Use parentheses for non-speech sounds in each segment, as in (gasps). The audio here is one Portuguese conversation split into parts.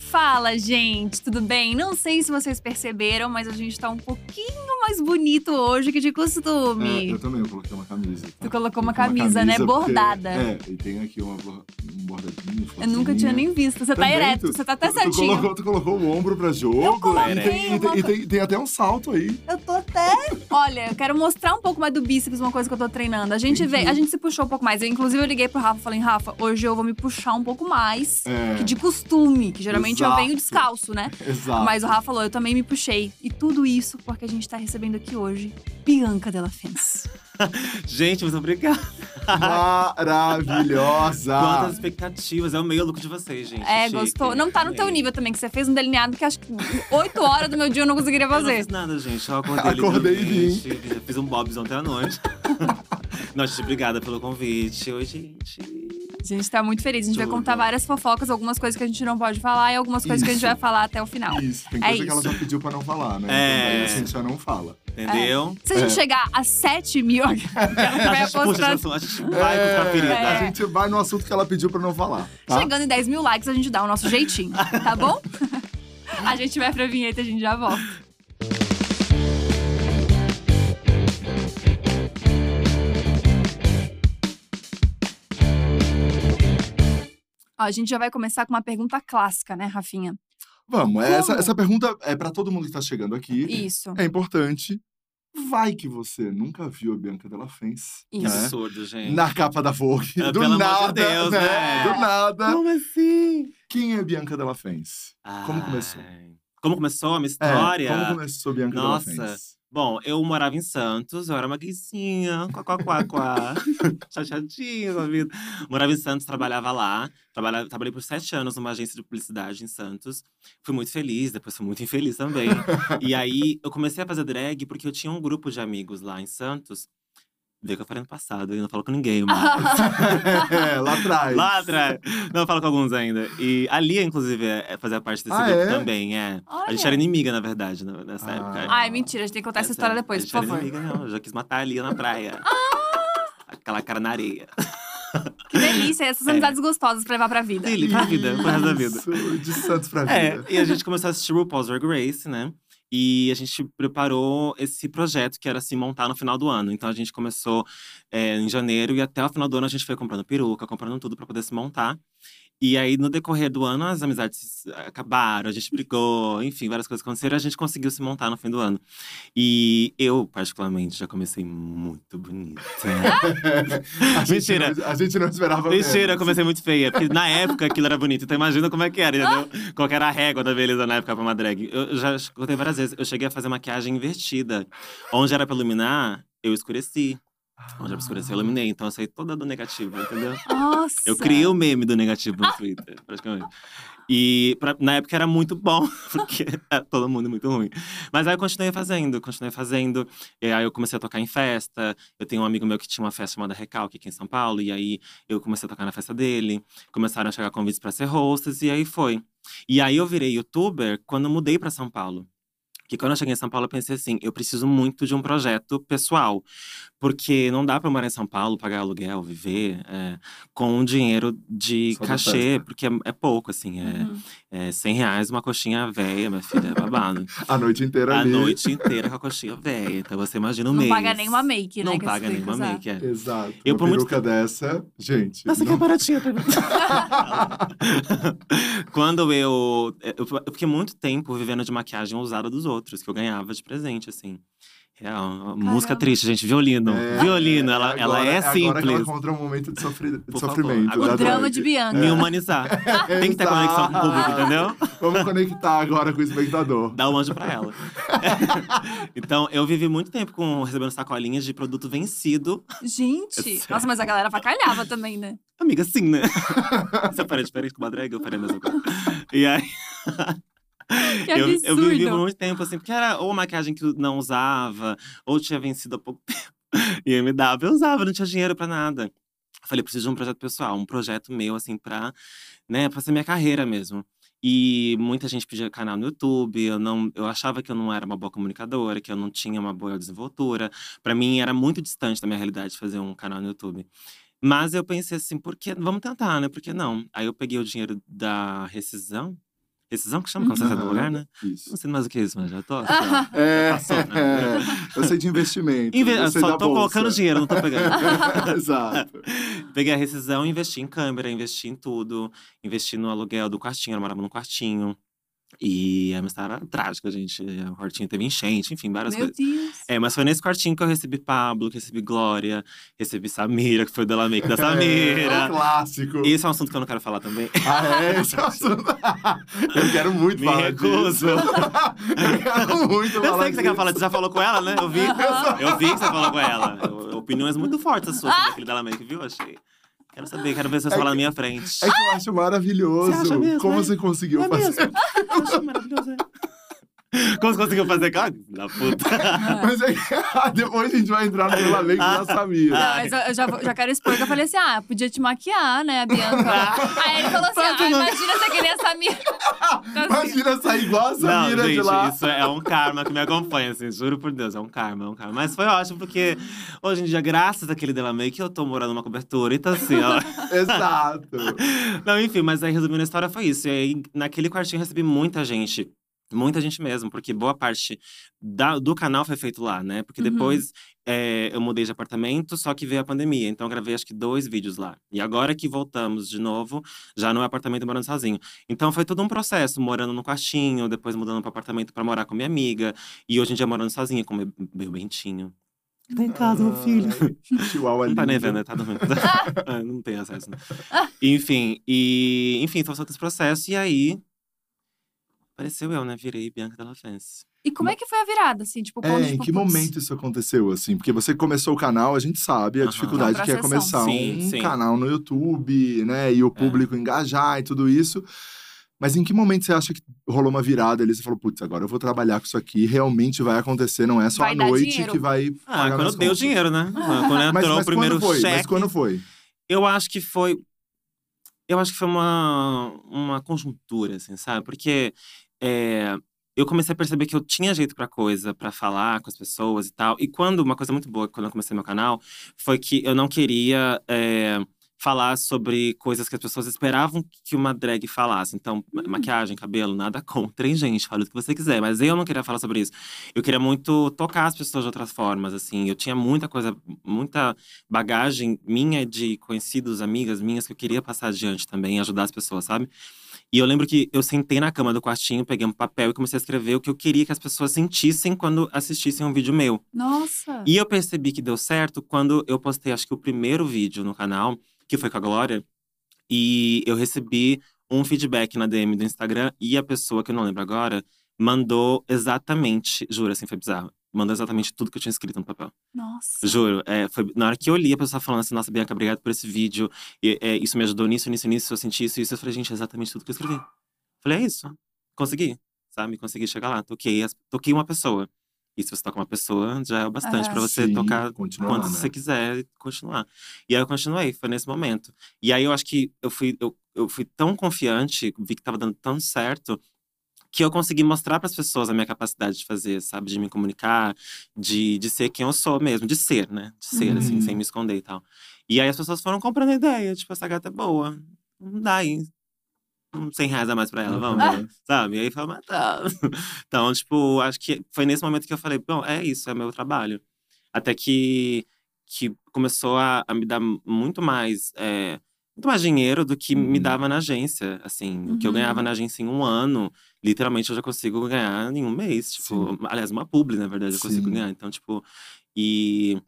Fala, gente, tudo bem? Não sei se vocês perceberam, mas a gente tá um pouquinho mais bonito hoje que de É, costume. eu também, eu coloquei uma camisa. tá? Tu colocou uma Coloquei camisa, né? porque- Bordada. é, e tem aqui uma, bor- um bordadinho. Eu nunca tinha nem visto. Você tá Também, ereto, tu- você tá até tu, tu certinho. colocou, tu colocou o ombro pra jogo. Eu coloquei E, tem, e tem- uma- e tem- tem até um salto aí. Eu tô até. Olha, eu quero mostrar um pouco mais do bíceps, uma coisa que eu tô treinando. A gente veio, a gente se puxou um pouco mais. Eu, inclusive, eu liguei pro Rafa e falei, Rafa, hoje eu vou me puxar um pouco mais. É, Que de costume, que geralmente Exato. eu venho descalço, né? exato. Mas o Rafa falou, eu também me puxei. E tudo isso porque a gente tá recebendo aqui hoje Bianca Della Fence. Gente, muito obrigado. Quantas Maravilhosa! expectativas. É o meio look de vocês, gente. É, Chique. É. gostou? Não tá no teu Amei. nível também, que você fez um delineado que acho que 8 horas do meu dia eu não conseguiria Eu não fazer. fiz nada, gente. Eu (laughs) acordei, Acordei e vim. literalmente. Fiz um bobs ontem à noite. (laughs) Nossa, gente, obrigada pelo convite. Oi, gente. A gente tá muito feliz. A gente vai Tudo. contar várias fofocas, algumas coisas que a gente não pode falar e algumas coisas que a gente Isso. vai falar até o final. Isso, tem É coisa que ela isso. já pediu pra não falar, né? É. Então, daí a gente já não fala. Entendeu? Se a gente É. chegar a 7 mil, (laughs) ela É. vai A gente puxa esse apostando. assunto, a gente vai buscar a ferida. É. A gente vai no assunto que ela pediu pra não falar. Tá? Chegando em 10 mil likes, a gente dá o nosso jeitinho, tá bom? (laughs) a gente vai pra vinheta e a gente já volta. Ó, a gente já vai começar com uma pergunta clássica, né, Rafinha? Vamos, essa, Como? essa pergunta é pra todo mundo que tá chegando aqui. Isso. É importante. Vai que você nunca viu a Bianca Della Fence. Que Isso. né? absurdo, gente. Na capa da Vogue. Ah, do pelo amor de nada, Deus, né? Do nada. assim? Quem é Bianca Della Fence? Como começou? Ai. Como começou a minha É, história? como começou Bianca Della Nossa. Fence? (laughs) Bom, eu morava em Santos, eu era uma guicinha, quá, quá, quá, quá. (laughs) Chateadinha da vida. Morava em Santos, trabalhava lá. Trabalha, trabalhei por sete anos numa agência de publicidade em Santos. Fui muito feliz, depois fui muito infeliz também. (laughs) e aí, eu comecei a fazer drag porque eu tinha um grupo de amigos lá em Santos. Vê que eu falei no passado, eu não falo com (laughs) ninguém, mas… é, lá atrás. Lá atrás. Não, eu falo com alguns ainda. E a Lia, inclusive, é- é- fazia parte desse Ah, grupo é? também, é. A gente (laughs) Olha. era inimiga, na verdade, na- nessa Ah. época. é. Ai, mentira, a gente tem que contar essa história depois, por Essa- favor. essa É, era Inimiga, não. Eu já quis matar a Lia na (laughs) praia. Aquela cara na areia. Que delícia, essas É. amizades gostosas pra levar pra vida. Lili, pra vida, pro resto da vida. Isso, de Santos pra vida. É, e a gente começou a assistir RuPaul's Drag Race, né? E a gente preparou esse projeto que era se montar no final do ano. Então a gente começou é, em janeiro e até o final do ano a gente foi comprando peruca, comprando tudo pra poder se montar. E aí, no decorrer do ano, as amizades acabaram, a gente brigou, enfim, várias coisas aconteceram. e A gente conseguiu se montar no fim do ano. E eu, particularmente, já comecei muito bonita. (laughs) A gente É. Mentira. não- a gente não esperava Mentira, eu menos. comecei muito feia. Porque na época aquilo era bonito. Então imagina como é que era, entendeu? Qual que era a régua da beleza na época pra uma drag. Eu já contei várias vezes. Eu cheguei a fazer maquiagem invertida. Onde era pra iluminar, eu escureci. Onde era pra escurecer, eu iluminei. Então eu saí toda do negativo, entendeu? Nossa. Eu criei um, o meme do negativo no Twitter, praticamente. E pra- na época era muito bom, (laughs) porque era todo mundo muito ruim. Mas aí eu continuei fazendo, continuei fazendo. E aí eu comecei a tocar em festa. Eu tenho um amigo meu que tinha uma festa chamada Recalque aqui em São Paulo. E aí eu comecei a tocar na festa dele. Começaram a chegar convites pra ser hostess, e aí foi. E aí eu virei youtuber quando eu mudei pra São Paulo. Que quando eu cheguei em São Paulo, eu pensei assim: eu preciso muito de um projeto pessoal. Porque não dá pra eu morar em São Paulo, pagar aluguel, viver é, com o dinheiro de Só da cachê, festa. porque é, é pouco, assim. É, Uhum. é 100 reais uma coxinha velha, minha filha, é babado. A noite inteira a ali. noite inteira com a coxinha velha. Então você imagina um Não mês. paga nenhuma make, né? Não que você paga tem que nenhuma usar. make, é. Exato. Eu, uma por muito peruca dessa, gente. Nossa, que não- é baratinha. tá vendo? (laughs) Quando eu, eu. eu fiquei muito tempo vivendo de maquiagem usada dos outros, que eu ganhava de presente, assim. Real. Música triste, gente. Violino. É, Violino, ela, agora- ela é Agora que ela simples. encontra um momento de, sofri- de Por favor, sofrimento. né? agora- é da O drama noite. de Bianca. Me (laughs) humanizar. Tem que ter Exato. Ah. conexão com o público, entendeu? Vamos conectar agora com o espectador. Dá um anjo pra ela. (laughs) então, eu vivi muito tempo com recebendo sacolinhas de produto vencido. É Gente, sério. nossa, mas a galera facalhava também, né? Amiga, sim, né? (laughs) Você parei diferente com uma drag, eu parei a mesma coisa. E aí, Que eu, eu absurdo. vivi por muito tempo, assim, porque era ou maquiagem que eu não usava, ou tinha vencido há pouco (laughs) tempo. E aí me dava, eu usava, não tinha dinheiro pra nada. Eu Falei, preciso de um projeto pessoal, um projeto meu, assim, pra, né, pra ser minha carreira mesmo. E muita gente pedia canal no YouTube, eu não, eu achava que eu não era uma boa comunicadora, que eu não tinha uma boa desenvoltura. Pra mim era muito distante da minha realidade fazer um canal no YouTube. Mas eu pensei assim, por que, vamos tentar, né? Por que não? Aí eu peguei o dinheiro da rescisão, Rescisão que chama quando você sai do Uhum. lugar, né? Isso. Não sei mais o que é isso, mas já tô. É, Passou, né? eu sei de investimento. Inve- eu sei Só da tô bolsa. colocando dinheiro, não tô pegando. (laughs) Exato. Peguei a rescisão, investi em câmera, investi em tudo. Investi no aluguel do quartinho, eu morava num quartinho. E a minha história era trágica, gente. O quartinho teve enchente, enfim, várias Meu coisas. Deus. É, mas foi nesse quartinho que eu recebi Pablo, que recebi Glória, recebi Samira, que foi o dela make da É, Samira. clássico. Esse é um assunto que eu não quero falar também. Ah, é? Esse é o assunto. Eu quero muito Me falar recuso. disso. Eu quero muito Eu falar sei que você quer disso. falar, você já falou com ela, né? Eu vi. Aham. Eu vi que você falou com ela. Eu- Opiniões muito fortes as suas sobre aquele dela make, viu? Achei. Quero saber, quero ver se você É falar na minha frente. É que eu acho maravilhoso Você acha mesmo, como é? você conseguiu É fazer. mesmo? Eu achei maravilhoso, é. Como você conseguiu fazer cara? Da (laughs) puta. Mas é que depois a gente vai entrar no (laughs) Lamento da Ah, Samira. Não, mas eu, eu já, vou- já quero expor que eu falei assim: ah, podia te maquiar, né, a (laughs) Bianca? Aí ele falou assim: ah, imagina se aquele essa minha. Então, assim, Imagina sair igual a Não, Samira gente, de lá. isso é um karma que me acompanha, assim, juro por Deus, é um karma, é um karma. Mas foi ótimo, porque hoje em dia, graças àquele Della May, que eu tô morando numa cobertura, então assim, ó. Exato. (laughs) Não, enfim, mas aí resumindo a história foi isso. E aí, naquele quartinho eu recebi muita gente. Muita gente mesmo, porque boa parte da- do canal foi feito lá, né? Porque Uhum. depois é, eu mudei de apartamento, só que veio a pandemia. Então eu gravei acho que dois vídeos lá. E agora que voltamos de novo, já no apartamento morando sozinho. Então foi todo um processo, morando no quartinho, depois mudando para apartamento para morar com minha amiga. E hoje em dia morando sozinha com meu, meu bentinho. Que tá em casa, meu filho. Ai, que Ah, Chihuahua Não tá nem lindo. vendo, né? tá dormindo. (laughs) Ah, não tem acesso. Né? Enfim, e enfim, passou todo esse processo e aí apareceu eu, né? Virei Bianca Della Fence. E como é que foi a virada, assim? Tá Tipo, quando, É, em tipo, que putz, momento isso aconteceu, assim? Porque você começou o canal, a gente sabe a Aham. dificuldade que é É um processo. começar Sim, um sim. É. canal no YouTube, né? E o público engajar e tudo isso. Mas em que momento você acha que rolou uma virada ali? Você falou, putz, agora eu vou trabalhar com isso aqui, realmente vai acontecer, não é só Vai à dar noite dinheiro. que vai. Ah, pagar quando minhas deu contas." dinheiro, né? Quando Mas, entrou mas o primeiro quando foi? cheque. Mas quando foi? Eu acho que foi. Eu acho que foi uma, uma conjuntura, assim, sabe? Porque é, eu comecei a perceber que eu tinha jeito pra coisa, pra falar com as pessoas e tal. E quando, uma coisa muito boa, quando eu comecei meu canal, foi que eu não queria é, falar sobre coisas que as pessoas esperavam que uma drag falasse. Então, ma- maquiagem, cabelo, nada (laughs) contra, hein, gente? Fala o que você quiser. Mas eu não queria falar sobre isso. Eu queria muito tocar as pessoas de outras formas, assim. Eu tinha muita coisa, muita bagagem minha de conhecidos, amigas minhas, que eu queria passar adiante também, ajudar as pessoas, sabe? E eu lembro que eu sentei na cama do quartinho, peguei um papel e comecei a escrever o que eu queria que as pessoas sentissem quando assistissem um vídeo meu. Nossa. E eu percebi que deu certo quando eu postei, acho que o primeiro vídeo no canal, que foi com a Glória, e eu recebi um feedback na DM do Instagram e a pessoa, que eu não lembro agora, mandou exatamente, juro, assim, foi bizarro. Mandou exatamente tudo que eu tinha escrito no papel. Nossa. Juro, é, foi na hora que eu li a pessoa falando assim, nossa, Bianca, obrigado por esse vídeo. e, é, isso me ajudou nisso, nisso, nisso, eu senti isso, isso. Eu falei, gente, é exatamente tudo que eu escrevi. Falei, é isso. Consegui, sabe? Consegui chegar lá. Toquei, as- toquei uma pessoa. E se você toca uma pessoa, já é o bastante Aham. pra você Sim, tocar continuar, quanto né? você quiser e continuar. E aí eu continuei, foi nesse momento. E aí eu acho que eu fui, eu, eu fui tão confiante, vi que tava dando tão certo, que eu consegui mostrar para as pessoas a minha capacidade de fazer, sabe? De me comunicar, de, de ser quem eu sou mesmo, de ser, né? De ser, Uhum. assim, sem me esconder e tal. E aí as pessoas foram comprando a ideia, tipo, essa gata é boa. Não dá aí. uns 100 reais a mais pra ela, vamos, Ah. sabe? E aí fala, mas tá. (laughs) Então, tipo, acho que foi nesse momento que eu falei, bom, é isso, é meu trabalho. Até que, que começou a, a me dar muito mais. é, muito mais dinheiro do que me Uhum. dava na agência, assim. O que eu Uhum. ganhava na agência em um ano, literalmente eu já consigo ganhar em um mês. Tipo, Sim. aliás, uma publi, na verdade, eu consigo Sim. ganhar. Então, tipo, e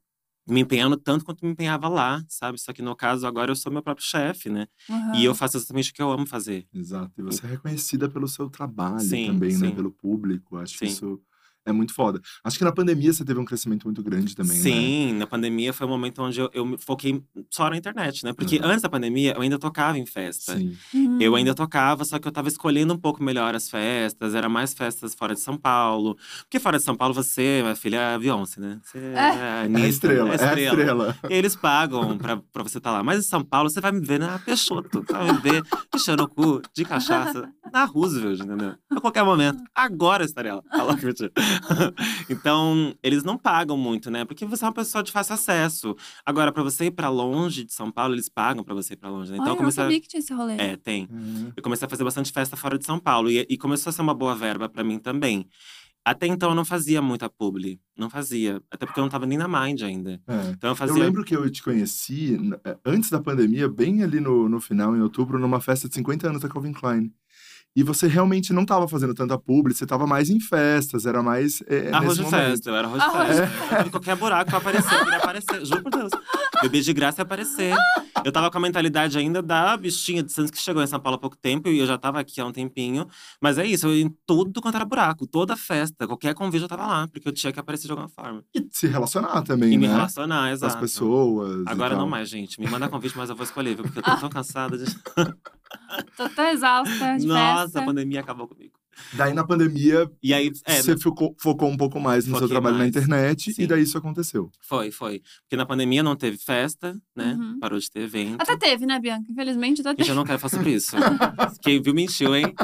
me empenhando tanto quanto me empenhava lá, sabe? Só que no caso, agora eu sou meu próprio chefe, né? Aham. E eu faço exatamente o que eu amo fazer. Exato. E você é reconhecida pelo seu trabalho Uhum. Sim, também, sim. né? Pelo público. Acho que Sim. isso é muito foda. Acho que na pandemia você teve um crescimento muito grande também, né? Sim, na pandemia foi o momento onde eu, eu me foquei só na internet, né? Porque Uhum. antes da pandemia, eu ainda tocava em festa. Sim. Hum. Eu ainda tocava, só que eu tava escolhendo um pouco melhor as festas. Era mais festas fora de São Paulo. Porque fora de São Paulo, você, minha filha, é a Beyoncé, né? Você é, a É Anitta, a estrela, é a estrela. E eles pagam pra, pra você estar lá. Mas em São Paulo, você vai me ver na Peixoto. Você vai me ver puxando o (laughs) cu de cachaça na Roosevelt, entendeu? A qualquer momento. Agora eu estarei lá. Ah, lá, que mentira. então, eles não pagam muito, né? Porque você é uma pessoa de fácil acesso. Agora, pra você ir pra longe de São Paulo, eles pagam pra você ir pra longe, né? Então, Olha, eu não eu comecei a- sabia que tinha esse rolê. É, tem. Eu comecei a fazer bastante festa fora de São Paulo. E, e começou a ser uma boa verba pra mim também. Até então, eu não fazia muita publi. Não fazia. Até porque eu não tava nem na Mind ainda. É. Então, eu Eu fazia… lembro que eu te conheci n- eh, antes da pandemia, bem ali no, no final, em outubro, numa festa de 50 anos da Calvin Klein. E você realmente não tava fazendo tanta publi, você tava mais em festas, era mais. eh, nesse Arroz de momento. festa, eu era arroz de Arroz festa. Eu tava em qualquer buraco pra aparecer, eu queria aparecer, juro por Deus. Bebê de graça ia aparecer. Eu tava com a mentalidade ainda da bichinha de Santos que chegou em São Paulo há pouco tempo e eu já tava aqui há um tempinho. Mas é isso, eu ia em tudo quanto era buraco, toda festa, qualquer convite eu tava lá, porque eu tinha que aparecer de alguma forma. E se relacionar também, e me né? relacionar, com as exato. pessoas. e Agora tal. não mais, gente. Me manda convite, mas eu vou escolher, viu? Porque eu tô tão cansada de. Tô tão exausta de Nossa, a festa. pandemia acabou comigo. Daí na pandemia, E aí, é, você focou, focou um pouco mais no seu Foquei trabalho na mais. internet Sim. e daí isso aconteceu. foi, foi. Porque na pandemia não teve festa, né? Uhum. Parou de ter evento. Até teve, né, Bianca? Infelizmente, até Gente, teve. eu não quero falar sobre (laughs) isso. Quem viu, mentiu, hein?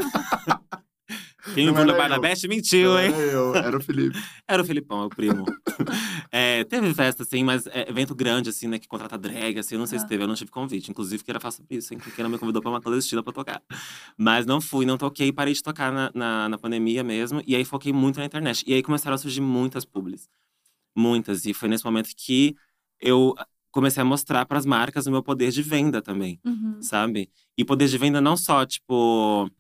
Quem Não me viu no era Bar da eu. Best, mentiu, hein? Era É, eu, era o (laughs) Felipe. Era o Felipão, é o primo. (laughs) É, teve festa, assim, mas é, evento grande, assim, né? Que contrata drag, assim. Eu não sei se Ah. teve, eu não tive convite. Inclusive, queria falar sobre isso, hein? Porque não me convidou pra uma clandestina pra tocar. Mas não fui, não toquei. Parei de tocar na, na, na pandemia mesmo. E aí, foquei muito na internet. E aí, começaram a surgir muitas publis. Muitas. E foi nesse momento que eu ah, comecei a mostrar pras marcas o meu poder de venda também Uhum. sabe? E poder de venda não só, tipo.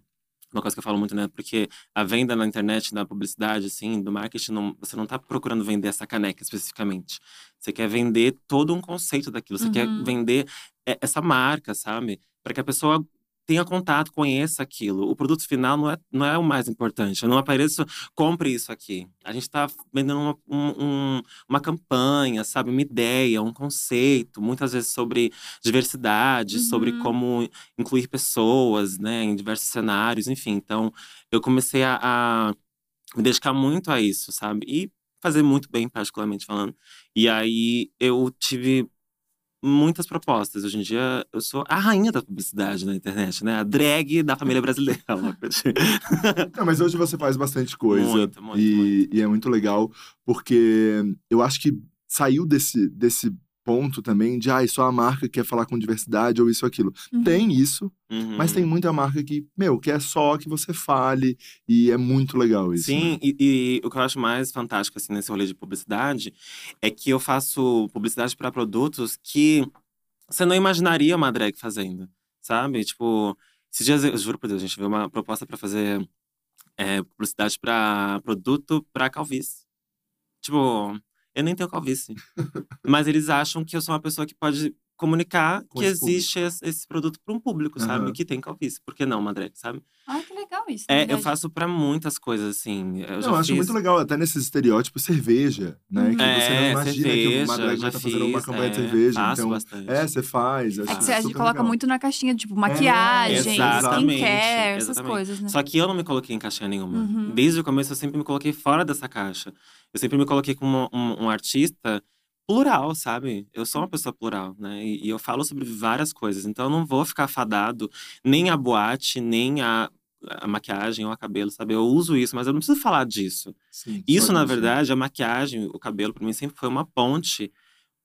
Uma coisa que eu falo muito, né? Porque a venda na internet, na publicidade, assim, do marketing, não- você não tá procurando vender essa caneca especificamente. Você quer vender todo um conceito daquilo. Você quer Uhum. vender é, essa marca, sabe? Para que a pessoa tenha contato, conheça aquilo. O produto final não é, não é o mais importante. Eu não apareço, compre isso aqui. A gente tá vendendo uma, um- um- uma campanha, sabe? Uma ideia, um conceito. Muitas vezes sobre diversidade, sobre Uhum. como incluir pessoas, né? Em diversos cenários, enfim. Então, eu comecei a, a me dedicar muito a isso, sabe? E fazer muito bem, particularmente falando. E aí, eu tive muitas propostas. Hoje em dia, eu sou a rainha da publicidade na internet, né? A drag da família brasileira. (laughs) louca de- Não, mas hoje você faz bastante coisa. Muito, muito, e, muito. e é muito legal, porque eu acho que saiu desse, desse ponto também de, ah, só a marca quer falar com diversidade ou isso ou aquilo. Uhum. Tem isso, Uhum. mas tem muita marca que, meu, quer só que você fale e é muito legal isso. Sim, né? e, e o que eu acho mais fantástico assim, nesse rolê de publicidade é que eu faço publicidade para produtos que você não imaginaria uma drag fazendo, sabe? Tipo, esses dias, eu juro por Deus, a gente viu uma proposta para fazer é, publicidade para produto para calvície. Tipo, eu nem (laughs) tenho calvície. mas eles acham que eu sou uma pessoa que pode comunicar Com que esse público. existe esse, esse produto para um público, sabe? Aham. Que tem calvície. Por que não uma drag, sabe? Ah, que legal isso. na É, eu verdade. faço pra muitas coisas, assim. Eu já Não, eu acho fiz. muito legal, até nesses estereótipos, cerveja, né? Uhum. Que você não É, imagina que uma cerveja, drag já tá fazendo uma fiz, campanha de é, cerveja. Faço Então, bastante. é, você faz. acho É que você, a super gente coloca legal. É, muito na caixinha, tipo, maquiagem, exatamente, skincare, essas exatamente. coisas, né? Só que eu não me coloquei em caixa nenhuma. Uhum. Desde o começo, eu sempre me coloquei fora dessa caixa. Eu sempre me coloquei como um, um artista plural, sabe? Eu sou uma pessoa plural, né? E, e eu falo sobre várias coisas. Então, eu não vou ficar fadado nem a boate, nem a, a maquiagem ou a cabelo, sabe? Eu uso isso, mas eu não preciso falar disso. Sim, Isso, só na verdade, a maquiagem, o cabelo, pra mim sempre foi uma ponte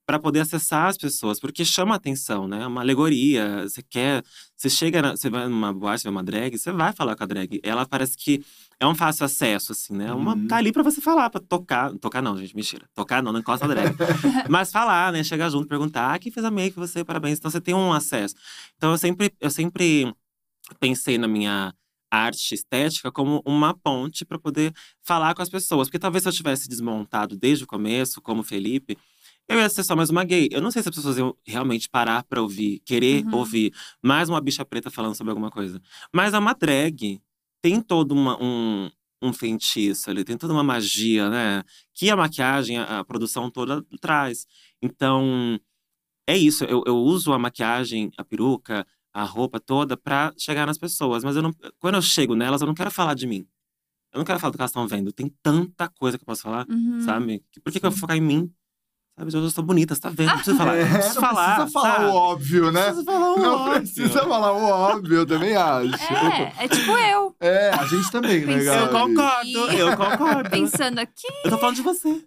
para poder acessar as pessoas, porque chama atenção, né? É uma alegoria. Você quer. Você chega, na- você vai numa boate, você vai numa drag, você vai falar com a drag. Ela parece que é um fácil acesso, assim, né? Uma, Uhum. Tá ali pra você falar, pra tocar. Tocar não, gente, mentira. Tocar não, não encosta a drag. Mas falar, né? Chegar junto, perguntar, ah, quem fez a make, você, parabéns. Então você tem um acesso. Então eu sempre, eu sempre pensei na minha arte estética como uma ponte para poder falar com as pessoas. Porque talvez se eu tivesse desmontado desde o começo, como Felipe, eu ia ser só mais uma gay. Eu não sei se as pessoas iam realmente parar pra ouvir, querer Uhum. ouvir mais uma bicha preta falando sobre alguma coisa. Mas é uma drag. Tem todo uma- um, um feitiço ali, tem toda uma magia, né? Que a maquiagem, a, a produção toda traz. Então, é isso. Eu, eu uso a maquiagem, a peruca, a roupa toda pra chegar nas pessoas. Mas eu não, quando eu chego nelas, eu não quero falar de mim. Eu não quero falar do que elas estão vendo. Tem tanta coisa que eu posso falar, Uhum. sabe? Que- Por que, que eu vou Hum. Sim. focar em mim? Sabe, eu sou bonita, você tá vendo? Não precisa falar. (laughs) É, Não precisa não falar. precisa falar sabe? o óbvio, Não né? precisa falar o Não óbvio. precisa falar o óbvio, eu também acho. (laughs) É, é tipo eu, É, a gente também, né, Pensando. Eu Gabi? concordo, eu concordo. pensando aqui. Eu tô falando de você.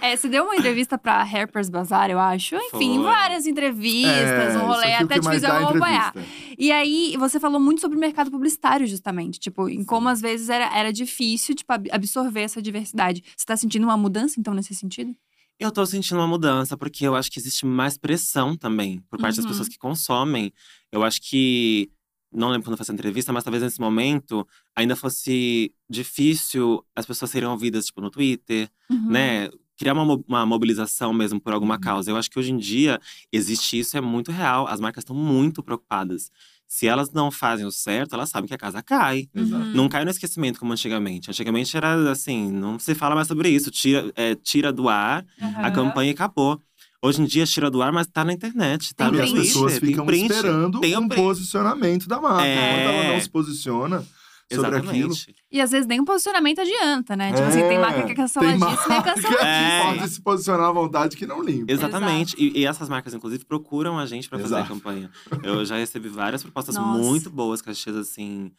É, você deu uma entrevista pra Harper's Bazaar, eu acho. Enfim, Foi. várias entrevistas, É, um rolê, isso aqui é o até que te mais fiz dá eu acompanhar. entrevista. E aí, você falou muito sobre o mercado publicitário, justamente. Tipo, em como às vezes era, era difícil, tipo, ab- absorver essa diversidade. Você tá sentindo uma mudança, então, nesse sentido? Eu tô sentindo uma mudança, porque eu acho que existe mais pressão também por parte das Uhum. pessoas que consomem. Eu acho que. Não lembro quando eu faço a entrevista, mas talvez nesse momento ainda fosse difícil as pessoas serem ouvidas, tipo, no Twitter, Uhum. né? Criar uma, mo- uma mobilização mesmo por alguma Uhum. causa. Eu acho que hoje em dia existe isso, é muito real. As marcas estão muito preocupadas. Se elas não fazem o certo, elas sabem que a casa cai. Exato. Uhum. Não cai no esquecimento como antigamente. Antigamente era assim, não se fala mais sobre isso. Tira, é, tira do ar, Aham. a campanha e acabou. Hoje em dia tira do ar, mas tá na internet, tá Tem no E print. as Twitter, pessoas tem ficam print. esperando tem um print. posicionamento da marca. É. Quando ela não se posiciona sobre Exatamente. aquilo. E às vezes nem um posicionamento adianta, né? Tipo assim, tem marca que é canceladíssima e é (laughs) marca que canceladíssima. pode se posicionar à vontade que não limpa. Exatamente. E, e essas marcas, inclusive, procuram a gente pra fazer a Exato. campanha. Eu já recebi várias propostas Nossa. muito boas, cachês assim.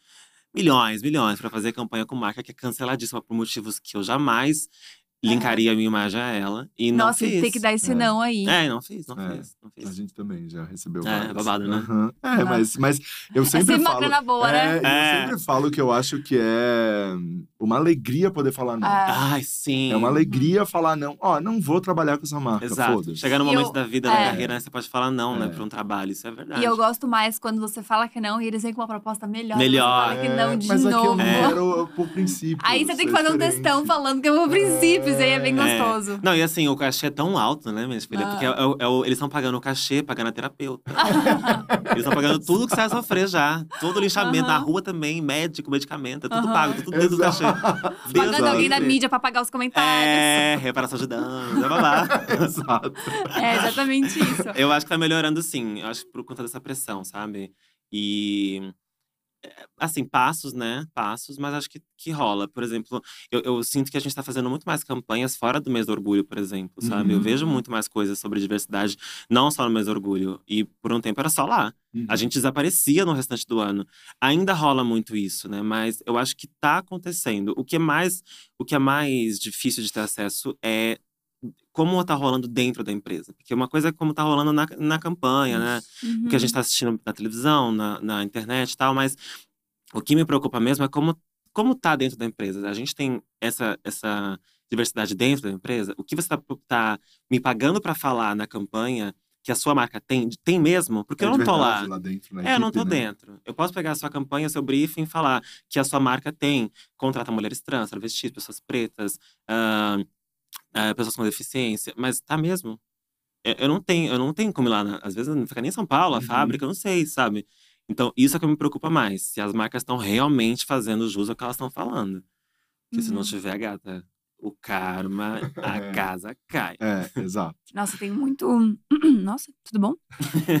Milhões, milhões, pra fazer campanha com marca que é canceladíssima por motivos que eu jamais linkaria a minha imagem a ela. E não Nossa, fiz. tem que dar esse É. não aí. É, não fiz, não É. fiz, não A fiz. gente também já recebeu É, várias. babado, né? Aham. É, Babado. mas, mas eu É sempre sempre uma falo… grana boa, né? É, É. Eu sempre falo que eu acho que é uma alegria poder falar não. Ah. Ai, sim. É uma alegria falar não. Ó, não vou trabalhar com essa marca, Exato. foda-se. Chegar no E eu- momento da vida, da é. carreira, né, você pode falar não, É. né, pra um trabalho. Isso é verdade. E eu gosto mais quando você fala que não e eles vêm com uma proposta melhor. e você Melhor. É. fala Ah, que não de É, mas aqui eu novo. não quero por princípio. Aí você tem que fazer um textão (laughs) falando que eu vou princípios, aí é bem É. gostoso. Não, e assim, o cachê é tão alto, né, minha filha? Ah. Porque é o- é o- eles estão pagando o cachê, pagando a terapeuta. (laughs) eles estão pagando tudo que você vai sofrer já. Todo o lixamento, na Aham. rua também, médico, medicamento, é tudo Aham. pago, tudo dentro do cachê. Deus Pagando alguém da livre. mídia pra pagar os comentários. É, reparação de danos, blá blá blá. (laughs) Exato. É, exatamente isso. Eu acho que tá melhorando sim, eu acho que por conta dessa pressão, sabe? E. é, Assim, passos, né? Passos, mas acho que, que rola. Por exemplo, eu, eu sinto que a gente tá fazendo muito mais campanhas fora do mês do orgulho, por exemplo, sabe? Eu Uhum. vejo muito mais coisas sobre diversidade, não só no mês do orgulho. E por um tempo era só lá. A gente desaparecia no restante do ano. Ainda rola muito isso, né? Mas eu acho que tá acontecendo. O que é mais, o que é mais difícil de ter acesso é como tá rolando dentro da empresa. Porque uma coisa é como tá rolando na, na campanha, né? Uhum. O que a gente tá assistindo na televisão, na, na internet e tal, mas o que me preocupa mesmo é como, como tá dentro da empresa. A gente tem essa, essa diversidade dentro da empresa. O que você tá, tá me pagando para falar na campanha que a sua marca tem, tem mesmo? É Porque eu não tô né? lá. dentro, na É, eu não equipe, tô né? dentro. Eu posso pegar a sua campanha, seu briefing e falar que a sua marca tem, contrata mulheres trans, travestis, pessoas pretas, ah, ah, pessoas com deficiência, mas tá mesmo. Eu, eu não tenho, eu não tenho como ir lá, na- às vezes não fica nem em São Paulo, a Uhum. fábrica, eu não sei, sabe? Então, isso é que me preocupa mais, se as marcas estão realmente fazendo jus ao que elas estão falando. Porque se não Uhum. tiver, gata, o karma, É. (laughs) a casa cai. É, exato. Nossa, tem muito. (clears throat) Nossa, tudo (laughs)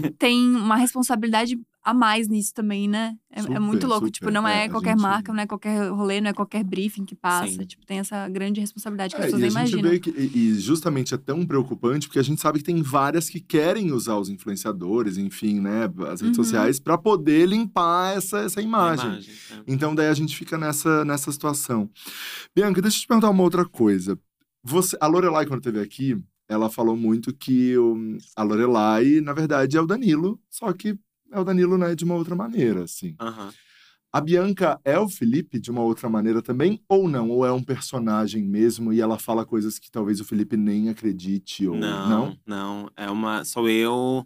bom? tem uma responsabilidade a mais nisso também, né? É, é Super, muito louco. super. Tipo, não é, É, a qualquer gente- marca, não é qualquer rolê, não é qualquer briefing que passa. Sim. Tipo, tem essa grande responsabilidade que as É, pessoas e a nem gente imaginam. vê que, e e justamente é tão preocupante porque a gente sabe que tem várias que querem usar os influenciadores, enfim, né, as redes Uhum. sociais para poder limpar essa, essa imagem. é. Então daí a gente fica nessa, nessa situação. Bianca, deixa eu te perguntar uma outra coisa. Você, a Lorelai quando esteve aqui, ela falou muito que hum, a Lorelai, na verdade, é o Danilo, só que é o Danilo, né, de uma outra maneira, assim. Aham. A Bianca é o Felipe de uma outra maneira também, ou não? Ou é um personagem mesmo e ela fala coisas que talvez o Felipe nem acredite, ou não? Não, não. É uma. Sou eu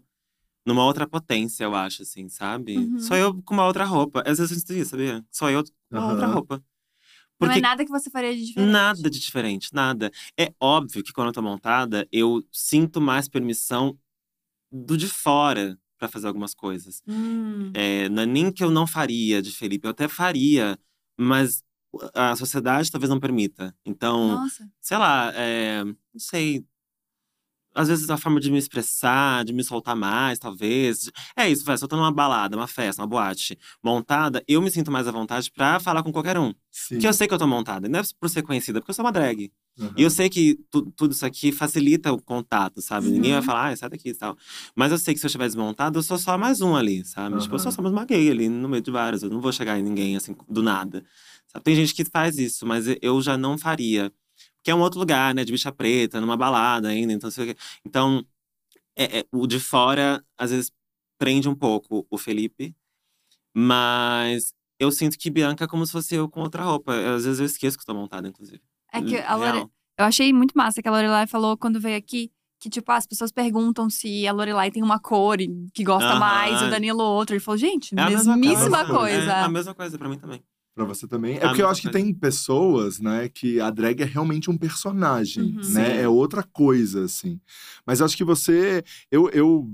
numa outra potência, eu acho, assim, sabe? Uhum. Sou eu com uma outra roupa. Às vezes eu sinto isso, sabia? Sou eu com uma outra Aham. roupa. Não é Porque nada que você faria de diferente. nada de diferente, nada. É óbvio que quando eu tô montada, eu sinto mais permissão do de fora pra fazer algumas coisas. Hum. É, não é nem que eu não faria de Felipe, eu até faria, mas a um sociedade talvez não permita. Então Nossa. sei lá, é, não sei. às vezes, a forma de me expressar, de me soltar mais, talvez. É isso, vai, se eu tô numa balada, uma festa, uma boate montada, eu me sinto mais à vontade pra falar com qualquer um. Sim. Porque eu sei que eu tô montada, e não é por ser conhecida, porque eu sou uma drag. Aham. E eu sei que tu- tudo isso aqui facilita o contato, sabe? Ninguém vai Uhum. falar, ah, sai daqui e tal. Mas eu sei que se eu estiver desmontado, eu sou só mais um ali, sabe? Tipo, eu sou Aham. só mais uma gay ali, no meio de vários. Eu não vou chegar em ninguém, assim, do nada. Sabe? Tem gente que faz isso, mas e- eu já não faria. Porque é um outro lugar, né? De bicha preta, numa balada ainda, então sei o quê. Então, é- é, o de fora, às vezes, prende um pouco o Felipe. Mas eu sinto que Bianca é como se fosse eu com outra roupa. Às vezes eu esqueço que eu tô montada, inclusive. É que a Real. Lore... Eu achei muito massa que a Lorelai falou quando veio aqui. Que, tipo, ah, as pessoas perguntam se a Lorelai tem uma cor e- que gosta Aham. É mais, e o Danilo outra. Ele falou, gente, a mesma mesmíssima coisa. coisa. É a mesma coisa pra mim também. Pra você também. É Ah, porque eu mas acho que pode- tem pessoas, né, que a drag é realmente um personagem, Uhum. né? Sim. É outra coisa, assim. Mas eu acho que você. Eu, eu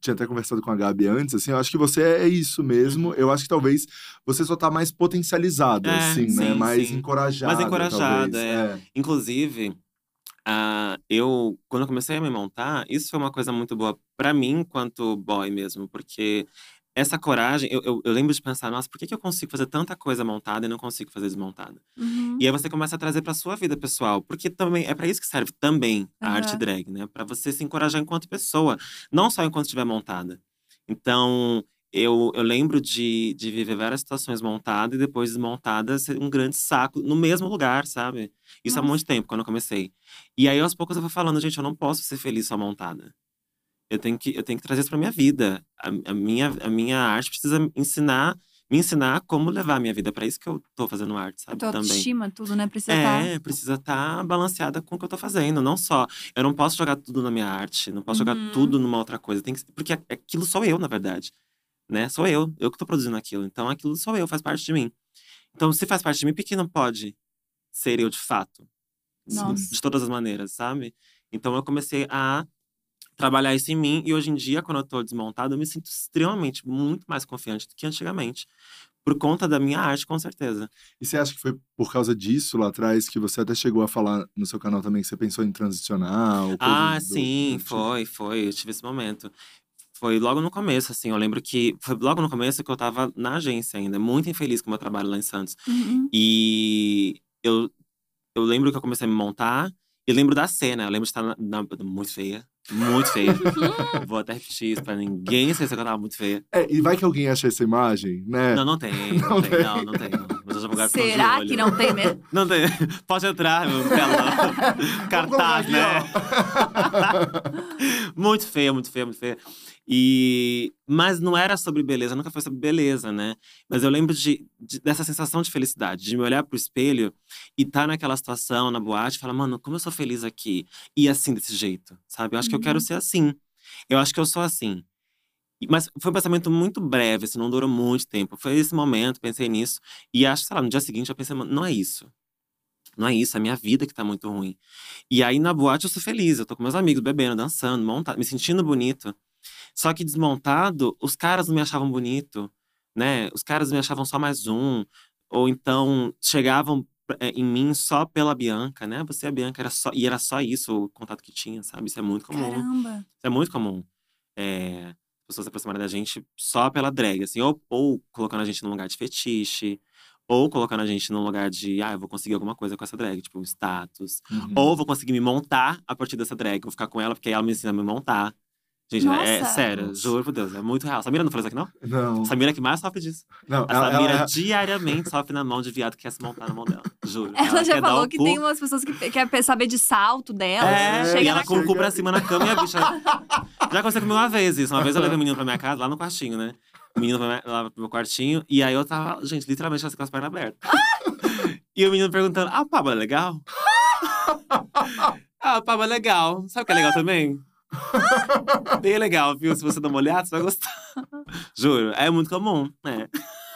tinha até conversado com a Gabi antes, assim, eu acho que você é isso mesmo. Eu acho que talvez você só tá mais potencializada, Uhum. É, assim, né? sim, Mais sim. encorajada. Mais encorajada, talvez. é. Inclusive, ah, eu, quando eu comecei a me montar, isso foi uma coisa muito boa pra mim, enquanto boy mesmo, porque essa coragem, eu, eu, eu lembro de pensar, nossa, por que, que eu consigo fazer tanta coisa montada e não consigo fazer desmontada? Uhum. E aí você começa a trazer pra sua vida pessoal, porque também é pra isso que serve também a Aham. arte drag, né? Pra você se encorajar enquanto pessoa, não só enquanto estiver montada. Então, eu, eu lembro de, de viver várias situações montada e depois desmontada, ser um grande saco no mesmo lugar, sabe? Isso há Nossa. muito tempo, quando eu comecei. E aí aos poucos eu vou falando, gente, eu não posso ser feliz só montada. Eu tenho que, eu tenho que trazer isso pra minha vida. A, a minha, a minha arte precisa ensinar, me ensinar como levar a minha vida. Pra isso que eu tô fazendo arte, A sabe? tua Também. autoestima, tudo, né? Precisa estar. É, precisa estar balanceada com o que eu tô fazendo. Não só. Eu não posso jogar tudo na minha arte, não posso Uhum. jogar tudo numa outra coisa. Tem que, porque a- aquilo sou eu, na verdade. Né? Sou eu. Eu que tô produzindo aquilo. Então aquilo sou eu, faz parte de mim. Então, se faz parte de mim, por que não pode ser eu de fato? De- Nossa. De todas as maneiras, sabe? Então eu comecei a trabalhar isso em mim. E hoje em dia, quando eu tô desmontada, eu me sinto extremamente, muito mais confiante do que antigamente. Por conta da minha arte, com certeza. E você acha que foi por causa disso lá atrás que você até chegou a falar no seu canal também que você pensou em transicionar? ou coisas Ah, do- sim, do tipo? foi, foi. Eu tive esse momento. Foi logo no começo, assim. Eu lembro que foi logo no começo que eu tava na agência ainda, muito infeliz com o meu trabalho lá em Santos. Uhum. E eu, eu lembro que eu comecei a me montar. E lembro da cena, eu lembro de estar na- na- muito feia. Muito (laughs) feia. Vou até repetir isso pra ninguém saber que eu tava muito feia. É, e vai que alguém acha essa imagem, né? Não, (laughs) não tem, não, tem, não, não tem. Não. Mas um eu já vou guardar Será que não tem (laughs) mesmo? Não tem. Pode entrar, meu (laughs) telão. Vamos colocar Cartaz, aqui, né? muito feia, muito feia, muito feia. E... Mas não era sobre beleza, nunca foi sobre beleza, né? Mas eu lembro de, de- dessa sensação de felicidade, de me olhar pro espelho e estar naquela situação, na boate, e falar, mano, como eu sou feliz aqui. E assim, desse jeito, sabe? Eu acho que eu quero Uhum. ser assim. Eu acho que eu sou assim. E- Mas foi um pensamento muito breve, assim, não durou muito tempo. Foi esse momento, pensei nisso. E acho, sei lá, no dia seguinte eu pensei, mano, não é isso. Não é isso, é a minha vida que tá muito ruim. E aí na boate eu sou feliz, eu tô com meus amigos bebendo, dançando, montado, me sentindo bonito. Só que desmontado, os caras não me achavam bonito, né? Os caras me achavam só mais um, ou então chegavam eh, em mim só pela Bianca, né? Você e a Bianca era só e era só isso o contato que tinha, sabe? Isso é muito comum. Caramba. Isso é muito comum. É, pessoas se aproximarem da gente só pela drag, assim, ou, ou colocando a gente num lugar de fetiche, ou colocando a gente num lugar de, ah, eu vou conseguir alguma coisa com essa drag, tipo, um status. Uhum. (laughs) Ou vou conseguir me montar a partir dessa drag, vou ficar com ela, porque ela me ensina a me montar. Gente, é, é Nossa! sério, Nossa. juro por Deus, é muito real. Samira não falou isso aqui, não? Não, Samira é que mais sofre disso. não, A ela- Samira ela- diariamente sofre na mão de viado que quer se montar na mão dela. Juro. Ela já é quer dar falou o que cu. tem umas pessoas que te- quer saber de salto dela. né? É, chega e na ela com o cu chega- pra cima na cama e a bicha. Já aconteceu comigo uma vez isso. Uma vez eu levei o menino pra minha casa, lá no quartinho, né? O menino pra minha- lá pro meu quartinho. E aí eu tava, gente, literalmente assim, com as pernas abertas. e o menino perguntando: Ah, o Pablo é legal? ah, o Pablo é legal. Sabe o que é legal também? Bem legal, viu? Se você dá uma olhada, você vai gostar. Juro, é muito comum, né?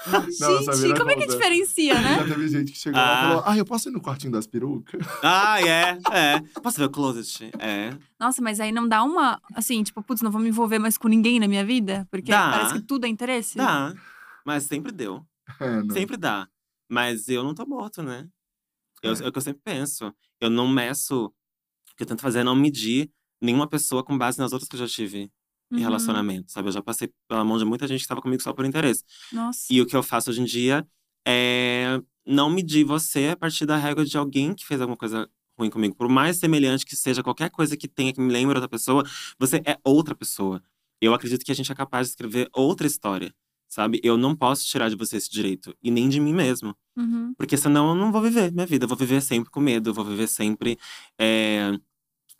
Não, essa (laughs) Gente, vira como é que volta. diferencia, né? Já teve gente que chegou lá e Ah. falou: Ah, eu posso ir no quartinho das perucas? (laughs) Ah, é, é. Posso ver o closet? É. Nossa, mas aí não dá uma. Assim, tipo, putz, não vou me envolver mais com ninguém na minha vida? Porque Dá. parece que tudo é interesse. Dá. Mas sempre deu. É, não. Sempre dá. Mas eu não tô morto, né? Eu, É. é o que eu sempre penso. Eu não meço. O que eu tento fazer é não medir nenhuma pessoa com base nas outras que eu já tive em Uhum. relacionamento, sabe? Eu já passei pela mão de muita gente que estava comigo só por interesse. Nossa. E o que eu faço hoje em dia é não medir você a partir da régua de alguém que fez alguma coisa ruim comigo. Por mais semelhante que seja qualquer coisa que tenha que me lembre outra pessoa, você é outra pessoa. Eu acredito que a gente é capaz de escrever outra história, sabe? Eu não posso tirar de você esse direito e nem de mim mesmo. Uhum. Porque senão eu não vou viver minha vida. Eu vou viver sempre com medo, eu vou viver sempre é,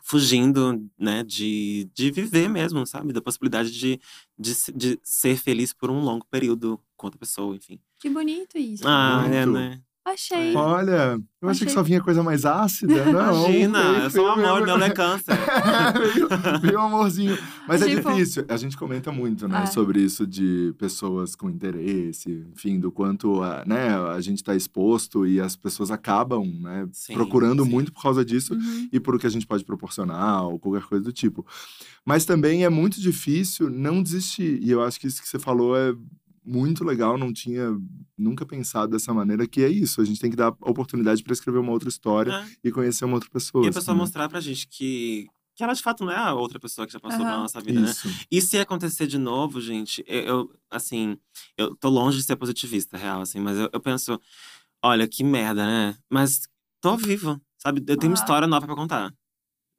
fugindo, né? De, de viver mesmo, sabe? Da possibilidade de, de, se- de ser feliz por um longo período com outra pessoa, enfim. Que bonito isso. Ah, Muito. é, né? Achei. Olha, eu achei, Achei. que só vinha coisa mais ácida, não. (laughs) Imagina, veio- eu sou um veio- (laughs) amor, meu não é câncer. veio, veio um Ah, amorzinho. Mas é Tipo- difícil. A gente comenta muito, né, É. sobre isso de pessoas com interesse, enfim, do quanto a, né, a gente está exposto e as pessoas acabam, né, Sim, procurando sim. muito por causa disso Uhum. e por o que a gente pode proporcionar ou qualquer coisa do tipo. Mas também é muito difícil não desistir. E eu acho que isso que você falou é muito legal, não tinha nunca pensado dessa maneira, que é isso, a gente tem que dar oportunidade para escrever uma outra história É. e conhecer uma outra pessoa. E a pessoa assim, né? mostrar pra gente que, que ela de fato não é a outra pessoa que já passou pela Aham. nossa vida, né? Isso. E se acontecer de novo, gente, eu, eu, assim, eu tô longe de ser positivista, real, assim, mas eu, eu penso, olha, que merda, né? Mas tô vivo, sabe? Eu tenho uma Aham. história nova pra contar.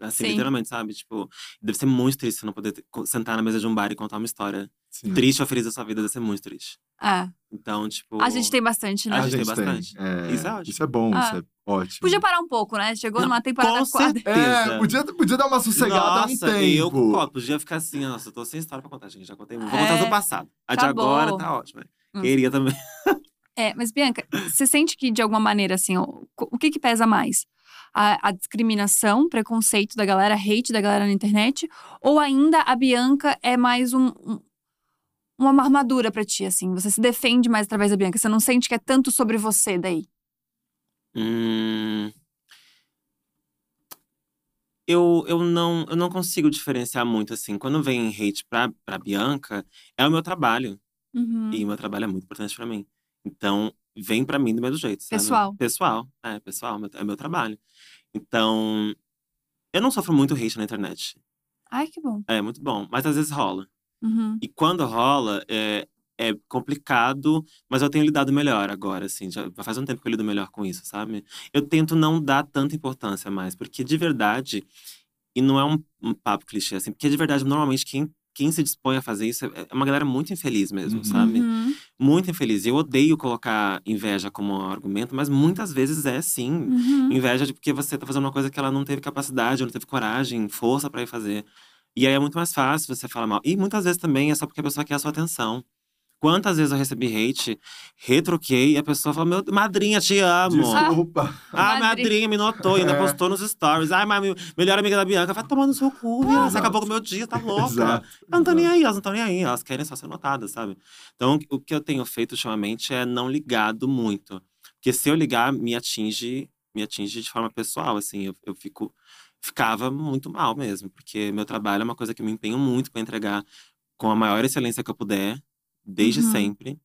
Assim, Sim. literalmente, sabe? Tipo, deve ser muito triste você não poder ter- co- sentar na mesa de um bar e contar uma história. Sim. Triste ou feliz da sua vida, deve ser muito triste. É. Então, tipo. A gente tem bastante, né? A gente tem bastante. Ah, É, Isso é ótimo. Isso é bom, Ah. isso é ótimo. Podia parar um pouco, né? Chegou Não, numa temporada com quadra. É, Certeza. podia, podia dar uma sossegada há um Nossa, tempo. eu concordo. Podia ficar assim, nossa, eu tô sem história pra contar, gente. Já contei muito. Vou contar É. do passado. A de Acabou. agora tá ótima. Hum. Queria também. É, mas Bianca, você sente que de alguma maneira, assim, o, o que que pesa mais? A, a discriminação, preconceito da galera, hate da galera na internet? Ou ainda a Bianca é mais um, um- uma armadura pra ti, assim? Você se defende mais através da Bianca? Você não sente que é tanto sobre você daí? Hum. Eu, eu, não, eu não consigo diferenciar muito, assim. Quando vem hate pra, pra Bianca, é o meu trabalho. Uhum. E o meu trabalho é muito importante pra mim. Então, vem pra mim do mesmo jeito, sabe? Pessoal. Pessoal, é, pessoal, meu- é meu trabalho. Então, eu não sofro muito hate na internet. Ai, que bom. É muito bom, mas às vezes rola. Uhum. E quando rola, é, é complicado, mas eu tenho lidado melhor agora, assim. Já faz um tempo que eu lido melhor com isso, sabe? Eu tento não dar tanta importância mais, porque de verdade, e não é um, um papo clichê, assim, porque de verdade, normalmente, quem, quem se dispõe a fazer isso é é uma galera muito infeliz mesmo, Uhum. sabe? Uhum. Muito infeliz. E Eu odeio colocar inveja como argumento, mas muitas vezes é sim. Uhum. Inveja de porque você tá fazendo uma coisa que ela não teve capacidade, ou não teve coragem, força pra ir fazer. E aí é muito mais fácil você falar mal. E muitas vezes também é só porque a pessoa quer a sua atenção. Quantas vezes eu recebi hate, retruquei, e a pessoa fala: Meu, madrinha, te amo. Desculpa. (laughs) Ah, Madrinha. madrinha me notou, ainda É. postou nos stories. Ai, mas mi- melhor amiga da Bianca, vai tomar no seu cu, minha, você acabou com o meu dia, tá louca. Exato. Elas não estão nem aí, elas não estão nem aí, elas querem só ser notadas, sabe? Então, o que eu tenho feito ultimamente é não ligado muito. Porque se eu ligar, me atinge, me atinge de forma pessoal, assim, eu, eu fico. Ficava muito mal mesmo, porque meu trabalho é uma coisa que eu me empenho muito para entregar com a maior excelência que eu puder, desde Uhum. sempre.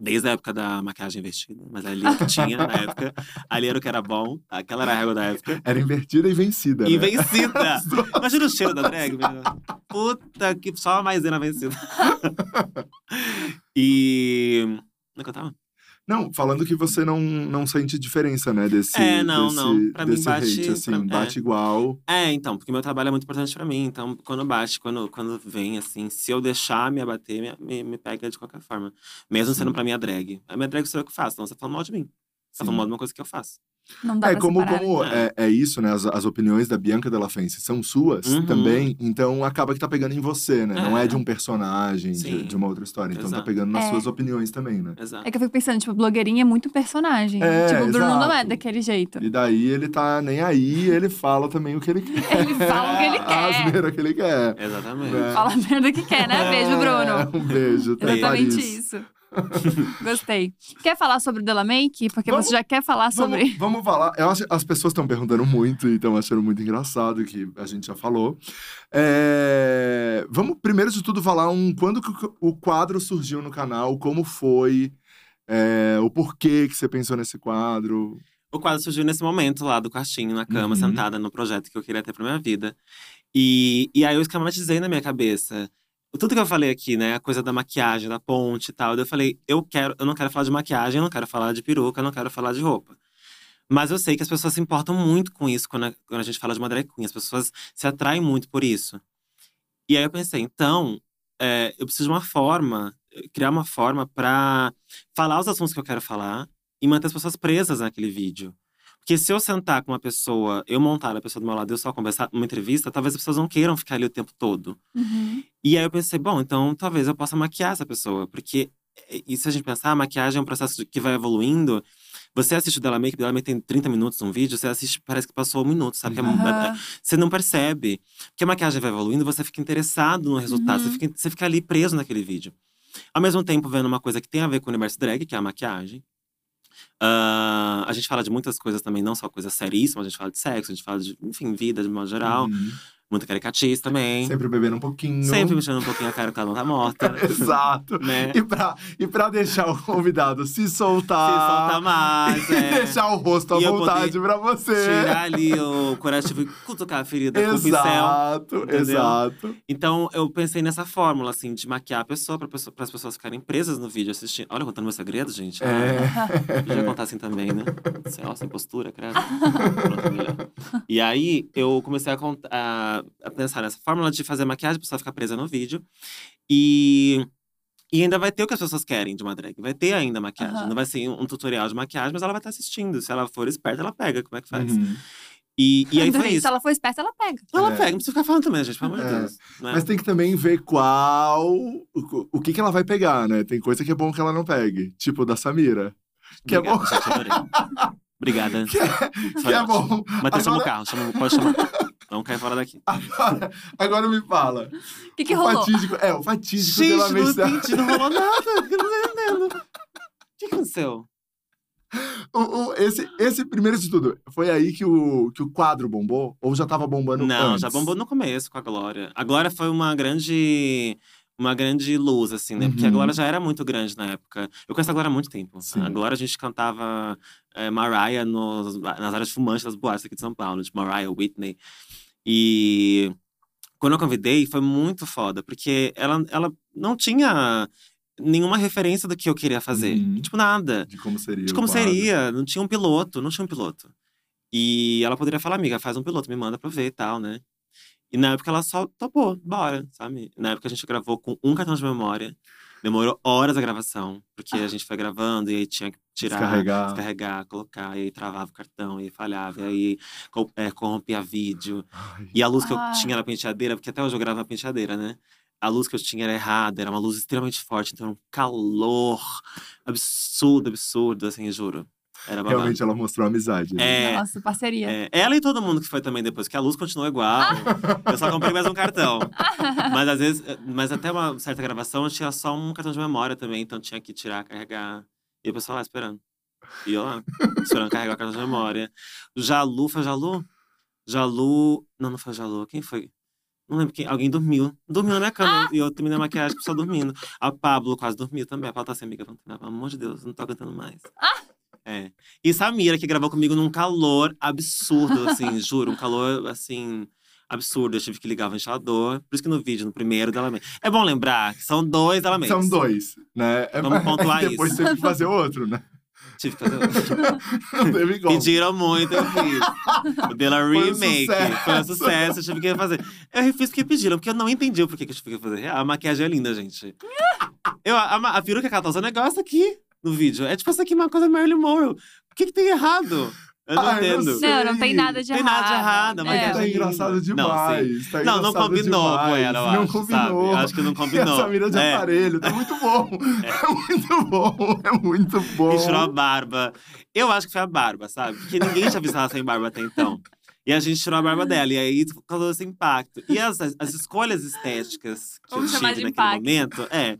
Desde a época da maquiagem invertida, mas ali o que tinha na época. Ali era o que era bom, aquela era a régua da época. Era invertida e vencida. E né? (laughs) vencida! Imagina o cheiro da drag, menina. Puta que só a maisena vencida. e. Onde é que eu tava? Não, falando que você não, não sente diferença, né? Desse, É, não, desse, não. Pra mim desse bate- hate, assim, pra- é. bate igual. É, então, porque meu trabalho é muito importante pra mim. Então, quando bate, quando, quando vem, assim, se eu deixar me abater, me, me, me pega de qualquer forma. Mesmo sendo pra minha drag. A minha drag sou eu que faço, não você tá falando mal de mim. Você Sim. tá falando mal de uma coisa que eu faço. Não dá É, pra como, separar. como é, né? é isso, né? As, as opiniões da Bianca Della Fence são suas Uhum. também, então acaba que tá pegando em você, né? Não é É. de um personagem, de, Sim. de uma outra história. Então tá Exato. pegando nas É. suas opiniões também, né? Exato. É que eu fico pensando, tipo, blogueirinha é muito personagem. É, tipo, o Bruno não é exato. daquele (laughs) jeito. E daí ele tá nem aí, ele fala também o que ele quer. Ele fala o que ele A quer. asneira que ele quer. Exatamente. Né? Fala a merda que quer, né? Beijo, Bruno. É, um beijo, até Exatamente Paris. isso. (laughs) Gostei. Quer falar sobre o Della Make? Porque Vamos- você já quer falar sobre. Vamos, vamos falar. Eu acho- as pessoas estão perguntando muito e estão achando muito engraçado que a gente já falou. É, vamos primeiro de tudo falar um quando que o- o quadro surgiu no canal, como foi, é, o porquê que você pensou nesse quadro. O quadro surgiu nesse momento lá do quartinho, na cama, Uhum. sentada no projeto que eu queria ter pra minha vida. E, e aí eu esquematizei na minha cabeça. Tudo que eu falei aqui, né? A coisa da maquiagem, da ponte e tal. daí Eu falei, eu quero, eu não quero falar de maquiagem, eu não quero falar de peruca, eu não quero falar de roupa. Mas eu sei que as pessoas se importam muito com isso quando a, quando a gente fala de uma drag queen. As pessoas se atraem muito por isso. E aí eu pensei, então, é, eu preciso de uma forma, eh, criar uma forma para falar os assuntos que eu quero falar e manter as pessoas presas naquele vídeo. Porque se eu sentar com uma pessoa, eu montar a pessoa do meu lado e eu só conversar numa entrevista, talvez as pessoas não queiram ficar ali o tempo todo. (laughs) Uhum. E aí eu pensei, bom, então talvez eu possa maquiar essa pessoa, porque eh, e se a gente pensar, a maquiagem é um processo de- que vai evoluindo. Você assiste o Della Make, o Della Make tem 30 minutos um vídeo, você assiste, parece que passou um minuto, sabe? Que é, Aham. você não percebe. Porque a maquiagem vai evoluindo, você fica interessado no resultado, Uhum. você, fica, você fica ali preso naquele vídeo. Ao mesmo tempo, vendo uma coisa que tem a ver com o universo drag, que é a maquiagem. Ah, a gente fala de muitas coisas também, não só coisas seríssimas, a gente fala de sexo, a gente fala de, enfim, vida de modo geral. Uhum. Muita caricatiz também. Sempre, Sempre bebendo um pouquinho. (laughs) mexendo um pouquinho a cara, o cara não tá morta. Exato. né? E pra, e pra deixar o convidado se Se soltar. (laughs) solta mais, e é. deixar o rosto à E eu vontade pra você. Tirar ali o curativo e cutucar a ferida com o pincel. Exato, entendeu? exato. Então eu pensei nessa fórmula, assim, de maquiar a pessoa para as pessoas ficarem presas no vídeo assistindo. Olha, contando meus segredos, gente. É. Ah, Podia contar assim também, né? Sei lá, sem postura, credo. Pronto, melhor. E aí eu comecei a, cont- a- a pensar nessa fórmula de fazer maquiagem, a pessoa ficar presa no vídeo. E. E ainda vai ter o que as pessoas querem de uma drag. Vai ter ainda maquiagem. Aham. Não vai ser um tutorial de maquiagem, mas ela vai estar assistindo. Se ela for esperta, ela pega como é que É. faz. Uhum. E, e aí foi Adorei. isso. Uhum. Se ela for esperta, ela pega. Ela É. pega, não precisa ficar falando também, gente, pelo amor de É. Deus. né? Mas tem que também ver qual. O, o que, que ela vai pegar, né? Tem coisa que é bom que ela não pegue. Tipo da Samira. Que é Obrigado, bom. gente, adorei. Obrigada. (laughs) Que é, Foi que é ótimo. bom. (laughs) Matheus, chama o Agora- carro, chama, pode chamar. Não cai fora daqui. Agora, agora me fala. O que, que o rolou? fatídico. É, o fatídico Gente, dela não menção. entendi, não rolou nada. Eu não tô entendendo. O que aconteceu? (laughs) O- o- esse, esse primeiro de tudo, foi aí que o, que o quadro bombou? Ou já tava bombando não, antes? já bombou no começo com a Glória. A Glória foi uma grande. Uma grande luz, assim, né? Porque a Uhum. Glória já era muito grande na época. Eu conheço a Glória há muito tempo. Sim. A Glória a gente cantava é, Mariah nos- nas áreas fumantes das boates aqui de São Paulo, de Mariah, Whitney. E quando eu convidei, foi muito foda, porque ela, ela não tinha nenhuma referência do que eu queria fazer. Uhum. Tipo, nada. De como seria. De o como quadro. seria, não tinha um piloto, não tinha um piloto. E ela poderia falar, amiga, faz um piloto, me manda pra eu ver e tal, né? E na época ela só topou, bora, sabe? Na época a gente gravou com um cartão de memória. Demorou horas a gravação, porque a gente foi gravando e aí tinha que tirar, Descarregar. descarregar, colocar, e aí travava o cartão, e aí falhava, e aí co- é, corrompia vídeo. Ai. E a luz que eu Ah. tinha na penteadeira, porque até hoje eu gravo na penteadeira, né? A luz que eu tinha era errada, era uma luz extremamente forte, então era um calor absurdo, absurdo, assim, juro. Era babado. Realmente ela mostrou amizade. né? É, Nossa, parceria. é, ela e todo mundo que foi também depois, que a luz continuou igual. Eu só comprei mais um (laughs) cartão. Mas às vezes, mas até uma certa gravação eu tinha só um cartão de memória também, então tinha que tirar, carregar. E o pessoal lá esperando. E eu lá, esperando carregar o cartão de memória. Jalu, foi Jalu? Jalu. Não, não foi Jalu. Quem foi? Não lembro quem. Alguém dormiu. Dormiu na minha cama. E eu terminei a maquiagem, só dormindo. A Pablo quase dormiu também. A Pablo tá assim, amiga, vamos terminar, pelo amor de Deus, eu não tô aguentando mais. É. E Samira, que gravou comigo num calor absurdo, assim, juro. Um calor, assim, absurdo. Eu tive que ligar o ventilador. Por isso que no vídeo, no primeiro, dela mesmo. É bom lembrar que são dois dela mesmo. São dois, né? É, Vamos pontuar (laughs) Depois isso. teve que fazer outro, né? (laughs) Tive que fazer um. outro. Não teve igual. Pediram muito, eu (laughs) fiz. O dela um remake. sucesso. Foi um sucesso, eu tive que refazer. Eu refiz porque pediram, porque eu não entendi o porquê que eu tive que fazer. A maquiagem é (laughs) linda, gente. Eu, a, a, a peruca que ela tá usando é igual essa aqui no vídeo. É tipo essa aqui, uma coisa Marilyn Monroe. O que, que tem errado? Eu não Ai, Ah, eu entendo. não sei. Não, não tem nada de Tem errado. nada de errado, mas É. Tá engraçado Não, demais. Não, tá Não, não engraçado combinou demais. com ela, eu Não acho, sabe? combinou. Eu acho que não combinou. (laughs) Essa mira de É. aparelho, tá muito (laughs) bom. É. muito bom, é muito bom. E tirou a barba. Eu acho que foi a barba, sabe? Porque ninguém tinha visto ela sem barba até então. E a gente tirou a barba dela, e aí causou esse impacto. E as, as- as escolhas estéticas que Vamos eu chamar tive de naquele impacto. momento… É,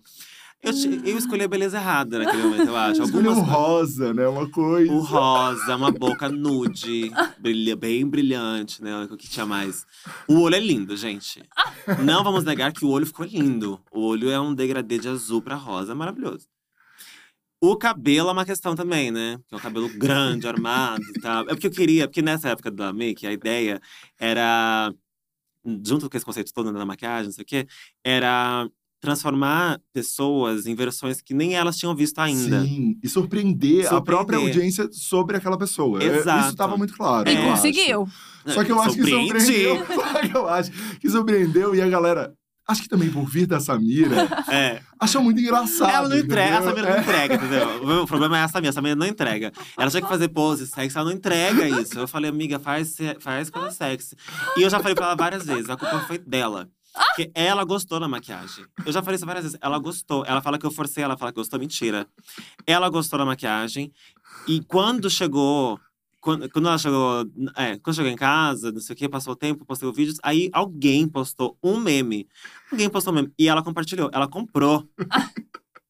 eu, ti- eu escolhi a beleza errada naquele momento, eu acho. Escolheu Algumas um rosa, né? Uma coisa. O rosa, uma boca nude, brilha, bem brilhante, né? O que tinha mais. O olho é lindo, gente. Não vamos negar que o olho ficou lindo. O olho é um degradê de azul pra rosa, maravilhoso. O cabelo é uma questão também, né? Que é um cabelo grande, armado e tal. É porque eu queria, porque nessa época da Make, a ideia era junto com esse conceito todo né, da maquiagem, não sei o quê, era transformar pessoas em versões que nem elas tinham visto ainda. Sim, e surpreender, a Surpreender. própria audiência sobre aquela pessoa. É, Isso Exato. tava muito claro. E É. eu acho. conseguiu. Só que eu acho que é um Surpreende. surpreendeu. (laughs) Só que eu acho que surpreendeu. E a galera, acho que também por vir (laughs) da Samira, É. achou muito engraçado. Ela não entrega, essa entendeu? menina não entrega, entendeu? O problema é essa menina, essa menina não entrega. Ela tinha que fazer pose sexy, ela não entrega isso. Eu falei, amiga, faz, se- faz coisa sexy. E eu já falei pra ela várias vezes, a culpa foi dela. Porque ela gostou da maquiagem. Eu já falei isso várias vezes. Ela gostou. Ela fala que eu forcei, ela fala que gostou. Mentira. Ela gostou da maquiagem. E quando chegou. Quando, quando ela chegou. É, quando chegou em casa, não sei o quê, passou o tempo, postei o vídeo. Aí alguém postou um meme. Alguém postou um meme. E ela compartilhou. Ela comprou.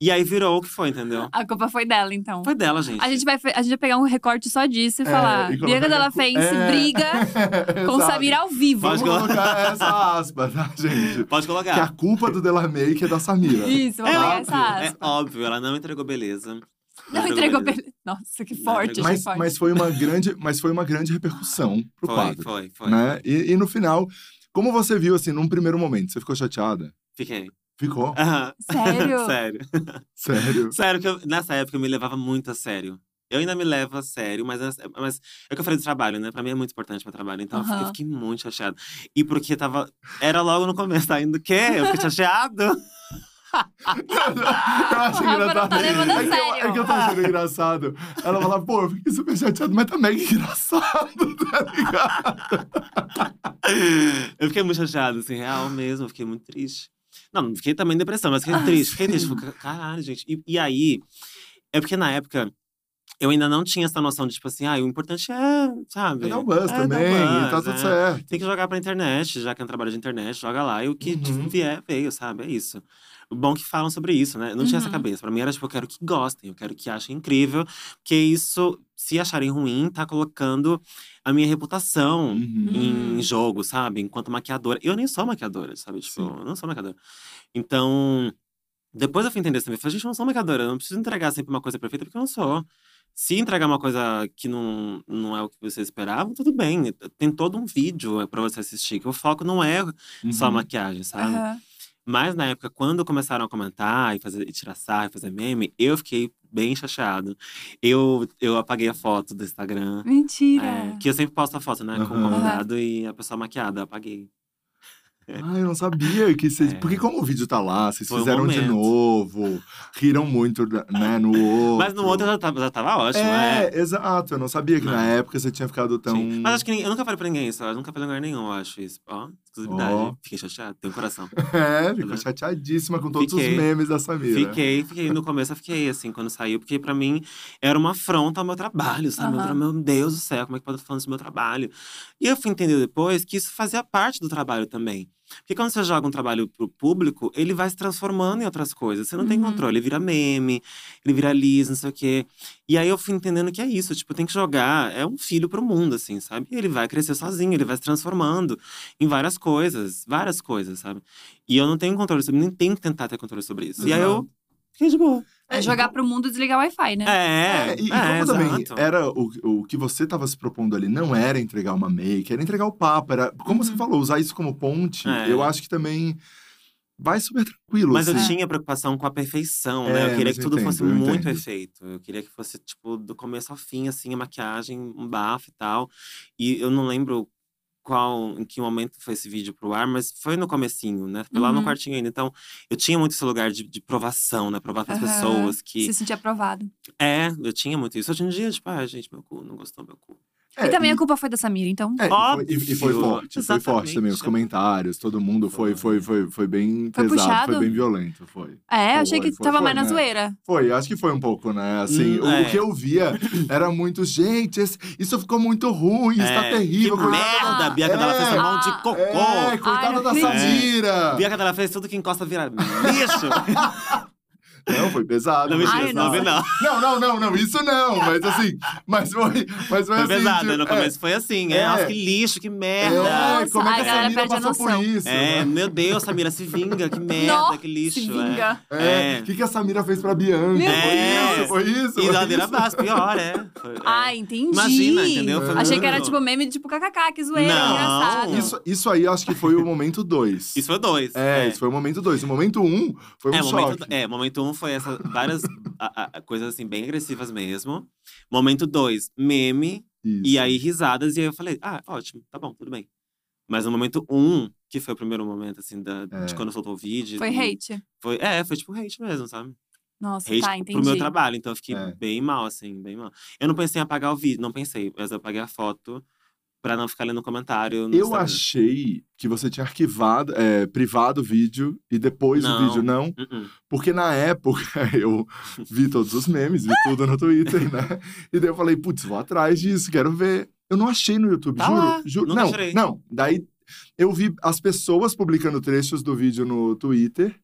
e aí virou o que foi, entendeu? A culpa foi dela, então. Foi dela, gente. A gente, vai, fe- a gente vai pegar um recorte só disso e É, falar. e colocar Bianca na Della cu- Fence É. (laughs) briga com Exato. Samira ao vivo. Vamos Pode colocar. colocar essa aspa, tá, gente? Pode Que a colocar. culpa do Delamay que é da Samira. Isso, (laughs) vamos É pegar Tá? essa É aspa. óbvio, ela não entregou beleza. Não entregou beleza. Nossa, que Não forte, entregou. Mas, que forte. mas foi uma grande, mas foi uma grande repercussão pro Foi, quadro, foi, foi. né? E, e no final, como você viu assim, num primeiro momento, você ficou chateada? Fiquei. (laughs) Ficou? Aham. Sério? (laughs) Sério. Sério? Sério, que eu- nessa época eu me levava muito a sério. Eu ainda me levo a sério, mas, nessa- mas é o que eu falei do trabalho, né? Pra mim é muito importante meu trabalho. Então eu fiquei- Aham. eu fiquei muito chateada. E porque tava. Era logo no começo, tá indo o quê? Eu (laughs) fiquei chateado. Eu acho Bárbara engraçado. tá levando a é, que eu, sério. é que eu tô achando engraçado. Ela fala, pô, eu fiquei super chateado, mas tá mega engraçado, tá ligado? (laughs) Eu fiquei muito chateado, assim, real mesmo. Eu fiquei muito triste. Não, não fiquei também em depressão, mas fiquei Ah, triste. Fiquei triste. sim. Fiquei, Caralho, gente. E, e aí. É porque na época. Eu ainda não tinha essa noção de, tipo assim, ah, o importante é, sabe? É dar um buzz é dar também, e tá buzz, tudo é. certo. tem que jogar pra internet, já que é um trabalho de internet, joga lá. E o que Uhum. vier, veio, sabe? É isso. O bom que falam sobre isso, né? Eu Não tinha essa Uhum. cabeça. Pra mim era tipo, eu quero que gostem, eu quero que achem incrível. Porque isso, se acharem ruim, tá colocando a minha reputação Uhum. Hum. em jogo, sabe? Enquanto maquiadora. Eu nem sou maquiadora, sabe? Tipo, Sim. eu não sou maquiadora. Então, depois eu fui entender isso também. Eu Falei, gente, eu não sou maquiadora. Eu não preciso entregar sempre uma coisa perfeita, porque eu não sou. Se entregar uma coisa que não, não é o que você esperava, tudo bem. Tem todo um vídeo pra você assistir, que o foco não é só a Uhum. maquiagem, sabe? Aham. Mas na época, quando começaram a comentar e, fazer, e tirar sarro, e fazer meme, eu fiquei bem chateado. Eu, eu apaguei a foto do Instagram. Mentira. É, que eu sempre posto a foto, né? Com Aham. o convidado e a pessoa maquiada. Eu apaguei. Ah, eu não sabia que vocês. É. Porque como o vídeo tá lá, vocês Foi um fizeram de momento. novo, riram muito, né, no outro. Mas no outro já tava, já tava ótimo, É, então né? exato. Eu não sabia que na Não. época você tinha ficado tão. Né? Sim. Mas acho que ninguém- eu nunca falei pra ninguém isso. Eu nunca falei em lugar nenhum, eu acho isso. Ó, exclusividade. Ó. Fiquei chateado, tenho (laughs) coração. (laughs) É, ficou Né? chateadíssima com todos os Fiquei. memes da Samira. Fiquei, fiquei. No começo eu fiquei assim, quando saiu. Porque pra mim era uma afronta ao meu trabalho, sabe? Eu Aham. falei, meu Deus do céu, como é que pode estar falando isso do meu trabalho? E eu fui entender depois que isso fazia parte do trabalho também. Porque quando você joga um trabalho pro público, ele vai se transformando em outras coisas. Você não tem Uhum. controle, ele vira meme, ele viraliza, não sei o quê. E aí eu fui entendendo que é isso, tipo, tem que jogar, é um filho pro mundo, assim, sabe? Ele vai crescer sozinho, ele vai se transformando em várias coisas, várias coisas, sabe? E eu não tenho controle sobre, nem tenho que tentar ter controle sobre isso. E aí eu fiquei de boa. É jogar pro mundo e desligar o Wi-Fi, né? então É, É, e, e é, como também exato. era o, o que você estava se propondo ali, não era entregar uma make, era entregar o papo, era, como você falou, usar isso como ponte, Uhum. É. eu acho que também vai super tranquilo. Mas eu assim. tinha preocupação com a perfeição, É, né? Eu queria mas que eu tudo fosse entendo, eu muito entendo. perfeito. Eu queria que fosse, tipo, do começo ao fim, assim, a maquiagem, um bafo e tal. E eu não lembro qual, em que momento foi esse vídeo pro ar, mas foi no comecinho, né? Foi lá Uhum. no quartinho ainda. Então, eu tinha muito esse lugar de, de provação, né? Provar pras Aham. pessoas que… Se sentir aprovado. É, eu tinha muito isso. Hoje em dia, tipo, ah, gente, meu cu, não gostou meu cu. É, e também a culpa foi da Samira, então. é, e foi- e, e foi Óbvio, forte, exatamente. foi forte também, os comentários, todo mundo foi, foi, foi, foi bem Foi pesado, puxado? foi bem violento, foi. É, achei Foi, que foi, tava foi, mais na né? zoeira. Foi, acho que foi um pouco, né, assim, Hum, o, o é. que eu via era muito, gente, esse- isso ficou muito ruim, isso tá É, terrível. Que coisa- merda, Bianca, ela fez É. mão Ah. de cocô. É, coitada Ai, da não acredito. Samira! (laughs) Bianca, ela fez tudo que encosta vira lixo. Não, foi pesado. É. Não, é foi mentira, Ai, esse pesado. nome Não, não. não, não, não, isso não. Mas assim, mas foi, mas foi Foi assim. pesado, né, tipo, no é, começo foi assim. É, É. nossa, que lixo, que É, merda. Nossa, como é ai, que essa galera, menina perde a passou por noção. isso? É, né? meu Deus, Samira, se vinga, que merda, Nossa, que lixo. Se é. vinga. É. É. O que, que a Samira fez pra Bianca? Meu Deus. Foi isso, foi E isso. da foi ladeira isso. abaixo, pior, é. Foi- é. Ah, entendi. Imagina, entendeu? Foi Achei que era muito- tipo meme, tipo, kkk, que zoeira, Não. engraçado. Isso, isso aí acho que foi o momento 2. Isso foi dois. É, isso foi o momento 2. O momento 1 um foi um é, choque. momento, é, momento um foi essas várias a- a- coisas assim, bem agressivas mesmo. Momento dois, meme, Isso. e aí risadas, e aí eu falei, ah, ótimo, tá bom, tudo bem. Mas no momento um, que foi o primeiro momento, assim, da, de É. quando soltou o vídeo. Foi e- hate. Foi, é, foi tipo hate mesmo, sabe? Nossa, Hate tá, pro meu entendi. trabalho. Então eu fiquei É. bem mal, assim, bem mal. Eu não pensei em apagar o vídeo, não pensei. Mas eu apaguei a foto pra não ficar lendo comentário. no Eu Instagram. achei que você tinha arquivado, é, privado o vídeo e depois o Não. vídeo não. Uh-uh. Porque na época (laughs) eu vi todos os memes, vi tudo no Twitter, né? E daí eu falei, putz, vou atrás disso, quero ver. Eu não achei no YouTube, Tá juro. lá, juro. nunca não, tirei. não. Daí eu vi as pessoas publicando trechos do vídeo no Twitter.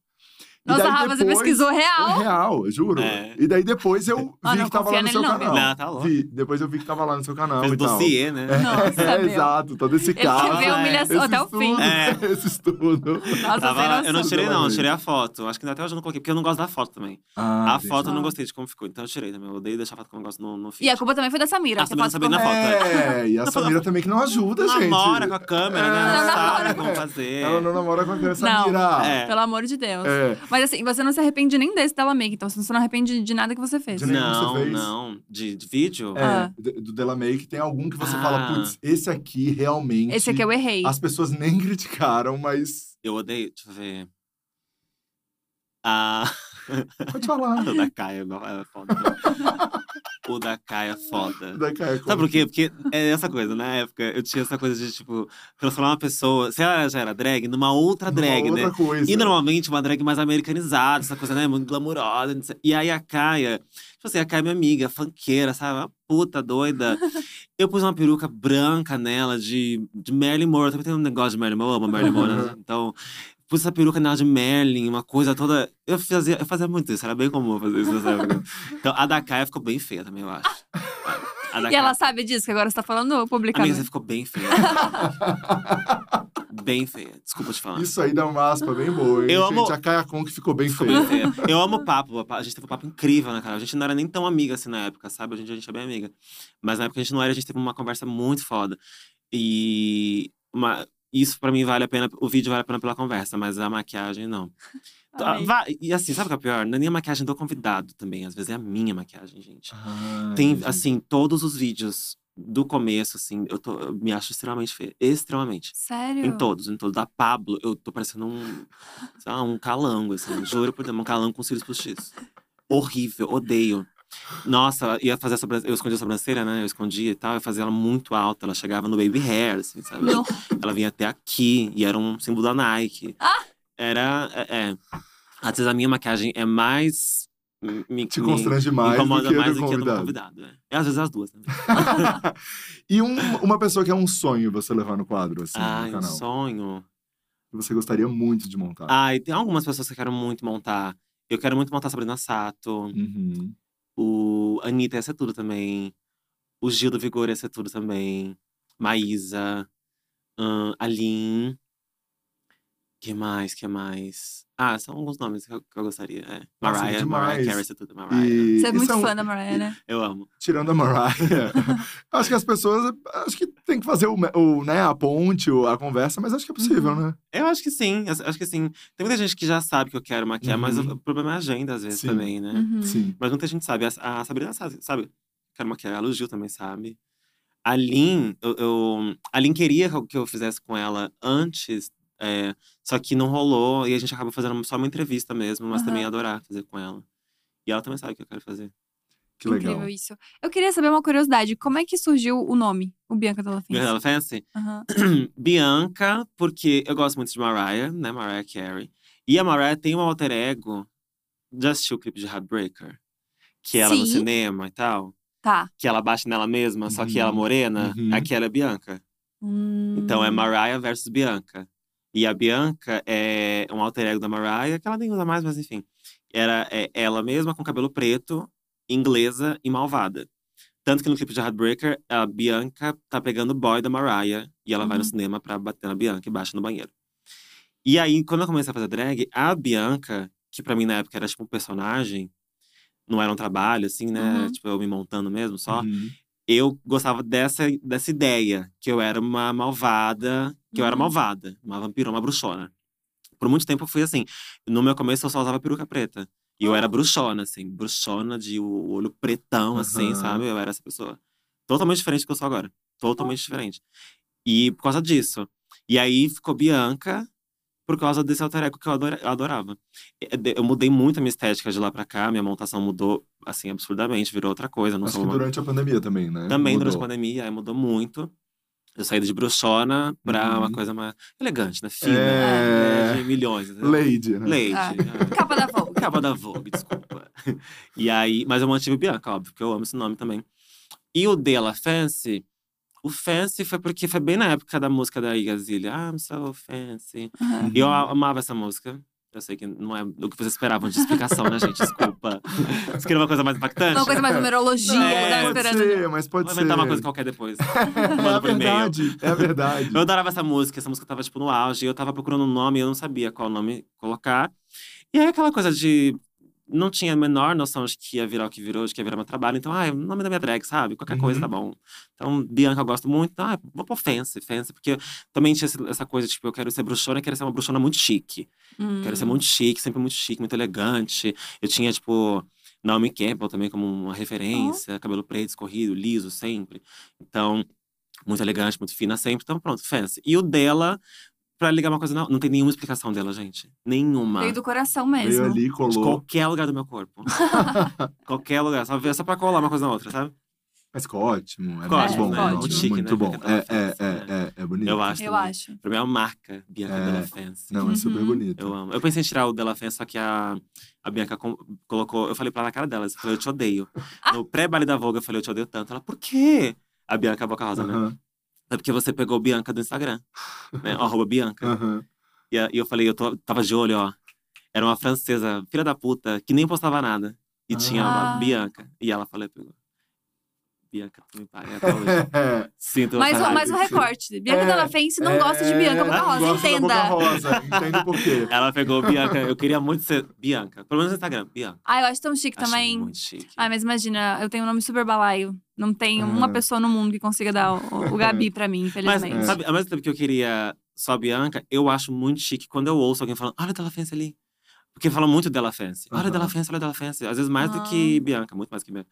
E Nossa, daí Rafa, você depois- pesquisou (laughs) real. É real, eu juro. É. E daí depois eu vi Ah, não que tava confia lá no nele seu não, canal. Não, tá louco. Vi, depois eu vi que tava lá no seu canal Fez e tal. dossiê, né? Nossa, então. (laughs) é, meu. exato, todo esse Ele quer caso. ver a é, humilhação esse até o fim. estudo, É. (laughs) Esse estudo. Nossa, Tava sem lá- eu não noção. tirei, não, eu Exatamente. tirei a foto. Até Acho que até hoje eu não coloquei, porque eu não gosto da foto também. Ah, a gente, foto eu Ah. não gostei de como ficou, então eu tirei também. Eu odeio deixar a foto como eu gosto no, no feed. E a culpa também foi da Samira. Ah, que Samira passa sabia por- na foto, É, e a Não, fala- Samira também que não ajuda, gente. namora com a câmera, né? É. Não Namora sabe com a como câmera. fazer. Ela não namora com a criança Não. Samira. É. Pelo amor de Deus. É. Mas assim, você não se arrepende nem desse dela make, então você não arrepende de nada que você fez. De nada. Não, Você fez? não. De, de vídeo? é. Ah. D- Do Della Make tem algum que você Ah. fala, putz, esse aqui realmente. Esse aqui é eu errei. As pessoas nem (laughs) criticaram, mas. Eu odeio, deixa eu ver. Ah, Pode falar. (laughs) o da Caia é foda. né? o da Caia é foda. Da Caia Sabe Costa. por quê? Porque é essa coisa, na época eu tinha essa coisa de, tipo, transformar uma pessoa, se ela já era drag, numa outra Numa drag, outra né? coisa. E normalmente uma drag mais americanizada, essa coisa, né? Muito glamourosa. não sei- E aí a Caia, tipo assim, a Caia é minha amiga, funkeira, sabe? Uma (laughs) puta doida. Eu pus uma peruca branca nela de, de Marilyn Monroe. Eu Também tem um negócio de Marilyn Monroe, eu amo Marilyn Monroe. né? Então, pus essa peruca nela de Marilyn, uma coisa toda. Eu fazia, eu fazia muito isso, era bem comum eu fazer isso nessa época. Então a da Caia ficou bem feia também, eu acho. A da E ela Caia- sabe disso, que agora você tá falando Amiga, publicamente. você ficou bem (laughs) feia. bem feia. Desculpa te falar. Isso aí dá uma aspa bem boa, hein? Eu gente, amo- a Caia Con que ficou bem Ficou bem feia. feia. É, Eu amo o papo. A gente teve um papo incrível na cara. A gente não era nem tão amiga assim na época, sabe? Hoje em dia a gente é bem amiga. Mas na época a gente não era, a gente teve uma conversa muito foda. E uma- isso pra mim vale a pena, o vídeo vale a pena pela conversa, mas a maquiagem não. Tá, Amei. vai- e assim, sabe o que é pior? Não é nem a maquiagem do convidado também, às vezes é a minha maquiagem, gente. Ai, Tem, gente. assim, todos os vídeos do começo, assim, eu, tô- eu me acho extremamente feia. Extremamente. Sério? Em todos, em todos. Da Pablo, eu tô parecendo um, sei lá, um calango, assim. Juro por Deus, um calango com cílios postiços. Horrível, odeio. Nossa, ia fazer a sobrancelha. Eu escondia a sobrancelha, né? Eu escondia e tal. Eu fazia ela muito alta. Ela chegava no baby hair, assim, sabe? Não. Ela vinha até aqui. E era um símbolo da Nike. Era… É, é. Às vezes a minha maquiagem é mais… Me, me- Te me constrange mais do incomoda que mais do do que a do meu convidado. convidado. É. E às vezes as duas também. e um- uma pessoa que é um sonho você levar no quadro, assim, Ai, no um canal. sonho… Que você gostaria muito de montar. Ah, e tem algumas pessoas que eu quero muito montar. Eu quero muito montar a Sabrina Sato. Uhum. O Anitta ia ser tudo também. O Gil do Vigor ia ser tudo também. Maísa. ahn, Aline. Que mais? Que mais? Ah, são alguns nomes que eu, que eu gostaria. É. Nossa, Mariah, Mariah demais. Carey ia ser tudo. Mariah. E um Você é e muito são- fã da Mariah, né? Eu amo. Tirando a (laughs) Mariah. acho que as pessoas. Acho que tem que fazer o, o, né, a ponte, o- a conversa, mas acho que é possível, né? Eu acho que sim. eu acho que sim. Tem muita gente que já sabe que eu quero maquiar, mas Uhum. o problema é a agenda, às vezes, Sim. também, né? Uhum. é Sim. Mas muita gente sabe. A, a Sabrina sabe, sabe. Quero maquiar ela, o Gil também sabe. A Lin, eu, eu- a Lin queria que eu- que eu fizesse com ela antes, é, só que não rolou. E a gente acabou fazendo só uma entrevista mesmo, mas também ia adorar fazer com ela. E ela também sabe o que eu quero fazer. (laughs) Que legal. Incrível isso. Eu queria saber uma curiosidade. Como é que surgiu o nome, o Bianca Della Fence? Bianca Fancy? Aham. assim, Bianca, porque eu gosto muito de Mariah, né? Mariah Carey. E a Mariah tem um alter ego. Já assistiu o clipe de Heartbreaker? Que ela no Sim. cinema e tal. Tá. Que ela bate nela mesma, só que Uhum. ela morena. Uhum. Aquela é Bianca. Hum. Então é Mariah versus Bianca. E a Bianca é um alter ego da Mariah, que ela nem usa mais, mas enfim. Era é, ela mesma com cabelo preto, inglesa e malvada. Tanto que no clipe de Heartbreaker, a Bianca tá pegando o boy da Mariah. E ela vai no Uhum. cinema pra bater na Bianca e baixa no banheiro. E aí, quando eu comecei a fazer drag, a Bianca, que pra mim na época era tipo um personagem, não era um trabalho, assim, né? Uhum. Tipo, eu me montando mesmo só Uhum. eu gostava dessa, dessa ideia, que eu era uma malvada, que eu era Uhum. malvada, uma vampira, uma bruxona. Por muito tempo eu fui assim. No meu começo eu só usava peruca preta. E eu Uhum. era bruxona, assim, bruxona de o- o olho pretão, assim, Aham. sabe? Eu era essa pessoa. Totalmente diferente do que eu sou agora. Totalmente diferente. E por causa disso. E aí ficou Bianca por causa desse alter ego que eu adora- eu adorava. Eh, de- Eu mudei muito a minha estética de lá pra cá, minha montação mudou, assim, absurdamente, virou outra coisa. eu Não Acho sou que uma durante a pandemia também, né? também durante a Mudou. pandemia, aí mudou muito. Eu saí de bruxona pra uma Uhum. coisa mais elegante, né? Fina, né? É... de milhões. né? Lady, né? Lady. Ah. ah. Capa da (laughs) Vogue. Capa da Vogue, desculpa. E aí, mas eu mantive Bianca, óbvio, porque eu amo esse nome também. E o Dela Fancy, o Fancy foi porque foi bem na época da música da Igazilha. Ah, I'm so fancy. Uhum. E eu a- amava essa música. Eu sei que não é o que vocês esperavam de explicação, né, gente? Desculpa. Vocês queriam uma coisa mais impactante? Uma É. coisa mais numerologia, eu tava É, pode esperando. ser, mas pode Vou ser. inventar uma coisa qualquer (laughs) depois. é a Manda por e-mail. verdade, é a (laughs) verdade. Eu adorava essa música, essa música tava, tipo, no auge. Eu tava procurando um nome, eu não sabia qual nome colocar. E aí, aquela coisa de… Não tinha a menor noção de que ia virar o que virou, de que ia virar meu trabalho. Então, ah, é o nome da minha drag, sabe? Qualquer Uhum. coisa tá bom. Então, Bianca eu gosto muito. Então, ah, vou pôr Fancy, Fancy. Porque eu também tinha esse- essa coisa, tipo, eu quero ser bruxona, eu quero ser uma bruxona muito chique. Hum. Quero ser muito chique, sempre muito chique, muito elegante. Eu tinha, tipo, Naomi Campbell também como uma referência, cabelo preto, escorrido, liso sempre. Então, muito elegante, muito fina sempre. Então, pronto, fancy. E o dela, pra ligar uma coisa, não, não tem nenhuma explicação dela, gente. Nenhuma. Veio do coração É Veio mesmo. ali, De colou. qualquer lugar do (laughs) meu corpo. qualquer lugar. Só, só pra colar uma coisa na outra, sabe? Mas ficou ótimo. É Ficou muito ótimo, bom. né? é Muito ótimo, chique, muito né? bom. Aquela É, é, fancy, é, é, é bonito. né? Eu acho. Eu acho. Pra mim é uma marca, Bianca É. Della Fancy. Não, é super Uhum. bonito. Eu amo. Eu pensei em tirar o Della Fence, só que a, a Bianca com- colocou. Eu falei pra ela na cara dela, eu falei, eu te odeio. Ah! No pré-baile da Vogue, eu falei, eu te odeio tanto. Ela, por quê? A Bianca Boca Rosa, né? Aham, É porque você pegou Bianca do Instagram, né? Ó, Arroba Ah. Bianca. aham. E, a- e eu falei, eu tô- tava de olho, ó. Era uma francesa, filha da puta, que nem postava nada. E tinha uma Ah. Bianca. E ela falou, pegou. Bianca, tu me paga até hoje. (laughs) (laughs) É. Sinto uma Mais um, caralho. mais um recorte. Bianca É, Della Fence não gosta de Bianca Boca não Rosa, gosta da Boca entenda. Rosa, entendo por quê. Ela pegou Bianca. Eu queria muito ser Bianca. Pelo menos no Instagram, Bianca. Ah, eu acho tão chique Achei também. Muito chique. Ah, mas imagina, eu tenho um nome super balaio. Não tem uma Ah. pessoa no mundo que consiga dar o, o Gabi pra mim, É. Mas, infelizmente. sabe, ao mesmo tempo que eu queria só a Bianca, eu acho muito chique quando eu ouço alguém falando, olha a Della Fence ali. Porque falam muito Della Fence. Olha a Aham. Della Fence, olha a Della Fence. Às vezes mais Ah. do que Bianca, muito mais que Bianca.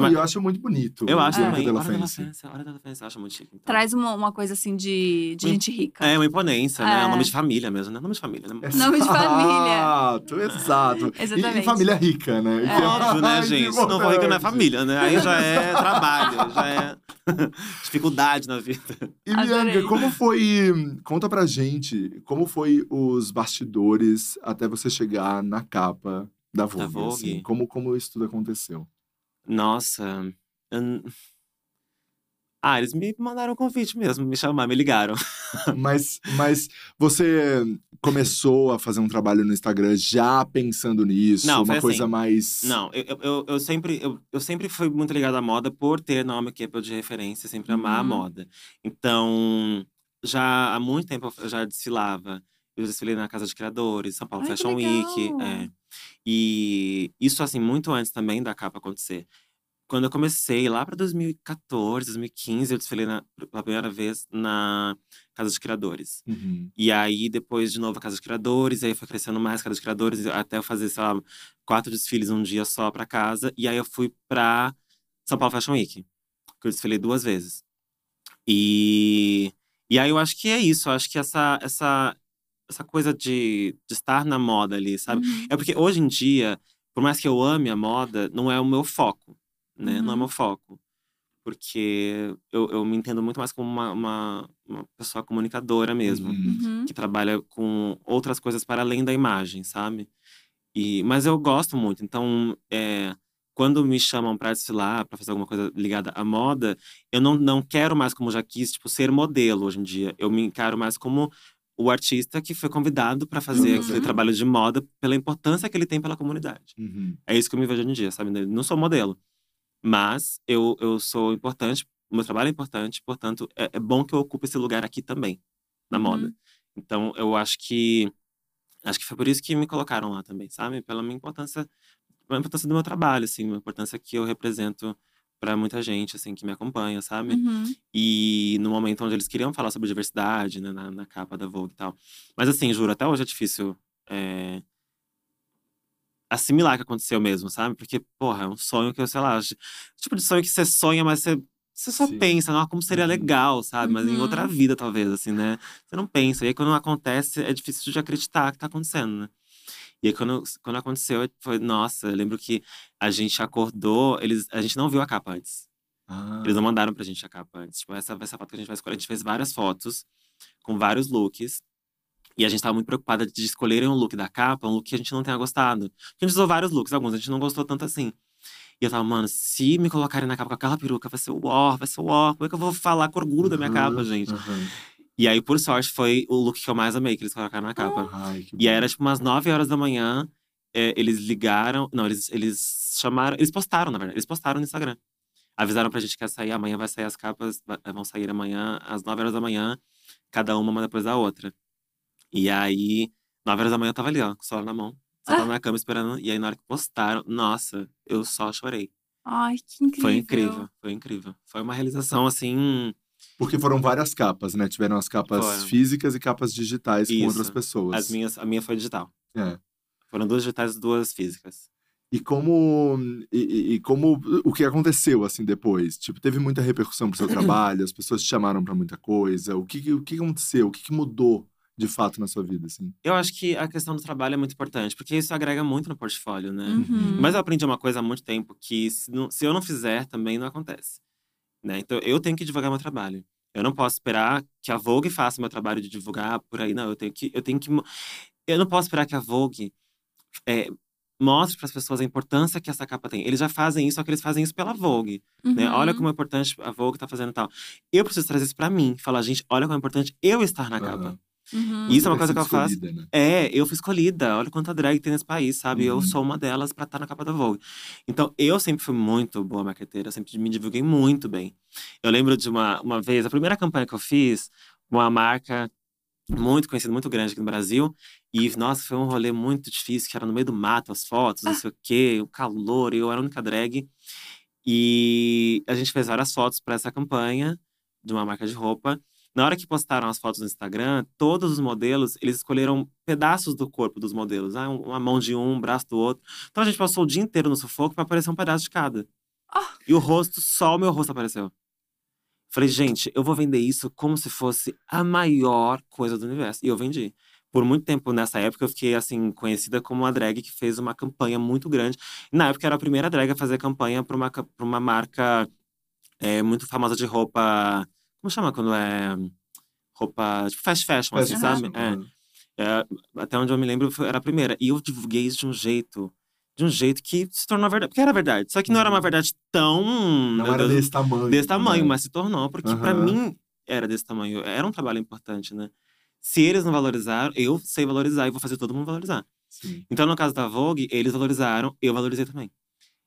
Mas- E eu acho muito bonito. eu acho Bianca também. Della olha a Della Fence. Fence, olha a Della Fence. Eu acho muito chique. então. Traz uma, uma coisa assim de, de Hum. gente rica. É, uma imponência, né? É. Um nome de família mesmo, né? Nome de família. É. Né? Nome de família. Exato, (laughs) exato. E- E, Exatamente. família rica, né? Que É. Óbvio, (laughs) né, mais gente? Se não for rico, não é importante. família, né? Aí já é trabalho, já é (laughs) dificuldade na vida. E Adorei. Bianca, como foi. Conta pra gente como foi os bastidores até você chegar na capa da Vogue. Vogue? assim, como, como isso tudo aconteceu? Nossa. eu n- Ah, eles me mandaram um convite mesmo, me chamaram, me ligaram. Mas, mas você começou a fazer um trabalho no Instagram já pensando nisso? Não, foi uma assim. coisa mais. Não, eu, eu- eu, eu, sempre, eu, eu sempre fui muito ligado à moda por ter Naomi Campbell de referência, sempre amar a Uhum. moda. Então, já há muito tempo eu já desfilava. Eu desfilei na Casa de Criadores, São Paulo Ai, que Fashion Week. legal! é. E isso, assim, muito antes também da capa acontecer. Quando eu comecei, lá para 2014, 2015, eu desfilei na, pela primeira vez na Casa de Criadores. Uhum. E aí, depois, de novo, a Casa dos Criadores. E aí, foi crescendo mais a Casa dos Criadores. Até eu fazer, sei lá, quatro desfiles um dia só pra casa. E aí, eu fui pra São Paulo Fashion Week. Que eu desfilei duas vezes. E, e aí, eu acho que é isso. Eu acho que essa, essa, essa coisa de, de estar na moda ali, sabe? Uhum. É porque hoje em dia, por mais que eu ame a moda, não é o meu foco, né? Não é Uhum. meu foco. Porque eu, eu me entendo muito mais como uma, uma, uma pessoa comunicadora mesmo. Uhum. Uhum. Que trabalha com outras coisas para além da imagem, sabe? E, mas eu gosto muito. Então, é, quando me chamam para desfilar, para fazer alguma coisa ligada à moda, eu não, não quero mais, como já quis, tipo, ser modelo hoje em dia. Eu me encaro mais como o artista que foi convidado para fazer Uhum. aquele trabalho de moda pela importância que ele tem pela comunidade. Uhum. É isso que eu me vejo hoje em dia, sabe? Eu Não sou modelo, mas eu, eu sou importante, o meu trabalho é importante, portanto, é, é bom que eu ocupe esse lugar aqui também, na Uhum. moda. Então, eu acho que. Acho que foi por isso que me colocaram lá também, sabe? Pela minha importância, pela importância do meu trabalho, assim, a importância que eu represento para muita gente, assim, que me acompanha, sabe? Uhum. E no momento onde eles queriam falar sobre diversidade, né, na, na capa da Vogue e tal. Mas assim, juro, até hoje é difícil é, assimilar que aconteceu mesmo, sabe? Porque, porra, é um sonho que eu, sei lá, acho- tipo de sonho que você sonha, mas você. Você só Sim. pensa, não, como seria Uhum. legal, sabe? Mas em Uhum. outra vida, talvez, assim, né? Você não pensa. E aí, quando não acontece, é difícil de acreditar que tá acontecendo, né? E aí, quando, quando aconteceu, foi, nossa, eu lembro que a gente acordou, eles, a gente não viu a capa antes. Ah, Eles não mandaram pra gente a capa antes. Tipo, essa, essa foto que a gente vai escolher. A gente fez várias fotos com vários looks. E a gente tava muito preocupada de escolherem um look da capa, um look que a gente não tenha gostado. Porque a gente usou vários looks, alguns a gente não gostou tanto assim. E eu tava, mano, se me colocarem na capa com aquela peruca, vai ser o ó, vai ser o ó. Como é que eu vou falar com orgulho da minha Uhum, capa, gente? aham. E aí, por sorte, foi o look que eu mais amei que eles colocaram na capa. Ai, que E aí era tipo umas 9 horas da manhã. é, eles ligaram. Não, eles, eles chamaram. Eles postaram, na verdade. Eles postaram no Instagram. Avisaram pra gente que ia sair amanhã, vai sair as capas, va- vão sair amanhã, às 9 horas da manhã, cada uma, uma depois da outra. E aí, 9 horas da manhã eu tava ali, ó, com o celular na mão. Só tava na cama esperando. E aí, na hora que postaram, nossa, eu só chorei. Ai, que incrível. Foi incrível, né? foi incrível. Foi uma realização assim. Porque foram várias capas, né? Tiveram as capas Foram. físicas e capas digitais com Isso. outras pessoas. As minhas, a minha foi digital. É. Foram duas digitais e duas físicas. E como. E, e- e como. O que aconteceu, assim, depois? Tipo, teve muita repercussão pro (clears throat) seu trabalho, as pessoas te chamaram pra muita coisa. O que, que- o que aconteceu? O que, que mudou de fato na sua vida, assim? Eu acho que a questão do trabalho é muito importante, porque isso agrega muito no portfólio, né? Uhum. Mas eu aprendi uma coisa há muito tempo que se, não- se eu não fizer, também não acontece. Né? Então eu tenho que divulgar meu trabalho. Eu não posso esperar que a Vogue faça meu trabalho de divulgar por aí, não. Eu tenho que, eu tenho que, mo- eu não posso esperar que a Vogue eh, mostre para as pessoas a importância que essa capa tem. Eles já fazem isso, só que eles fazem isso pela Vogue né? Uhum. Olha como é importante a Vogue tá fazendo e tal. Eu preciso trazer isso pra mim, falar, gente, olha como é importante eu estar na capa. Aham. Uhum. Isso é uma Ter coisa sido que eu faço. escolhida, Né? É, eu fui escolhida. Olha quanta drag tem nesse país, sabe? Uhum. Eu sou uma delas pra estar na capa da Vogue. Então, eu sempre fui muito boa marqueteira, eu sempre me divulguei muito bem. Eu lembro de uma, uma vez, a primeira campanha que eu fiz, uma marca muito conhecida, muito grande aqui no Brasil. E, nossa, foi um rolê muito difícil, que era no meio do mato, as fotos, não sei o quê, o calor, eu era a única drag. E a gente fez várias fotos pra essa campanha de uma marca de roupa. Na hora que postaram as fotos no Instagram, todos os modelos, eles escolheram pedaços do corpo dos modelos. Ah, um- uma mão de um, um braço do outro. Então a gente passou o dia inteiro no sufoco pra aparecer um pedaço de cada. Ah. E o rosto, só o meu rosto apareceu. Falei, gente, eu vou vender isso como se fosse a maior coisa do universo. E eu vendi. Por muito tempo nessa época, eu fiquei assim, conhecida como uma drag que fez uma campanha muito grande. Na época, eu era a primeira drag a fazer campanha pra uma, ca- pra uma marca eh, muito famosa de roupa. Como chama quando é. Roupa. Tipo fast fashion, Faz Fast assim, sabe? sentido, É. né? É, até onde eu me lembro, foi- era a primeira. E eu divulguei isso de um jeito. De um jeito que se tornou verdade. Porque era verdade. Só que não era uma verdade tão. Uhum. Não meu era Deus, desse tamanho. desse tamanho, né? mas se tornou. Porque pra Aham. mim era desse tamanho. Era um trabalho importante, né? Se eles não valorizaram, eu sei valorizar e vou fazer todo mundo valorizar. Sim. Então, no caso da Vogue, eles valorizaram, eu valorizei também.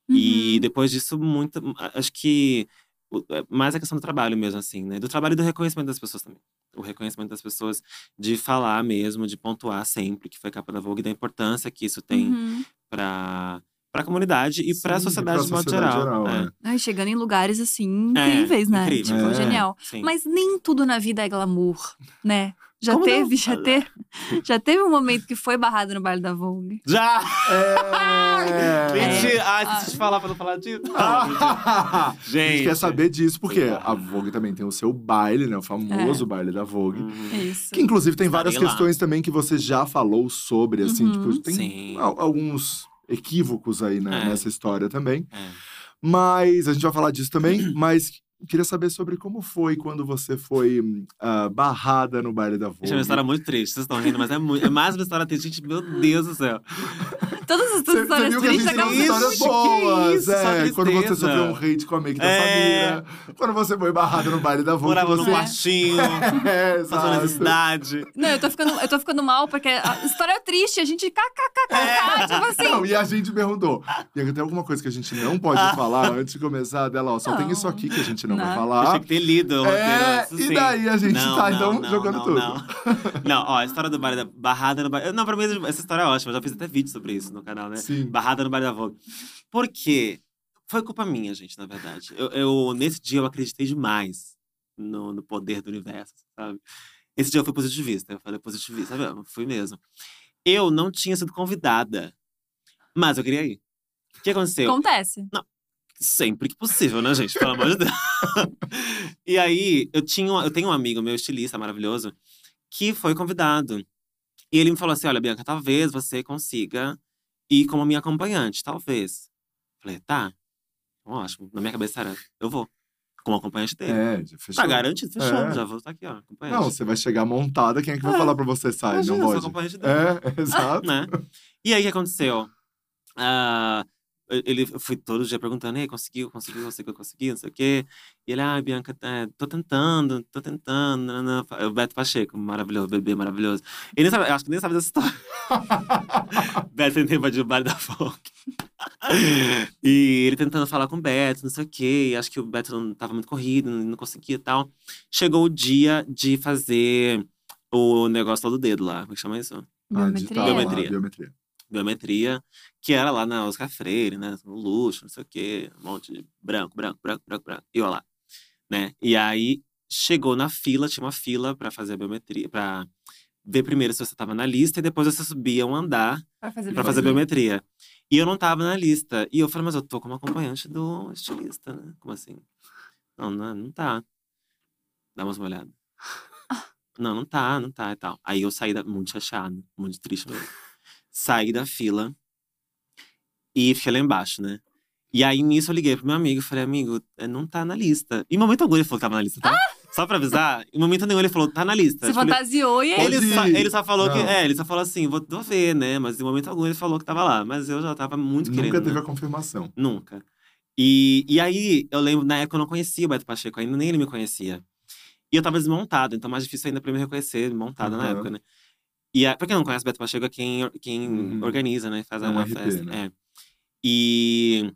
Uhum. E depois disso, muito. a- Acho que. o- é Mais a questão do trabalho mesmo, assim, né? Do trabalho e do reconhecimento das pessoas também. O reconhecimento das pessoas de falar mesmo, de pontuar sempre que foi capa da Vogue, da importância que isso tem Uhum. pra para a comunidade e para a Sim, sociedade de pra modo sociedade geral. geral, É, né? Ai, chegando em lugares assim É, incríveis, né? incrível. Tipo, É. genial. sim. Mas nem tudo na vida é glamour, né? Já Como não? teve, já teve, (laughs) já teve um momento que foi barrado no baile da Vogue. Já! É... (laughs) Mentira! Ah, esqueci de falar pra não falar disso. Ah! A gente. gente quer saber disso, porque a Vogue também tem o seu baile, né? O famoso baile da Vogue. Uhum. É isso. Que inclusive tem várias Estarei lá. questões também que você já falou sobre, assim, Uhum. tipo, tem Sim. al- alguns equívocos aí né, É. nessa história também. É. (clears throat) Mas a gente vai falar disso também, mas queria saber sobre como foi quando você foi hum, ah, barrada no baile da Isso é uma Vogue. história muito triste, vocês estão rindo, mas é, muito, é mais uma história triste. Gente, meu Deus do céu. Todas as tuas Você você histórias viu que a tristes gente acabam tem acaba sendo tipo, histórias triste, que boas, isso, é. só Quando você tristeza. sofreu um hate com a make da É. família. Quando você foi barrada no baile da Vogue. Morava num você... (laughs) quartinho, É, passou exato. necessidade. Não, eu tô ficando, eu tô ficando mal, porque a história é triste, a gente kkkk, tipo assim. É. Não, e a gente perguntou. E tem alguma coisa que a gente não pode Ah. falar antes de começar dela, ó. Só tem Não. isso aqui que a gente não, vai Não. Eu falar. tinha que ter lido. o roteiro É, antes, e sim. daí a gente tá, então, não, jogando não, tudo. Não. Não, ó, a história do bar da barrada no bar. Não, pra mim essa história é ótima. Eu já fiz até vídeo sobre isso no canal, né? Sim. Barrada no bar da Vogue. Por quê? Foi culpa minha, gente, na verdade. Eu, eu- nesse dia eu acreditei demais no, no poder do universo, sabe? Esse dia eu fui positivista. Eu falei positivista, sabe? Eu fui mesmo. Eu não tinha sido convidada, mas eu queria ir. O que aconteceu? Acontece. sempre que possível, né, gente? Pelo amor de Deus. e aí, eu, tinha, um- eu tenho um amigo, meu estilista maravilhoso, que foi convidado. E ele me falou assim: olha, Bianca, talvez você consiga ir como minha acompanhante, talvez. Falei, tá, ótimo. Na minha cabeça era, eu vou. Como acompanhante dele. É, já fechou. Tá garantido, fechou. É. Já vou estar aqui, ó, acompanhante. Não, você vai chegar montada, quem é que vai É. falar pra você sair? Imagina, Não eu sou pode. acompanhante dele. É, Ah, (laughs) exato. né? E aí, o que aconteceu? Ah, ele eu fui todo dia perguntando, ei, conseguiu, conseguiu, conseguiu, conseguiu, não sei o quê. E ele, ah, Bianca, é, tô tentando, tô tentando. nananã." É O Beto Pacheco, maravilhoso, bebê maravilhoso. Ele nem sabe, eu acho que nem sabe dessa história. Beto tentou invadir o bar da Vogue. e ele tentando falar com o Beto, não sei o quê. e acho que o Beto não tava muito corrido, não não conseguia e tal. Chegou o dia de fazer o negócio lá do dedo lá. Como é que chama isso? Ah, Biometria. né? digital lá, Biometria. biometria. biometria, que era lá na Oscar Freire, né? No luxo, não sei o quê, um monte de branco, branco, branco, branco, branco. E eu lá, né? E aí chegou na fila, tinha uma fila pra fazer a biometria, pra ver primeiro se você tava na lista e depois você subia um andar Pra fazer pra fazer a biometria. E eu não tava na lista. E eu falei, mas eu tô como acompanhante do estilista, né? Como assim? Não, não, não tá. Dá mais uma olhada. (laughs) Não, não tá, não tá e tal. Aí eu saí da. Muito chateado, muito triste mesmo. Saí da fila e fiquei lá embaixo, né? E aí nisso eu liguei pro meu amigo e falei, amigo, eh, não tá na lista. Em momento algum ele falou que tava na lista, tá? Só pra avisar, em momento nenhum ele falou, tá na lista. Se Tipo, ele- fantasiou e Pode ele. ele, só, ir. ele só falou que. Não. É, ele só falou assim, vou, vou ver, né? Mas em momento algum ele falou que tava lá. Mas eu já tava muito Nunca querendo. teve né? a confirmação. Nunca. E, e aí, eu lembro, na época eu não conhecia o Beto Pacheco ainda, nem ele me conhecia. E eu tava desmontada, então mais difícil ainda pra eu me reconhecer, montada na Aham. época, né? E a, pra quem não conhece, Beto Pacheco é quem, quem Uhum. organiza, né? Faz É a um a RP, festa. né? É. E,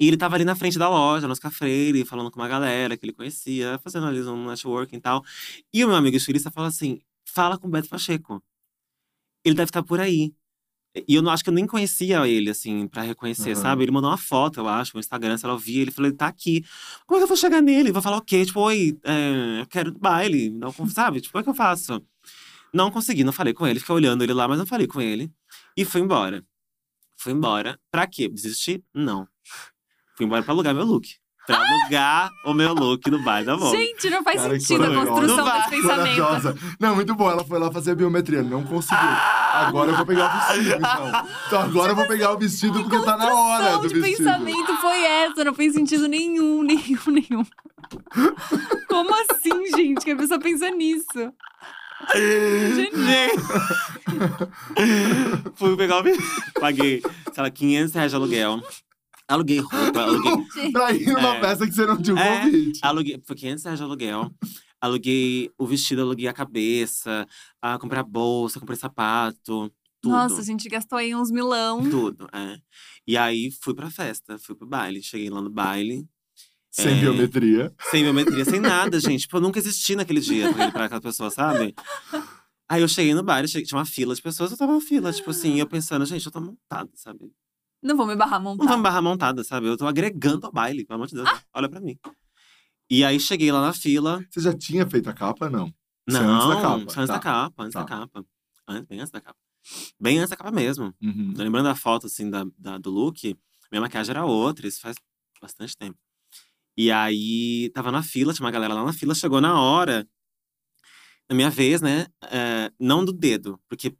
e ele tava ali na frente da loja, nos cafreiros, falando com uma galera que ele conhecia, fazendo ali um networking e tal. E o meu amigo estilista fala assim: fala com o Beto Pacheco. Ele deve estar por aí. E eu não acho que eu nem conhecia ele, assim, pra reconhecer, Aham. sabe? Ele mandou uma foto, eu acho, no Instagram, sei lá, eu vi. Ele falou, ele tá aqui. Como é que eu vou chegar nele? Eu Vou falar o quê? Tipo, oi, é, eu quero ir no baile. Não, con- sabe? Tipo, como é que eu faço? Não consegui, não falei com ele. Fiquei olhando ele lá, mas não falei com ele. E fui embora. Fui embora. Pra quê? Desistir? Não. Fui embora pra alugar meu look. Pra alugar o meu look no baile tá da Vogue. Gente, não faz Tá Cara, que sentido a corajosa. construção Não desse vai. pensamento. Corajosa. Não, muito bom. Ela foi lá fazer a biometria, não conseguiu. Agora eu vou pegar o (laughs) vestido, então. Então agora eu vou pegar o vestido porque tá na hora do de vestido. pensamento foi essa? Não fez sentido nenhum, (laughs) nenhum, nenhum. Como assim, gente? Que a pessoa pensa nisso? Gente. Fui pegar o vi- Paguei, sei lá, 500 reais de aluguel. Aluguei roupa, aluguei. Pra ir numa É. peça que você não tinha o É. convite. aluguei foi 500 reais de aluguel. Aluguei o vestido, aluguei a cabeça, ah, comprei a bolsa, comprei sapato. Tudo. Nossa, a gente gastou aí uns milão. Tudo, é. E aí fui pra festa, fui pro baile. Cheguei lá no baile, Sem É. biometria. sem biometria, sem nada, gente. Tipo, eu nunca existi naquele dia pra, pra aquela pessoa, sabe? Aí eu cheguei no baile, cheguei- tinha uma fila de pessoas, eu tava na fila, tipo assim, eu pensando, gente, eu tô montada, sabe? Não Ah. vou me barrar Não vamos montar. barrar montada, sabe? Eu tô agregando ao baile, pelo amor de Deus, né? olha pra mim. E aí cheguei lá na fila, Você já tinha feito a capa, não? Isso é Não, antes da capa, isso é antes tá. da capa, antes da Tá. capa. Antes- bem antes da capa. Bem antes da capa mesmo. Uhum. Lembrando a foto, assim, da, da- do look, minha maquiagem era outra, isso faz bastante tempo. E aí, tava na fila, tinha uma galera lá na fila, chegou na hora, na minha vez, né? é, não do dedo, porque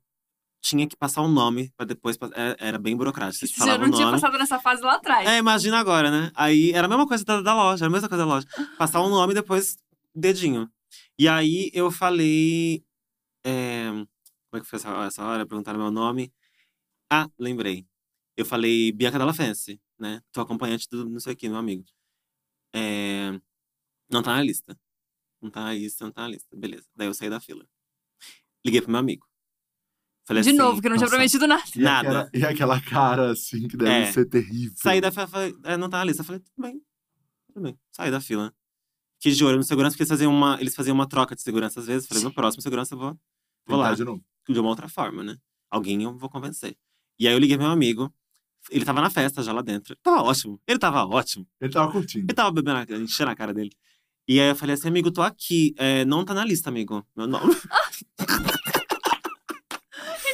tinha que passar o nome pra depois. pa- é- Era bem burocrático. Você Você já falava não o tinha nome. passado nessa fase lá atrás. É, imagina agora, né? Aí era a mesma coisa da, da loja, era a mesma coisa da loja. Passar o nome e depois dedinho. E aí eu falei. é, como é que foi essa, essa hora? Perguntaram meu nome. Ah, lembrei. Eu falei Bianca Della Fence, né? Tô acompanhante do não sei o que, meu amigo. É, não tá na lista. Não tá na lista, não tá na lista. Beleza. Daí eu saí da fila. Liguei pro meu amigo. Falei De assim, novo, que eu não tinha "Nossa, prometido nada. E Nada. aquela- e aquela cara, assim, que deve É. ser terrível. Saí da fila, falei, é, não tá na lista. Eu Falei, tudo bem, tudo bem. Saí da fila. Fiquei de olho no segurança, porque eles faziam uma, eles faziam uma troca de segurança às vezes. Falei, no próximo segurança eu vou, vou lá. Tentar Tá de novo. De uma outra forma, né? Alguém eu vou convencer. E aí eu liguei pro meu amigo. Ele tava na festa já lá dentro. Tava ótimo. Ele tava ótimo. Ele tava curtindo. Ele tava bebendo, a- enchendo a cara dele. E aí eu falei assim, amigo, tô aqui. É, não tá na lista, amigo. Meu nome. (laughs)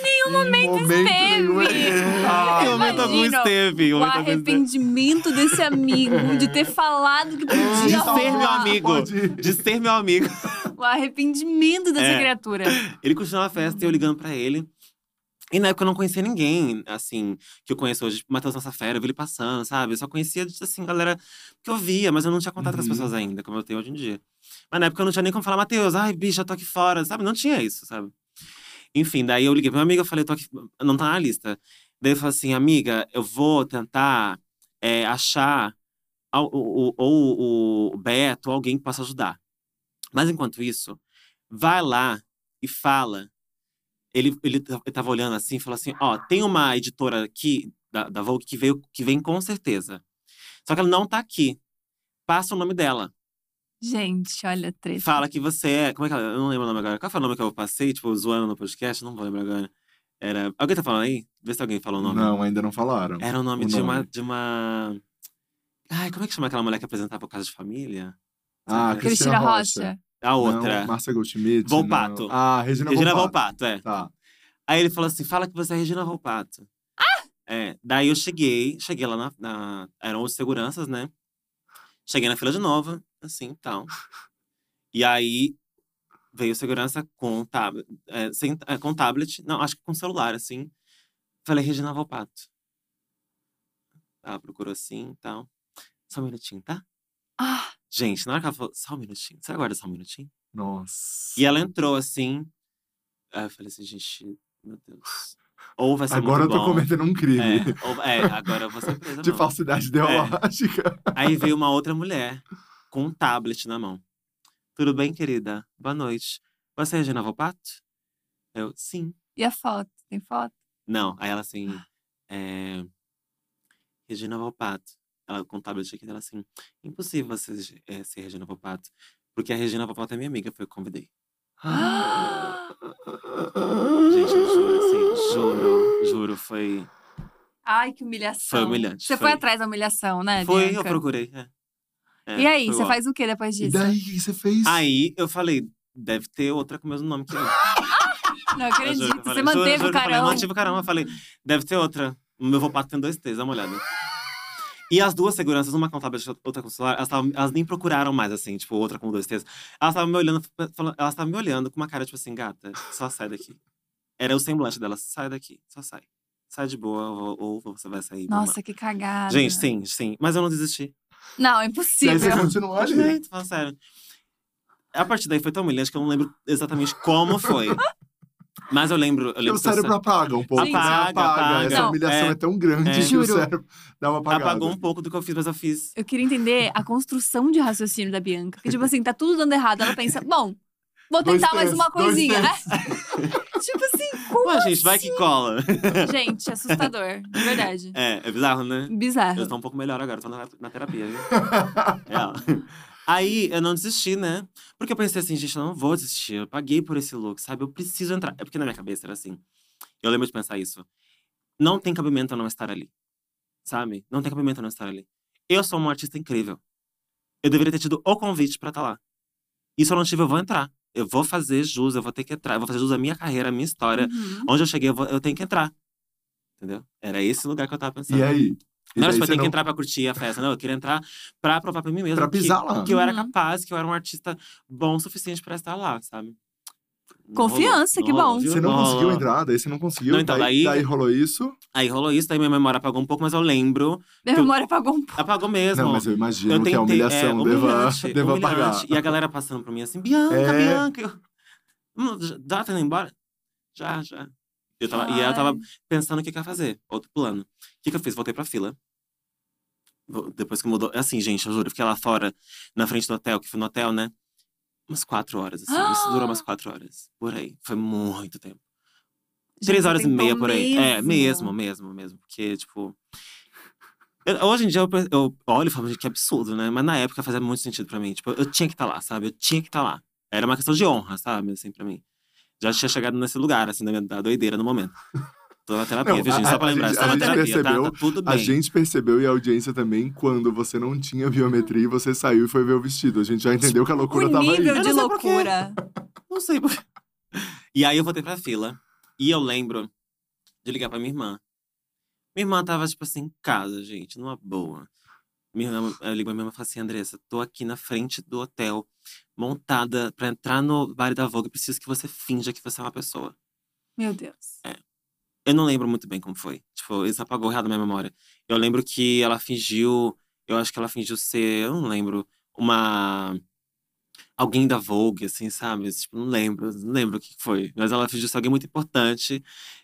Em um momento, nenhum ele- (laughs) esteve. Ah, Em momento algum imagino esteve. em O momento algum esteve. arrependimento desse (laughs) amigo de ter falado que De podia ser meu rolar. amigo. Pode ir. De ser meu amigo. O arrependimento dessa É. criatura. Ele continuava a festa e eu ligando pra ele. E na época eu não conhecia ninguém, assim, que eu conheço hoje. Tipo, Matheus Nossafera, eu vi ele passando, sabe? Eu só conhecia, assim, galera que eu via, mas eu não tinha contato com as Uhum. pessoas ainda, como eu tenho hoje em dia. Mas na época eu não tinha nem como falar, Matheus, ai, bicha, tô aqui fora, sabe? Não tinha isso, sabe? Enfim, daí eu liguei pra minha amiga, eu falei, tô aqui, não tá na lista. Daí eu falei assim, amiga, eu vou tentar é, achar al- o- o- ou o Beto, ou alguém que possa ajudar. Mas enquanto isso, vai lá e fala. Ele, ele, ta- ele tava olhando assim e falou assim: ó, tem uma editora aqui da, da Vogue que, veio, que vem com certeza. Só que ela não tá aqui. Passa o nome dela. Gente, olha a treta. Fala que você é. Como é que ela. Eu não lembro o nome agora. Qual foi o nome que eu passei, tipo, zoando no podcast? Não vou lembrar agora. Era. Alguém tá falando aí? Vê se alguém falou o nome. Não, ainda não falaram. Era o nome, O de, Uma, nome. de uma. Ai, como é que chama aquela mulher que apresentava o Casa de Família? Ah, Cristina Cristina Rocha. A outra. Não, Márcia Goldschmidt. não. Volpato. Ah, Regina, Regina Volpato. Volpato, é. Tá. Aí ele falou assim: fala que você é Regina Roupato. Ah! É. Daí eu cheguei, cheguei lá na. na- eram os seguranças, né? Cheguei na fila de novo, assim tal. E aí veio o segurança com, tab é, sem, é, com tablet, não, acho que com celular, assim. Falei, Regina Roupato. Ela procurou assim e tal. Só um minutinho, tá? Ah, Gente, na hora que ela falou, só um minutinho, você aguarda só um minutinho? Nossa. E ela entrou assim. Aí eu falei assim, gente, meu Deus. Ou vai ser Agora eu muito tô bom. cometendo um crime. É, ou- é, agora eu vou ser (laughs) presa. De não. falsidade ideológica. Aí veio uma outra mulher com um tablet na mão. Tudo bem, querida? Boa noite. Você é Regina Volpato? Eu, sim. e a foto? Tem foto? Não. Aí ela assim. é, Regina Volpato. Ela com o tablet aqui, ela assim. Impossível você é, ser Regina Volpato. Porque a Regina Volpato é minha amiga, foi eu que convidei. Ah! Gente, eu juro, assim, juro, juro, foi. (gasps) Ai, que humilhação. Foi humilhante, Você foi, foi. atrás da humilhação, né? foi, eu Bianca? procurei. é. É, E aí, foi você ó. faz o que depois E disso? daí, o que você fez? Aí eu falei, deve ter outra com o mesmo nome que eu. Eu Não juro que acredito. eu falei, você juro, manteve juro o que eu falei, carão. Eu mantive o carão, eu falei, deve ter outra. O meu vopato tem dois T's, dá uma olhada. E as duas seguranças, uma com tablet outra com celular, elas, tavam- elas nem procuraram mais, assim, tipo, outra com dois T's. Elas estavam me olhando, falando- elas estavam me olhando com uma cara, tipo assim, gata, só sai daqui. Era o semblante delas, sai daqui, só sai. Sai de boa, ou, ou você vai sair. mamãe." Nossa, que cagada. Gente, sim, sim. Mas eu não desisti. Não, é E aí você impossível. continuou ali. Não, tô falando né, então, sério. A partir daí foi tão humilhante que eu não lembro exatamente como foi. Mas eu lembro. Eu Porque lembro o que eu cérebro sa- apaga um pouco, né? Apaga, apaga. Essa Não, humilhação é, é. tão grande É. que Juro. o cérebro dá uma apagada. apagou um pouco do que eu fiz, mas eu fiz. Eu queria entender (laughs) a construção de raciocínio da Bianca. Que, tipo assim, tá tudo dando errado. Ela (laughs) pensa, bom, vou Dois tentar mais testes, uma dois coisinha. É. (laughs) tipo assim, como assim? Ué, gente, vai que cola. Gente, assustador, de verdade. É, é bizarro, né? Eu Bizarro. tô um pouco melhor agora, tô na, na terapia, viu? É. (laughs) Aí eu não desisti, né? Porque eu pensei assim, gente, eu não vou desistir. Eu paguei por esse look, sabe? Eu preciso entrar. É porque na minha cabeça era assim. Eu lembro de pensar isso. Não tem cabimento eu não estar ali. Sabe? Não tem cabimento eu não estar ali. Eu sou uma artista incrível. Eu deveria ter tido o convite pra estar lá. E se eu não tive, eu vou entrar. Eu vou fazer jus, eu vou ter que entrar. Eu vou fazer jus à minha carreira, à minha história. Uhum. Onde eu cheguei, eu, vou- eu tenho que entrar. Entendeu? Era esse lugar que eu tava (laughs) pensando. E aí? E Não era daí tipo, você eu tenho que não- entrar pra curtir a festa. Não, eu queria entrar pra provar pra mim mesmo. Pra que- pisar lá. Que eu era Uhum. capaz, que eu era um artista bom o suficiente pra estar lá, sabe? Não Confiança, rolou, que rolou, bom. viu? Você não rolou. conseguiu entrar, daí você não conseguiu. Não, então, daí, daí- daí rolou isso. Aí rolou isso, daí minha memória apagou um pouco, mas eu lembro. Minha Tu- memória apagou um pouco. Apagou mesmo. Não, mas eu imagino Eu que tentei, a humilhação é, deva, humilhante, deva humilhante. pagar. E a galera passando pra mim assim, Bianca, É. Bianca. Eu, "Hum, já- já tá indo embora? Já, já. Eu tava, e eu tava pensando o que, que eu ia fazer, outro plano. O que, que eu fiz? Voltei pra fila. Vo- Depois que mudou. Assim, gente, eu juro, eu fiquei lá fora, na frente do hotel, que fui no hotel, né? Umas quatro horas, assim. Isso durou umas quatro horas. Por aí. Foi muito tempo. Três horas e meia por aí. É, mesmo, mesmo, mesmo. Porque, tipo. eu- hoje em dia eu, pe- eu olho e falo, gente, que absurdo, né? Mas na época fazia muito sentido pra mim. Tipo, eu tinha que estar lá, sabe? Eu tinha que estar lá. Era uma questão de honra, sabe? Assim, pra mim. Já tinha chegado nesse lugar, assim, da, minha, da doideira no momento. Tô na terapia, Não, viu, a- gente? a- Só pra a lembrar. gente- só a na gente terapia, tá? percebeu, Tá tudo bem. A gente percebeu e a audiência também quando você não tinha biometria e você saiu e foi ver o vestido. A gente já entendeu que a loucura O tava aí. nível Eu de não sei por quê. loucura. Não sei por quê. E aí eu voltei pra fila. E eu lembro de ligar pra minha irmã. Minha irmã tava, tipo assim, em casa, gente, numa boa. Minha irmã, eu ligo pra minha irmã e falo assim, Andressa, tô aqui na frente do hotel, montada pra entrar no bar da Vogue. Preciso que você finja que você é uma pessoa. Meu Deus. Eu não lembro muito bem como foi. Tipo, isso apagou errado na minha memória. Eu lembro que ela fingiu. Eu acho que ela fingiu ser. Eu não lembro. Uma. Alguém da Vogue, assim, sabe? Tipo, não lembro, não lembro o que foi. Mas ela fingiu ser alguém muito importante.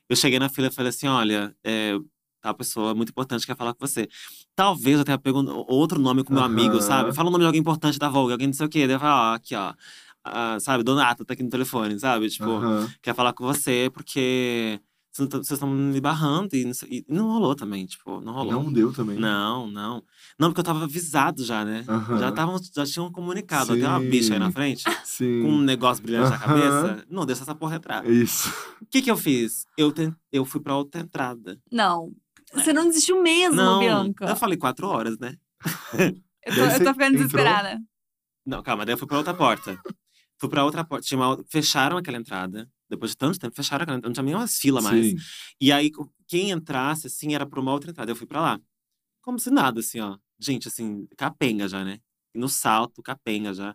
Eu cheguei na fila e falei assim: olha, é, tal pessoa muito importante quer falar com você. Talvez eu tenha pego no- outro nome com meu amigo, Aham. sabe? Fala o nome de alguém importante da Vogue, alguém não sei o quê. Daí eu falo, ó, aqui, ó. Ah, sabe, Donato tá aqui no telefone, sabe? Tipo, Aham. quer falar com você porque vocês não tão- vocês estão me barrando e não, sei- e não rolou também, tipo, não rolou. Não deu também. Não, não. Não, porque eu tava avisado já, né? Aham. Já, tavam, já tinham comunicado. Tem uma Sim. bicha aí na frente Sim. com um negócio brilhante na Aham. cabeça. Não, deixa essa porra entrar. É Isso. O que que eu fiz? Eu, ten- eu fui pra outra entrada. Não. Você não desistiu mesmo, não, eu Bianca. falei quatro horas, né? Eu tô, Daí eu tô você ficando entrou? desesperada. Não, calma, daí eu fui pra outra porta. fui pra outra porta. Tinha uma outra- fecharam aquela entrada. Depois de tanto tempo, fecharam aquela entrada. Não tinha nem umas filas mais. Sim. E aí, co- quem entrasse, assim, era pra uma outra entrada. Eu fui pra lá. Como se nada, assim, ó. Gente, assim, capenga já, né? No salto, capenga já.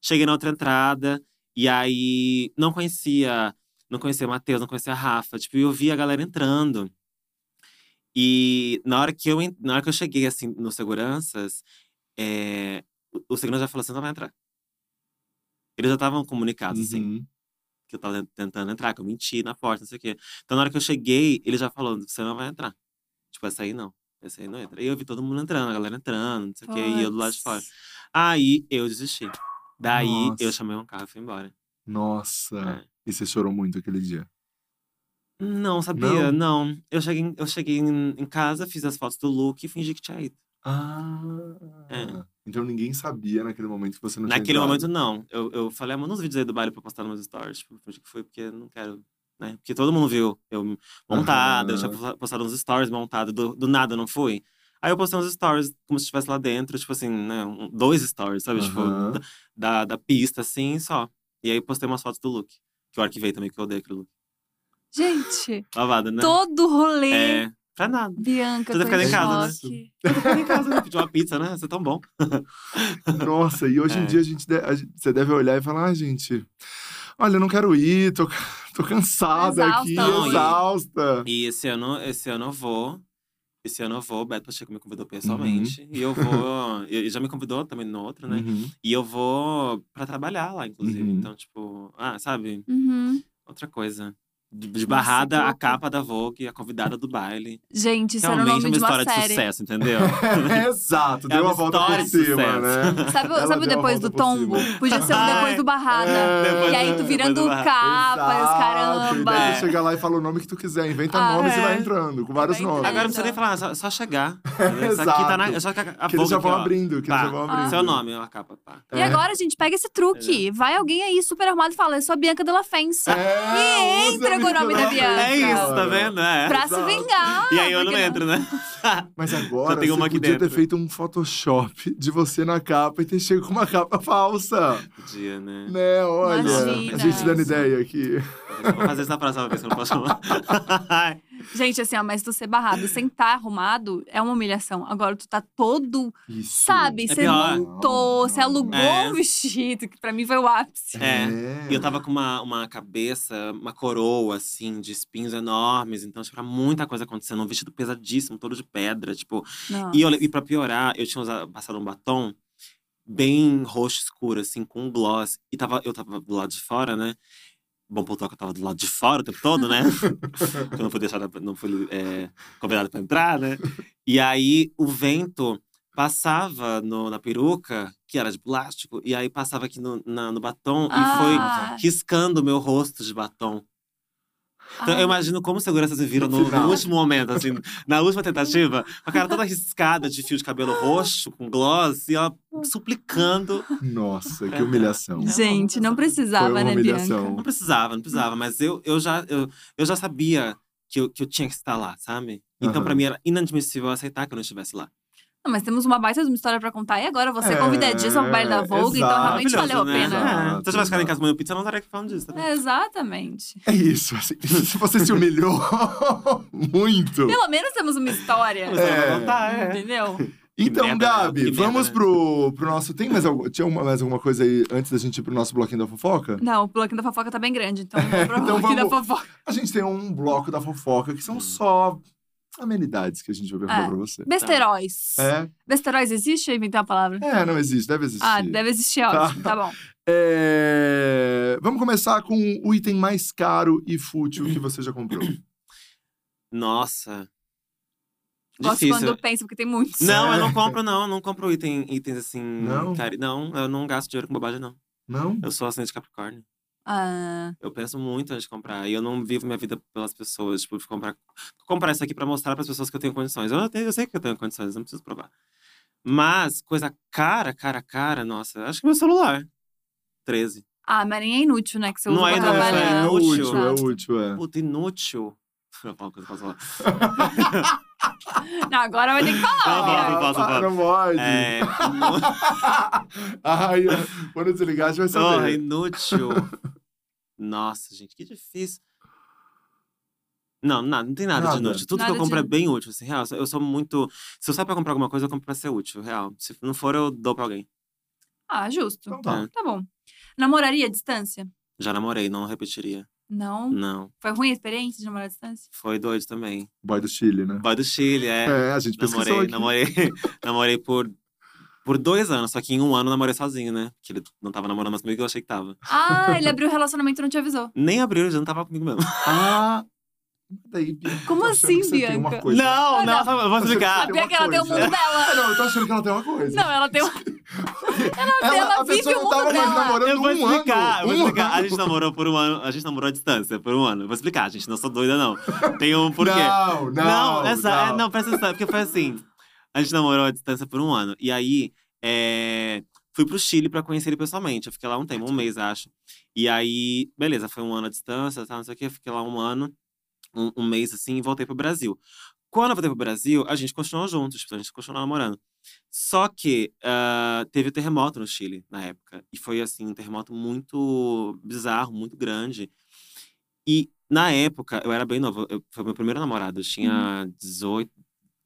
Cheguei na outra entrada, e aí não conhecia. Não conhecia o Matheus, não conhecia a Rafa. Tipo, e eu vi a galera entrando. E na hora que eu, en- na hora que eu cheguei, assim, nos seguranças, é, o- o segurança já falou assim: não vai entrar. Eles já estavam comunicados, assim Uhum. que eu tava tent- tentando entrar, que eu menti na porta, não sei o quê. Então, na hora que eu cheguei, ele já falou: você não vai entrar. Tipo, essa aí não. Essa aí não entra. E eu vi todo mundo entrando, a galera entrando, não sei o quê, e eu do lado de fora. Puts. Aí eu desisti. Daí Nossa. eu chamei um carro e fui embora. Nossa. É. E você chorou muito aquele dia. Não, sabia? Não. Eu cheguei, em- eu cheguei em em casa, fiz as fotos do look e fingi que tinha ido. Ah. É. Então ninguém sabia naquele momento que você não Naquele tinha entrado. momento, não. Eu, eu falei, ah, manda uns vídeos aí do baile pra eu postar nos meus stories. Tipo, fingi que foi, porque eu não quero. Né? Porque todo mundo viu. Eu montada, eu tinha Aham. posta- postado uns stories montada, do, do nada eu não fui. Aí eu postei uns stories como se estivesse lá dentro, tipo assim, né? um- Dois stories, sabe? (laughs) Aham. Tipo, da- da, da pista, assim, só. E aí postei umas fotos do look. Que eu arquivei também, que eu odeio aquele look. Gente, Lavada, né? todo rolê. É, pra nada. Bianca, Você tá tô ficando em casa, né? choque. Eu tô ficando em casa, né? Pedi uma pizza, né? Você é tão bom. Nossa, e hoje em É. dia a gente de- a gente- você deve olhar e falar: ah, gente, olha, eu não quero ir, tô, (laughs) ca- tô cansada Exausta aqui, hoje." exausta. E esse ano, esse ano eu vou. Esse ano eu vou, o Beto Pacheco me Uhum. convidou pessoalmente. E eu vou. e e já me convidou também no outro, né? Uhum. E eu vou pra trabalhar lá, inclusive. Uhum. Então, tipo, ah, sabe? Uhum. Outra coisa. De, de barrada, que a loucura. capa da Vogue, a convidada do baile. Gente, isso era o Realmente é nome uma de uma história de série. sucesso, (laughs) entendeu? Exato, É deu uma uma volta por história de cima, sucesso. né? Sabe, o- Ela sabe o deu a depois do volta por tombo? cima. Podia ser o Ah, depois é. do barrada. É. e aí tu Depois virando do barrada. capa, e os Exato, E caramba. daí É. tu chega lá e fala o nome que tu quiser, inventa Ah, nomes e é. vai entrando, com vários Vai nomes. entrando. Agora não precisa nem falar, é só, só chegar. entendeu? Isso aqui tá na. Exato. Só que a, a que eles Vogue já aqui, vão ó. abrindo, que Pá, eles já vão Ah. abrindo. Seu nome, ó, a capa, pá. E agora, gente, pega esse É. truque. Vai alguém aí super arrumado e fala: Eu sou a Bianca Della Fence. É, E entra usa com o nome Bianca da Della Bianca. Fence, É isso, tá cara. vendo? É. Pra se exato. vingar. E aí eu por não que entro, né? (laughs) Mas agora Já tem você uma aqui podia dentro. ter feito um Photoshop de você na capa e ter chego com uma capa falsa. Podia, né? Né, olha. Imagina. A gente dando ideia aqui. Vou fazer isso na próxima vez, que eu não posso. Gente, assim, ó, mas tu ser barrado sem estar arrumado é uma humilhação. Agora tu tá todo, Isso. sabe? Você É pior. montou, você alugou É. o vestido, que pra mim foi o ápice. É. É. (laughs) E eu tava com uma, uma cabeça, uma coroa, assim, de espinhos enormes. Então, tipo, era muita coisa acontecendo. Um vestido pesadíssimo, todo de pedra, tipo… Não. E, eu, e pra piorar, eu tinha usado, passado um batom bem roxo escuro, assim, com um gloss. E tava, eu tava do lado de fora, né? Bom ponto é que eu tava do lado de fora o tempo todo, né? Porque eu não fui deixada, não fui é, convidada pra entrar, né? E aí o vento passava no- na peruca, que era de plástico, e aí passava aqui no, na- no batom Ah. e foi riscando o meu rosto de batom. Então, Ah. eu imagino como os seguranças me viram no, no Final. último momento, assim, na última tentativa, com a cara toda arriscada de fio de cabelo roxo, com gloss, e ela suplicando. Nossa, que humilhação. Não, ah. Gente, não não precisava, Foi uma né, humilhação. Bianca? Não precisava, não precisava, mas eu, eu, já, eu, eu já sabia que eu, que eu tinha que estar lá, sabe? Então, Aham. pra mim, era inadmissível aceitar que eu não estivesse lá. Não, Ah, mas temos uma baita de uma história pra contar. E agora você é É, convidadíssima pro baile da Vogue, então exato. realmente valeu a Maravilhoso, pena. né? É. Se eu tivesse ficado em Exato. casa comendo pizza, eu não estaria aqui falando disso, tá vendo? É, Exatamente. É isso. assim, (laughs) se você se humilhou (laughs) muito. Pelo menos temos uma história. Você não vai (laughs) É. voltar, é. Entendeu? Então, merda, né? Gabi, Que merda, vamos né? pro, pro nosso. Tem mais, algum, tinha uma- mais alguma coisa aí antes da gente ir pro nosso bloquinho da fofoca? Não, o bloquinho da fofoca tá bem grande, (laughs) então vamos pro Então bloquinho vamos. da fofoca. A gente tem um bloco da fofoca que são só amenidades que a gente vai perguntar É. pra você. Besteróis. É? Besteróis existe? Eu inventei uma palavra. É, não existe, deve existir. Ah, deve existir, ótimo. Tá, (laughs) bom. É, Vamos começar com o item mais caro e fútil que você já comprou. Nossa. Gosto Difícil. quando penso, porque tem muitos. Não, eu É. não compro, não. Eu não compro item, itens assim. Não? cari- não, eu não gasto dinheiro com bobagem, não. Não? Eu sou ascendente de Capricórnio. Ah, Eu penso muito antes de comprar. E eu não vivo minha vida pelas pessoas. Tipo, de comprar, comprar isso aqui pra mostrar pras pessoas que eu tenho condições. Eu, não tenho- eu sei que eu tenho condições, não preciso provar. Mas, coisa cara, cara, cara, nossa. Acho que meu celular. 13. ah, mas nem é inútil, né? Que você usa Não pra é inútil, trabalhar. é é útil, Exato. é útil, é. Puta, inútil. (laughs) Eu falo coisa, posso falar. Não, agora vai ter que falar. Não, né? não, não, posso, para, posso. não pode. É, inú- Ai, quando desligar, a gente vai Porra, saber. é (laughs) inútil. Nossa, gente, que difícil. Não, nada, não tem nada, Nada. de inútil. Tudo Nada de que eu compro é bem útil, assim, real. Eu sou muito. Se eu saio pra comprar alguma coisa, eu compro pra ser útil, real. Se não for, eu dou pra alguém. Ah, justo. Então tá. Tá bom. Namoraria à distância? Já namorei, não repetiria. Não. Não. Foi ruim a experiência de namorar à distância? Foi doido também. Boy do Chile, né? Boy do Chile, é. É, a gente pesquisou namorei, aqui. namorei. (laughs) namorei por, por dois anos, só que em um ano eu namorei sozinho, né? Que ele não tava namorando mais comigo, eu achei que tava. Ah, (laughs) ele abriu o relacionamento e não te avisou. Nem abriu, ele já não tava comigo mesmo. Ah, daí, Bianca, Como tô achando assim, que você tem uma Bianca? coisa. Não, Ah, não. não, eu vou Você- explicar. A tem uma Bianca, ela tem é o coisa. mundo (laughs) dela. Ah, não, eu tô achando que ela tem uma coisa. Não, ela tem um- o... ela, ela a vive pessoa o não tava mundo mais dela. namorando Eu vou um explicar, ano. eu vou um explicar. A ano. gente namorou por um ano, a gente namorou à distância por um ano. Eu Vou explicar, gente, não sou doida não. Tem um porquê. Não, não, Não, essa, é, não. não, presta atenção, porque foi assim. A gente namorou à distância por um ano. E aí, é, fui pro Chile pra conhecer ele pessoalmente. Eu fiquei lá um tempo, um mês, acho. E aí, beleza, foi um ano à distância, tá, não sei o quê. Fiquei lá um ano, um, um mês assim, e voltei pro Brasil. Quando eu voltei pro Brasil, a gente continuou juntos, tipo, a gente continuou namorando. Só que ah, teve o terremoto no Chile na época. E foi assim, um terremoto muito bizarro, muito grande. E na época, eu era bem novo, eu- foi meu primeiro namorado, eu tinha 18.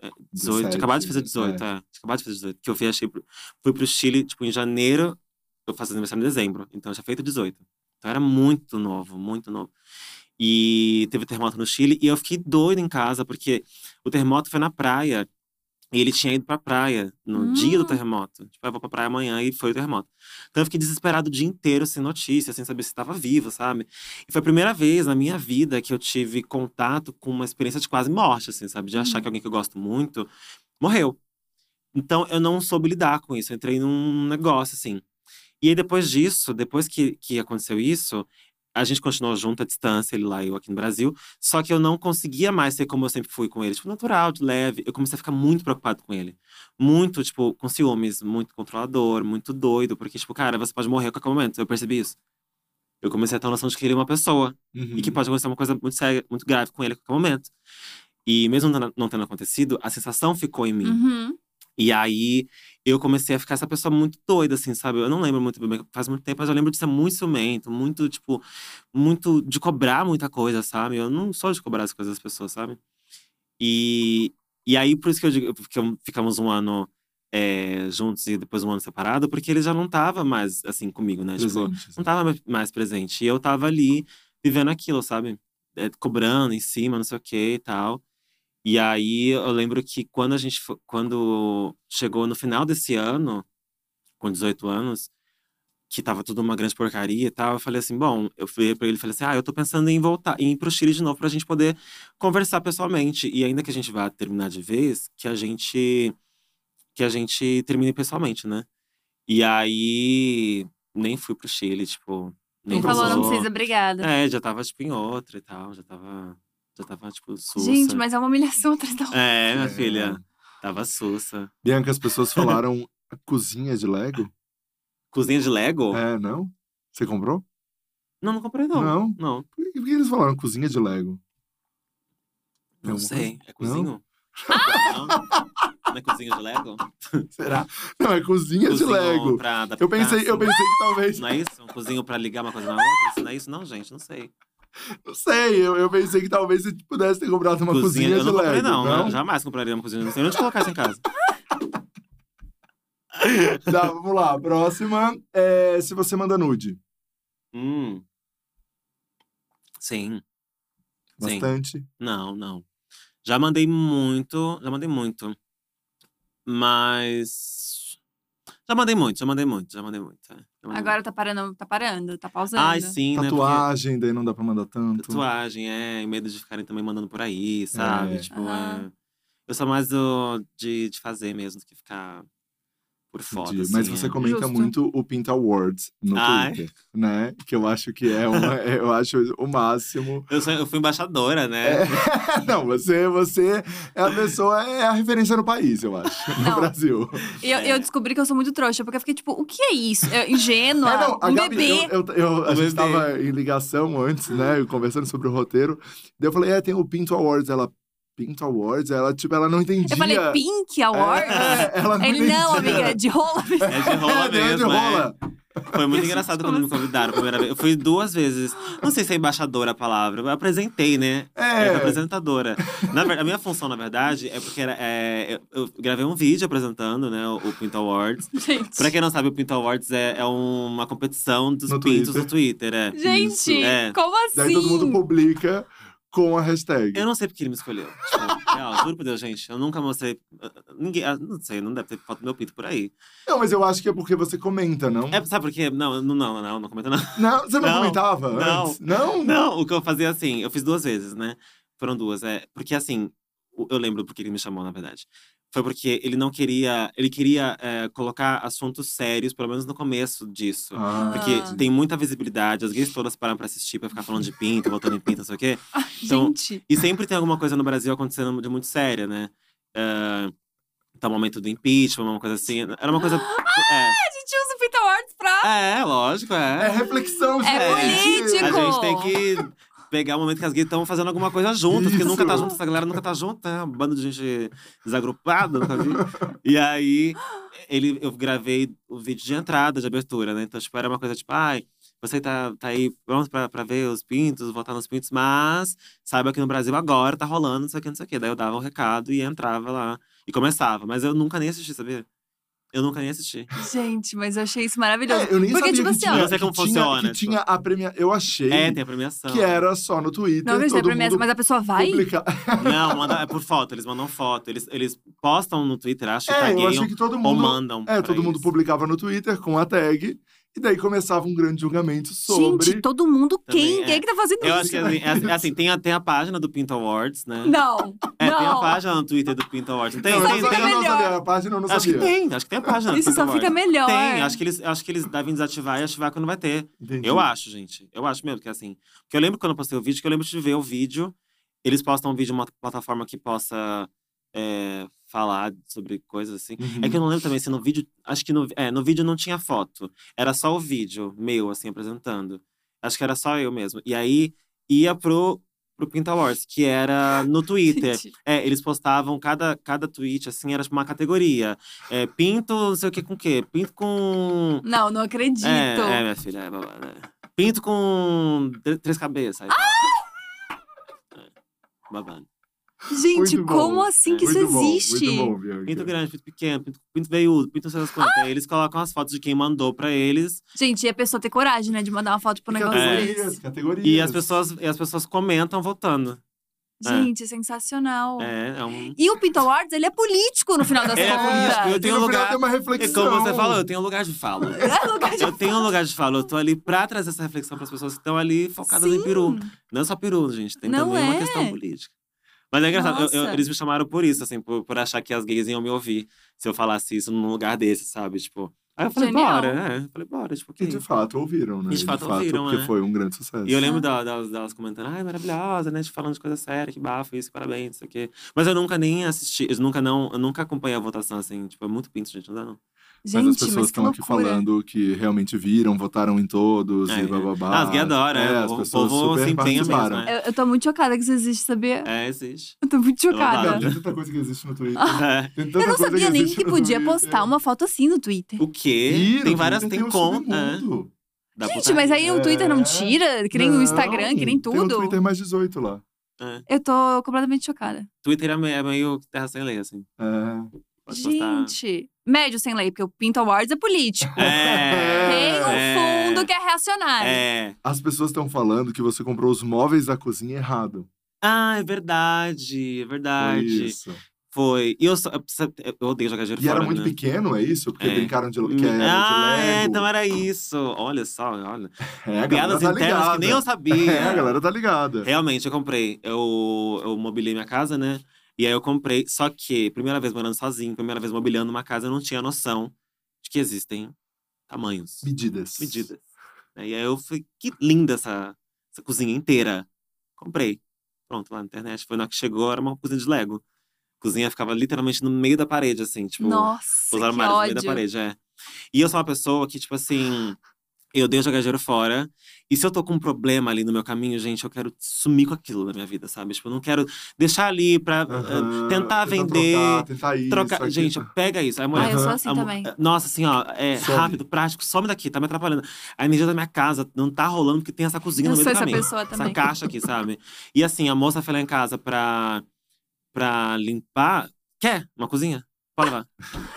é, 18, tinha acabado de fazer 17, 18, é. tinha acabado de fazer 18. Que eu viajei pro, fui pro Chile, tipo, em janeiro, eu fazia aniversário em dezembro, então eu já feito 18. Então eu era muito novo, muito novo. E teve terremoto no Chile, e eu fiquei doido em casa, porque o terremoto foi na praia, e ele tinha ido pra praia no dia do Hum. terremoto. Tipo, ah, eu vou pra praia amanhã e foi o terremoto. Então eu fiquei desesperado o dia inteiro, sem notícia, sem saber se estava vivo, sabe? E foi a primeira vez na minha vida que eu tive contato com uma experiência de quase morte, assim, sabe? De achar Hum. que alguém que eu gosto muito morreu. Então eu não soube lidar com isso. Eu entrei num negócio, assim. E aí depois disso, depois que, que aconteceu isso, a gente continuou junto à distância, ele lá e eu aqui no Brasil. Só que eu não conseguia mais ser como eu sempre fui com ele. Tipo, natural, de leve. Eu comecei a ficar muito preocupado com ele. Muito, tipo, com ciúmes, muito controlador, muito doido. Porque, tipo, cara, você pode morrer a qualquer momento. Eu percebi isso. Eu comecei a ter a noção de que ele é uma pessoa. E que Uhum. pode acontecer uma coisa muito séria, muito grave com ele a qualquer momento. E mesmo não tendo- não tendo acontecido, a sensação ficou em mim. Uhum. E aí eu comecei a ficar essa pessoa muito doida, assim, sabe? Eu não lembro muito bem, faz muito tempo, mas eu lembro de ser muito ciumento, muito, tipo, muito de cobrar muita coisa, sabe? Eu não sou de cobrar as coisas das pessoas, sabe? E, e aí, por isso que eu digo que ficamos um ano é, juntos e depois um ano separado, porque ele já não tava mais, assim, comigo, né? Tipo, Presente, não tava mais presente. E eu tava ali vivendo aquilo, sabe? É, cobrando em cima, não sei o que e tal. E aí eu lembro que quando a gente fo- quando chegou no final desse ano, com 18 anos, que tava tudo uma grande porcaria e tal, eu falei assim, bom, eu fui pra ele e falei assim, ah, eu tô pensando em voltar, em ir pro Chile de novo pra gente poder conversar pessoalmente. E ainda que a gente vá terminar de vez, que a gente que a gente termine pessoalmente, né? E aí nem fui pro Chile, tipo, nem Ele falou, não rolou. precisa, obrigada. É, já tava, tipo, em outra e tal. Já tava, já tava tipo, sussa. Gente, mas é uma humilhação atrás da outra. É, minha É. filha. Tava sussa. Bianca, as (laughs) pessoas falaram a cozinha de Lego? Cozinha de Lego? É, não? Você comprou? Não, não comprei, não. Não? Não, Por que, por que eles falaram cozinha de Lego? não alguma sei. É coisa? cozinho? Não? Não é cozinha (laughs) de Lego? Será? Não, é cozinha de Cozinho Lego. pra adaptar, Eu pensei, eu assim, pensei que talvez. Não é isso? Um cozinho pra ligar uma coisa na outra? Isso não é isso, não, gente? Não sei. Não sei, eu, eu pensei que talvez você pudesse ter comprado uma cozinha, eu de não Lego. comprei, não. né? Jamais compraria uma cozinha. Não sei onde colocar isso em casa. (laughs) Tá, vamos lá. Próxima é se você manda nude. Hum. Sim. Sim. Bastante. Não, não. Já mandei muito, já mandei muito. Mas. Já mandei muito, já mandei muito, já mandei muito. é. Já mandei Agora tá parando, tá parando, tá muito. pausando. Ai, sim, né? Porque Tatuagem, daí não dá pra mandar tanto. tatuagem, é, e medo de ficarem também mandando por aí, sabe? É. Tipo, Aham. é. Eu sou mais do, de, de fazer mesmo do que ficar por foda. Entendi. assim, Mas é. você comenta Justo. muito o Pinta Awards no Ai. Twitter, né? Que eu acho que é (laughs) uma, eu acho o máximo. (laughs) Eu, sou- eu fui embaixadora, né? É. Não, você, você é a pessoa, é a referência no país, eu acho. No Não. (laughs) Brasil. E eu, É. eu descobri que eu sou muito trouxa, porque eu fiquei tipo, o que é isso? Eu, ingênua, (laughs) É, não, a um Gabi, bebê. eu- eu- eu- a Um gente bebê. tava em ligação antes, né? Conversando sobre o roteiro. Daí eu falei, é, tem o Pinto Awards. Ela, Pinto Awards? Ela, tipo, ela não entendia. Eu falei, Pink Awards? (laughs) É, ela não Ele, não, entendia. amiga, é de rola. (laughs) É de (laughs) rola É, deu de mesmo. é. rola. Foi muito engraçado quando me convidaram a primeira vez. Eu fui duas vezes. Não sei se é embaixadora a palavra, mas eu apresentei, né? É. Eu fui apresentadora. Na verdade, a minha função, na verdade, é porque era, é, eu, eu gravei um vídeo apresentando, né, o, o Pinto Awards. Gente, Pra quem não sabe, o Pinto Awards é, é uma competição dos No pintos Twitter. no Twitter, é. gente Isso, é. como Daí assim? todo mundo publica com a hashtag. Eu não sei porque ele me escolheu. Tipo, real, juro por Deus, gente. Eu nunca mostrei. ah, ah, Ninguém. ah, Não sei, não deve ter foto do meu pinto por aí. Não, mas eu acho que é porque você comenta, não? É, sabe por quê? Não, não, não, não, não comenta, não. Não, você não, Não, comentava não. antes? Não? (laughs) Não, o que eu fazia assim, eu fiz duas vezes, né? Foram duas, é. Porque assim, o- eu lembro porque ele me chamou, na verdade. Foi porque ele não queria. Ele queria é, colocar assuntos sérios, pelo menos no começo disso. Ah, Porque Ah. tem muita visibilidade, as gays todas param pra assistir, pra ficar falando de pinto, voltando em pinto, não sei o quê. Ah, Então, gente, E sempre tem alguma coisa no Brasil acontecendo de muito séria, né? É, tá o momento do impeachment, uma coisa assim. Era uma a coisa. gente usa o Pinto Awards pra... É, é lógico, é reflexão, gente. É A político. gente tem que pegar o momento que as gays estão fazendo alguma coisa juntas, porque nunca tá Isso. junto, essa galera nunca tá junta, é um bando de gente desagrupada, nunca vi. E aí, ele, eu gravei o vídeo de entrada, de abertura, né? Então, tipo, era uma coisa tipo, ai, você tá, tá aí pronto pra, pra ver os pintos, votar nos pintos, mas saiba que no Brasil agora tá rolando, não sei o que, não sei o que. Daí eu dava o recado e entrava lá e começava. Mas eu nunca nem assisti, sabia? Eu nunca nem assisti. Gente, mas eu achei isso maravilhoso. É, eu nem Porque, sabia tipo que assim, ó. tinha, Eu sei como que tinha- funciona, que tipo. tinha a premia... Eu achei É, tem a premiação. que era só no Twitter. Não, mas, é todo pra mim, mundo mas a pessoa vai? publica- Não, manda, é por foto, eles mandam foto. Eles, eles postam no Twitter, acho que É, eu achei tagueiam que todo ou mundo... mandam. É, pra todo mundo eles. publicava no Twitter com a tag. E daí começava um grande julgamento sobre... Gente, todo mundo quem? Também, Quem é. é que tá fazendo Eu acho isso? que né? assim, é, é assim tem, até a página do Pinto Awards, né? Não, é, tem a não. página no Twitter do Pinto Awards. Não Tem, não, tem, eu, tem. sabia, eu não melhor. sabia, a página eu não Acho que sabia. tem, acho que tem a página do Isso Pinto só Awards. fica melhor. Tem, acho que, eles, acho que eles devem desativar e ativar quando vai ter. Entendi. Eu acho, gente. Eu acho mesmo que é assim. Porque eu lembro quando eu postei o vídeo, que eu lembro de ver o vídeo. Eles postam um vídeo em uma plataforma que possa é, falar sobre coisas assim. Uhum. É que eu não lembro também se no vídeo. Acho que no, é, no vídeo não tinha foto. Era só o vídeo meu, assim, apresentando. Acho que era só eu mesmo. E aí ia pro, pro Pinta Wars, que era no Twitter. Gente, É, eles postavam cada, cada tweet, assim, era tipo uma categoria. É, pinto, não sei o que com o quê. Pinto com. Não, não acredito. É, é, minha filha, é babado. é. Pinto com tre- três cabeças. aí tá. É, Babado. Gente, Muito bom. como assim que isso muito bom, existe? Muito bom, Bianca. Pinto grande, pinto pequeno, pinto, pinto veiudo, pinto não sei das coisas. Aí eles colocam as fotos de quem mandou pra eles. Gente, e a pessoa ter coragem, né, de mandar uma foto pro E negócio categorias, desse. categorias. E as, pessoas, e as pessoas comentam votando. É. Gente, sensacional. É, é um. E o Pinto Awards, ele é político no final das É contas. político, eu E (laughs) tenho no lugar- final tem uma É reflexão. como você falou, eu tenho um lugar de fala. É Eu tenho um lugar de fala, eu tô ali pra trazer essa reflexão pras pessoas que estão ali focadas em Sim. peru. Não é só peru, gente. Tem Não também uma é. questão política. Mas é engraçado, eu- eu- Nossa. eles me chamaram por isso, assim, por, por achar que as gays iam me ouvir se eu falasse isso num lugar desse, sabe? Tipo. Aí eu falei, Genial. bora, né? Eu falei, bora, tipo, E que. de fato ouviram, né? E de fato ouviram, Porque é. foi um grande sucesso. E eu lembro da- delas, delas comentando, ai, maravilhosa, né? Te falando de coisa séria, que bafo, isso, parabéns, isso aqui. Mas eu nunca nem assisti, eu nunca não, eu nunca acompanhei a votação, assim, tipo, é muito pinto, gente, não dá não. Mas Gente, as pessoas mas que estão aqui loucura. falando que realmente viram, votaram em todos É, e é. bababá. Ah, as gays adoram, é. as O pessoas povo super se empenha mesmo, participaram. né? Eu, eu tô muito chocada que isso existe, sabia? É, existe. (laughs) Eu tô muito Não, chocada. Babado. tem tanta coisa que existe no Twitter. É. Tem tanta Ah, Eu não coisa sabia nem existe é. que no podia Twitter. postar uma foto assim no Twitter. O quê? Ih, tem no várias, Twitter tem um com. É, submundo. da Gente, putaria. mas aí o Twitter não É. tira, que nem Não, o Instagram, que nem Tem um tudo. Twitter mais 18 lá. Eu tô completamente chocada. É, Twitter é me- é meio terra sem lei, assim. É. Pode postar. Gente, médio sem lei, porque o Pinto Awards é político. (laughs) É. Tem um é, fundo que é reacionário. É. As pessoas estão falando que você comprou os móveis da cozinha errado. Ah, é verdade, é É verdade. Isso. Foi. E eu, só, eu precisa- eu odeio jogar dinheiro E fora, era muito né? pequeno, é isso? Porque É. brincaram de, que ah, era é, de Lego. então era isso. Olha só, olha. É, a galera Piadas tá internas ligada. que nem eu né? sabia. É, (laughs) a galera tá ligada. (laughs) Realmente, eu comprei. Eu, eu mobilei minha casa, né? E aí eu comprei. Só que, primeira vez morando sozinho, primeira vez mobiliando uma casa, eu não tinha noção de que existem tamanhos, Medidas. medidas. né? E aí eu falei, que linda essa, essa cozinha inteira. Comprei. Pronto, lá na internet. Foi na hora que chegou, era uma cozinha de Lego. A cozinha ficava literalmente no meio da parede, assim, tipo. Nossa, Os que armários no meio da ódio. parede, é. E eu sou uma pessoa que, tipo assim, eu dei o jogageiro fora. E se eu tô com um problema ali no meu caminho, gente, eu quero sumir com aquilo da minha vida, sabe? Tipo, eu não quero deixar ali pra eh, Aham, tentar vender. Trocar, tentar isso, Trocar. aquilo. Gente, pega isso. Aí, a mulher- Ah, eu sou Aham. assim a mu- também. Nossa, assim, ó, é Some. rápido, prático, some daqui, tá me atrapalhando. A energia da minha casa não tá rolando porque tem essa cozinha Eu no meio sou do essa caminho pessoa também. essa caixa aqui, sabe? E assim, a moça foi lá em casa pra, pra limpar. Quer uma cozinha? Pode levar.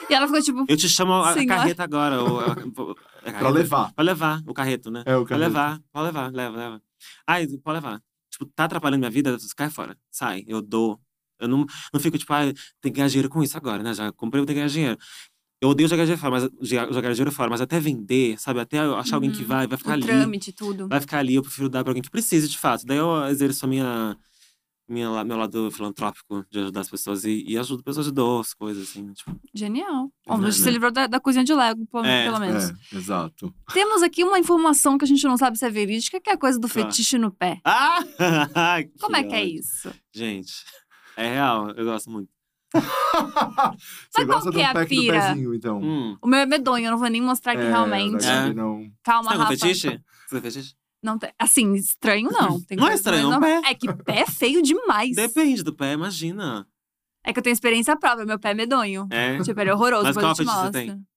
E ela ficou tipo, Eu te chamo a, a Senhora. carreta agora. Ou, a- a carreta? Pra levar. Pra levar o carreto, né? É o Pra cara. levar, pode levar, leva, leva. Ai, pode levar. Tipo, tá atrapalhando minha vida, cai fora. Sai, eu dou. Eu não, não fico tipo, ai, tem que ganhar dinheiro com isso agora, né? Já comprei, eu tenho que ganhar dinheiro. Eu odeio jogar dinheiro fora, mas, jogar jogar dinheiro fora, mas até vender, sabe? Até eu achar alguém que Uhum. vai, vai ficar o ali. trâmite, tudo. Vai ficar ali, eu prefiro dar pra alguém que precise, de fato. Daí eu exerço a minha, minha, la- meu lado filantrópico de ajudar as pessoas e, e ajudo pessoas de dor, as coisas, assim. Tipo, Genial. É Bom, você se verdade. livrou da, da cozinha de Lego, pelo, É, pelo menos. É, (laughs) exato. Temos aqui uma informação que a gente não sabe se é verídica, que é a coisa do Tá. fetiche no pé. Ah! (laughs) Como é que é ódio. isso? Gente, é real, eu gosto muito. Você qual gosta que do um é a pack do pira? pezinho, então. Hum. O meu é medonho, eu não vou nem mostrar aqui É, realmente. da Gabi não. Calma, Você tem um Rafa. fetiche? Você tem fetiche? Não tem- assim, estranho (laughs) não. Tem Não é coisas estranho, mais é um normais. É que pé é feio demais. Depende do pé, imagina. É que eu tenho experiência própria, meu pé é medonho. É. Tipo, ele é horroroso, Mas depois eu qual te fetiche você mostro.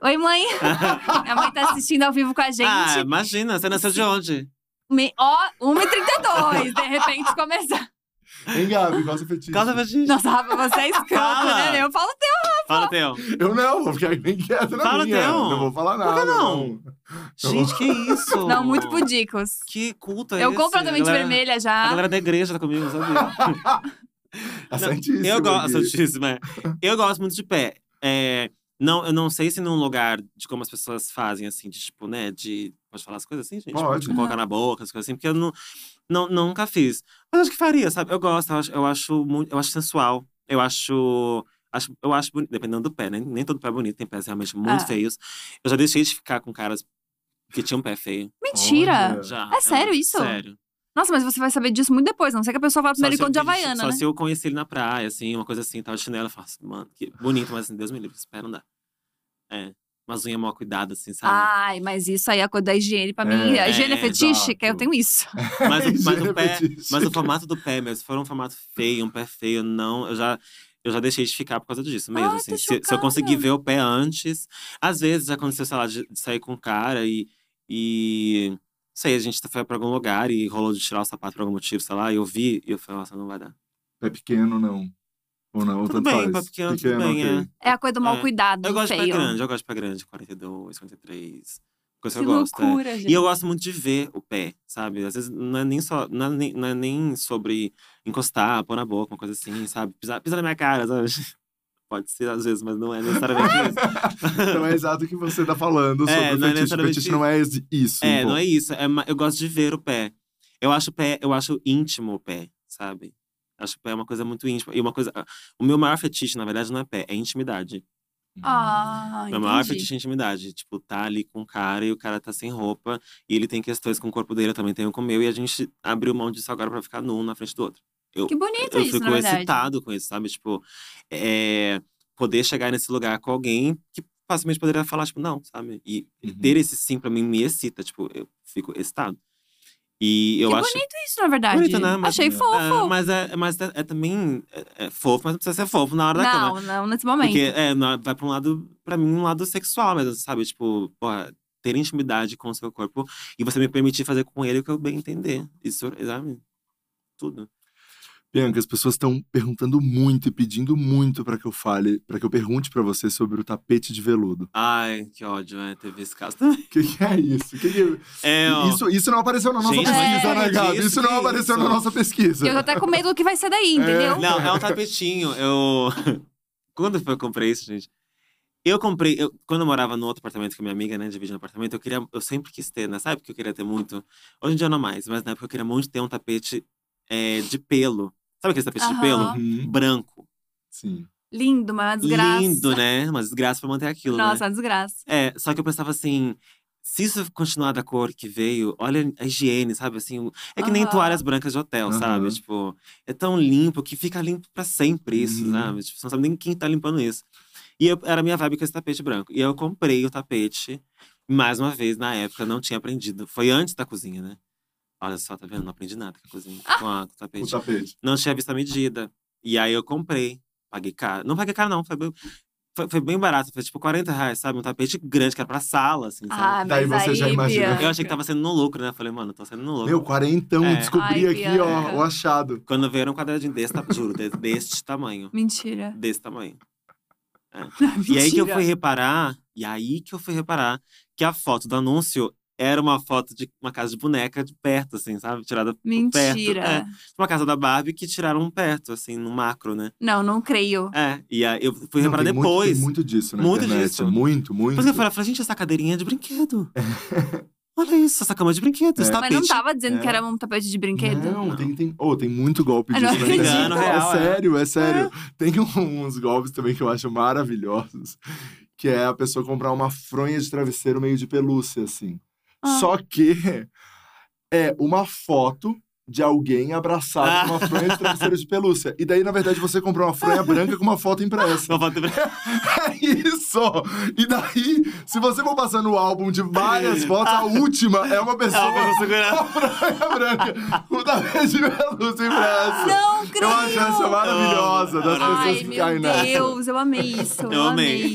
tem? Oi, (laughs) mãe. Minha mãe tá assistindo ao vivo com a gente. Ah, imagina, você nasceu de onde? Me... Ó, 1h32, de repente começar. Hein, Gabi, qual é o seu fetiche? Causa (laughs) fetiche. Nossa, Rafa, você é escroto, Fala. né? Eu falo teu. Fala, Theo. Eu não, vou ficar bem quieto na Fala, minha. Theo. Não É vou falar que nada. não? Gente, que isso? Não, muito pudicos. Que culto é Eu esse? completamente A galera- vermelha A já. galera da igreja tá comigo, sabe? A Santíssima. Eu gosto, Gui. santíssima, é. Eu gosto muito de pé. É, não, eu não sei se num lugar de como as pessoas fazem, assim, de tipo, né, de… Pode falar as coisas assim, gente? Pode. Tipo, colocar na boca, as coisas assim, porque eu não, não, nunca fiz. Mas acho que faria, sabe? Eu gosto, eu acho, eu acho, muito, eu acho sensual. Eu acho… Acho, eu acho bonito, dependendo do pé, né? Nem todo pé é bonito, tem pés realmente muito Ah. feios. Eu já deixei de ficar com caras que tinham pé feio. Mentira. Olha. Já. É sério isso? Sério. Nossa, mas você vai saber disso muito depois, a não sei que a pessoa vá pro Só primeiro se eu encontro de vi- Havaiana, Só né? se eu conheci ele na praia, assim, uma coisa assim, tava de chinelo. Eu falava assim, mano, que bonito, mas assim, Deus me livre, espera, não dá. É. umas unhas mal cuidadas, assim, sabe? Ai, mas isso aí é a coisa da higiene pra mim. É, a higiene é é, fetiche, que eu exato. tenho isso. (laughs) mas, o, mas o um, pé, Gente, mas o formato do pé, meu, se for um formato feio, um pé feio, não, eu já. Eu já deixei de ficar por causa disso mesmo. Ai, assim. Ah, tô se, se eu chocada. conseguir ver o pé antes. Às vezes já aconteceu, sei lá, de, de sair com um cara e. e não sei, a gente foi pra algum lugar e rolou de tirar o sapato por algum motivo, sei lá, e eu vi, e eu falei, nossa, não vai dar. Pé pequeno, não. Ou não, ou Tudo tanto bem, faz. pé pequeno, tudo bem, ok. é. É a coisa do mal É. cuidado. Eu gosto de feio. pé grande, eu gosto de pé grande, 42, 43. Coisa Que que eu gosto. é. loucura, gente. E eu gosto muito de ver o pé, sabe? Às vezes não é nem só. Não é nem, não é nem sobre encostar, pôr na boca, uma coisa assim, sabe? Pisar, pisar na minha cara, sabe? (laughs) Pode ser às vezes, mas não é necessariamente (laughs) isso. Então é exato o que você tá falando sobre (laughs) É, o não é fetiche. O necessariamente fetiche não é esse- isso. É, Tipo bom. não é isso. é ma- eu gosto de ver o pé. Eu acho o pé, eu acho íntimo o pé, sabe? Acho que o pé é uma coisa muito íntima. E uma coisa. O meu maior fetiche, na verdade, não é pé, é intimidade. Ah, Meu maior entendi. fetiche é intimidade. Tipo, tá ali com o cara e o cara tá sem roupa. E ele tem questões com o corpo dele, eu também tenho com o meu. E a gente abriu mão disso agora pra ficar num na frente do outro. Que bonito eu isso, fico na verdade. excitado com isso, sabe? Tipo, é, poder chegar nesse lugar com alguém que facilmente poderia falar, tipo, não, sabe? E Uhum. ter esse sim pra mim me excita. Tipo, eu fico excitado. E eu que acho. bonito isso, na verdade. Bonito, né? Mas- Achei fofo. É, mas é, mas é, é também é, é fofo, mas não precisa ser fofo na hora da cama. não, não, nesse momento. Porque é, na- vai pra um lado, pra mim, um lado sexual mesmo, sabe? Tipo, porra, ter intimidade com o seu corpo e você me permitir fazer com ele o que eu bem entender. Isso, sabe? Tudo. Bianca, as pessoas estão perguntando muito e pedindo muito pra que eu fale, pra que eu pergunte pra você sobre o tapete de veludo. Ai, que ódio, é, teve esse caso também. O (laughs) que, que é isso? Que que- É, ó. Isso, isso não apareceu na nossa Gente, é mas pesquisa, que né, Gabi? isso, Isso não que apareceu isso? na nossa pesquisa. E eu tô até com medo do que vai ser daí, entendeu? Não, é um (laughs) tapetinho. Eu. (laughs) Quando foi que eu comprei isso, gente? Eu comprei. eu- quando eu morava no outro apartamento com a minha amiga, né? Dividindo apartamento, eu queria. Eu sempre quis ter, né? Sabe que eu queria ter muito. Hoje em dia não mais, mas na época eu queria muito ter um tapete é, de pelo. Sabe aquele tapete de Aham. pelo? Uhum, Branco. Sim. Lindo, mas é uma desgraça. Lindo, né? Uma desgraça pra manter aquilo, né? Nossa, uma desgraça. É, só que eu pensava assim… Se isso continuar da cor que veio, olha a higiene, sabe? Assim, o- é que nem Aham. toalhas brancas de hotel, Aham. sabe? Tipo, é tão limpo que fica limpo pra sempre isso, Uhum. sabe? Tipo, você não sabe nem quem tá limpando isso. E eu- era a minha vibe com esse tapete branco. E eu comprei o tapete, mais uma vez, na época, não tinha aprendido. Foi antes da cozinha, né? Olha só, tá vendo? Não aprendi nada com a cozinha, com, a- com o tapete O tapete. não tinha visto a medida. E aí eu comprei. Paguei caro. Não paguei caro, não. Foi bem, foi, foi bem barato. Foi tipo 40 reais, sabe? Um tapete grande que era pra sala, assim, sabe? Ah, mas Daí você aí, já imagina. Bianca. Eu achei que tava sendo no lucro, né? Falei, mano, tô sendo no lucro. Meu, quarentão, É. descobri Ai, aqui, ó, Bianca. o achado. Quando vieram um quadradinho desse, ta- juro, de- deste tamanho. Mentira. Desse tamanho. E (laughs) Mentira. aí que eu fui reparar, e aí que eu fui reparar que a foto do anúncio era uma foto de uma casa de boneca de perto, assim, sabe? Tirada por Mentira. perto. É, uma casa da Barbie que tiraram perto, assim, no macro, né? Não, não creio. É, e aí eu Não, fui reparar tem muito- depois. tem muito disso na Muito internet. disso. Muito, muito. Depois que eu falei, eu falei, gente, essa cadeirinha é (laughs) de brinquedo. Olha isso, essa cama é de brinquedo, esse É. Mas não (laughs) tapete. tava dizendo É. que era um tapete de brinquedo? Não, Não. tem, tem, oh, tem muito golpe Ah, disso não na internet. acredito. Ah. Engano, real, é é. sério, é sério. Tem um- uns golpes também que eu acho maravilhosos, que é a pessoa comprar uma fronha de travesseiro meio de pelúcia, assim. Ah. Só que é uma foto de alguém abraçado com uma fronha de travesseiro de pelúcia. E daí, na verdade, você comprou uma fronha branca com uma foto (laughs) impressa. Uma foto de brinquedo. É isso! E daí, se você for passando o álbum de várias fotos, a última é uma É uma (laughs) pessoa coisa segurando. a Branca Branca, o tapete de pelúcia impresso. Não Eu acho essa creio! É maravilhosa das Amo. Ai, pessoas que caem meu nessa. Deus, eu (laughs) amei isso. Eu, Eu amei.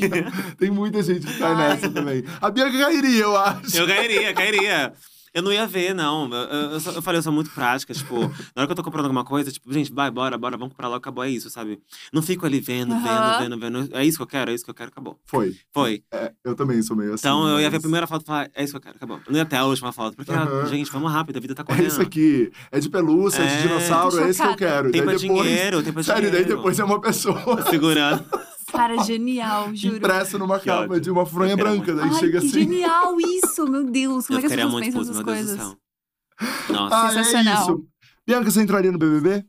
Tem muita gente que cai Ai. nessa também. A Bianca cairia, eu acho. Eu cairia, cairia. Eu não ia ver, não. Eu, eu- eu sou- eu falei, eu sou muito prática. Tipo, na hora que eu tô comprando alguma coisa, tipo, gente, vai, bora, bora, vamos comprar logo, acabou, é isso, sabe? Não fico ali vendo, Aham. vendo, vendo, vendo. É isso que eu quero, é isso que eu quero, acabou. Foi. Foi. É, eu também sou meio assim. Então eu ia ver a mas- primeira foto e falar, é isso que eu quero, acabou. Eu Não ia até a última foto, porque, ah, Aham. gente, vamos rápido, a vida tá É correndo. isso aqui. É de pelúcia, é, É. de dinossauro, é esse que eu Chocada. quero. Tempo é daí depois, dinheiro, tempo é sério, dinheiro. daí depois é uma pessoa Segurando. Cara, genial, (laughs) juro. impressa numa Que capa ódio. de uma fronha Eu quero branca. Daí Ai, chega que assim. genial isso, meu Deus. Como eu é que as ficaria pessoas muito pensam puto, essas meu Deus coisas? do céu. Nossa, Ah, é Sensacional. isso. Bianca, você entraria no BBB?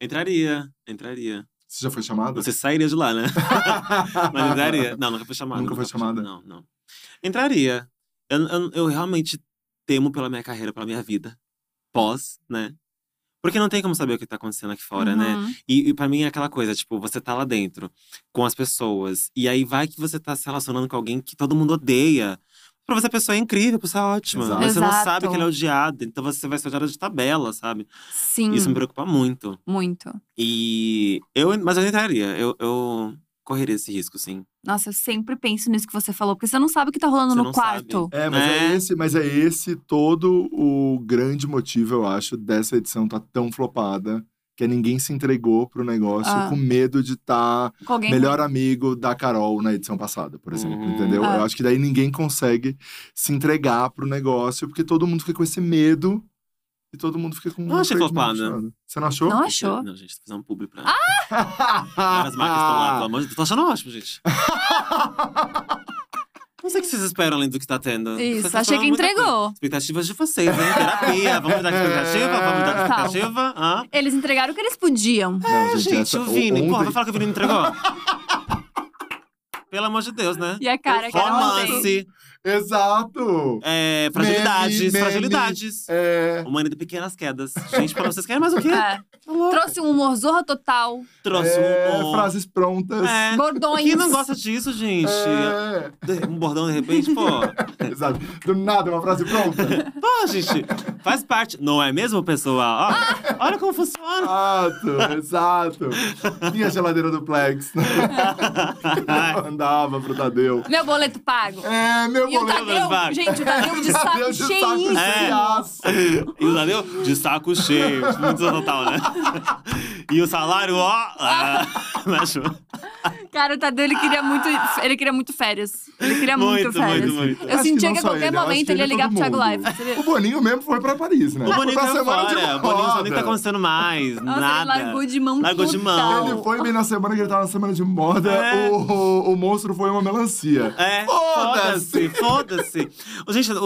entraria, entraria. Você já foi chamada? Você sairia de (laughs) lá, né? Mas entraria. Não, nunca foi chamada. Nunca foi chamada? Não, não. Entraria. Eu, eu, eu realmente temo pela minha carreira, pela minha vida. Pós, né? Porque não tem como saber o que tá acontecendo aqui fora, né? Uhum. E, e para mim é aquela coisa, tipo, você tá lá dentro com as pessoas. E aí vai que você tá se relacionando com alguém que todo mundo odeia. Pra você a pessoa é incrível, a pessoa é ótima. Exato. Mas você não Exato. sabe que ela é odiada. Então você vai ser odiada de tabela, sabe? Sim, Isso me preocupa muito. muito. E eu. Mas eu tentaria. Eu, eu correria esse risco, sim. Nossa, eu sempre penso nisso que você falou, porque você não sabe o que tá rolando Você no não quarto. É, mas é. É. esse, mas é esse todo o grande motivo, eu acho, dessa edição tá tão flopada. Que é ninguém se entregou pro negócio Ah. com medo de estar Com alguém melhor amigo da Carol na edição passada, por exemplo, Uhum. entendeu? Ah. Eu acho que daí ninguém consegue se entregar pro negócio, porque todo mundo fica com esse medo e todo mundo fica com Não achei freio de mão flopada. puxado. Você não achou? (laughs) Não achou? Não, gente, tô fazendo um publi pra. Ah! Várias marcas estão lá, pelo amor de Deus. Tô achando ótimo, gente. (laughs) Não sei o que vocês esperam além do que tá tendo. Vocês Isso, estão achei que esperando muita coisa. entregou. Expectativas de vocês, hein? Terapia. Vamos mudar de expectativa? Vamos mudar de Tá. expectativa? Hã? Eles entregaram o que eles podiam. Não, É, gente, gente, essa- o Vini. o- Porra, ontem- vai falar que o Vini não (laughs) entregou? Pelo amor de Deus, né? E a cara, a cara ontem. Romance, Exato! é, fragilidades, Meme, meme. fragilidades. É. Humana de pequenas quedas. Gente, pra vocês querem mais (laughs) o quê? É. Trouxe um humor zorra total, Trouxe é, um humor. Frases prontas. É. bordões. Quem não gosta disso, gente? É, De- Um bordão de (laughs) repente, pô. Exato. Do nada, uma frase pronta. Pô, gente, faz parte. Não é mesmo, pessoal? Ó, Ah. olha como funciona. Exato, exato. Tinha a geladeira do (laughs) Plex. Andava pro Tadeu. Meu boleto pago. É, meu E o boleto. Tadeu, pago. gente, o Tadeu é um (laughs) de Tadeu saco é de saco cheio. É. cheiaço. E o Tadeu de saco cheio, tipo, muito total, né? E o salário, (laughs) ó. ah, mas- Cara, o Tadeu, ele queria muito, ele queria muito férias. Ele queria muito, Muito, férias. muito, muito. Eu Acho sentia não que a só qualquer eu acho momento que ele ia é ligar todo pro Thiago mundo. Live. Seria- (laughs) O Boninho mesmo foi pra Paris, né? o Boninho foi pra tá semana de fora. O Boninho só nem tá moda. acontecendo mais. Nossa, nada. ele largou de mão Largou de mão. total. Ele foi bem na semana que ele tava na semana de moda. É. O, o, o monstro foi uma melancia. É, Foda-se. foda-se, foda-se. Ô, gente, o,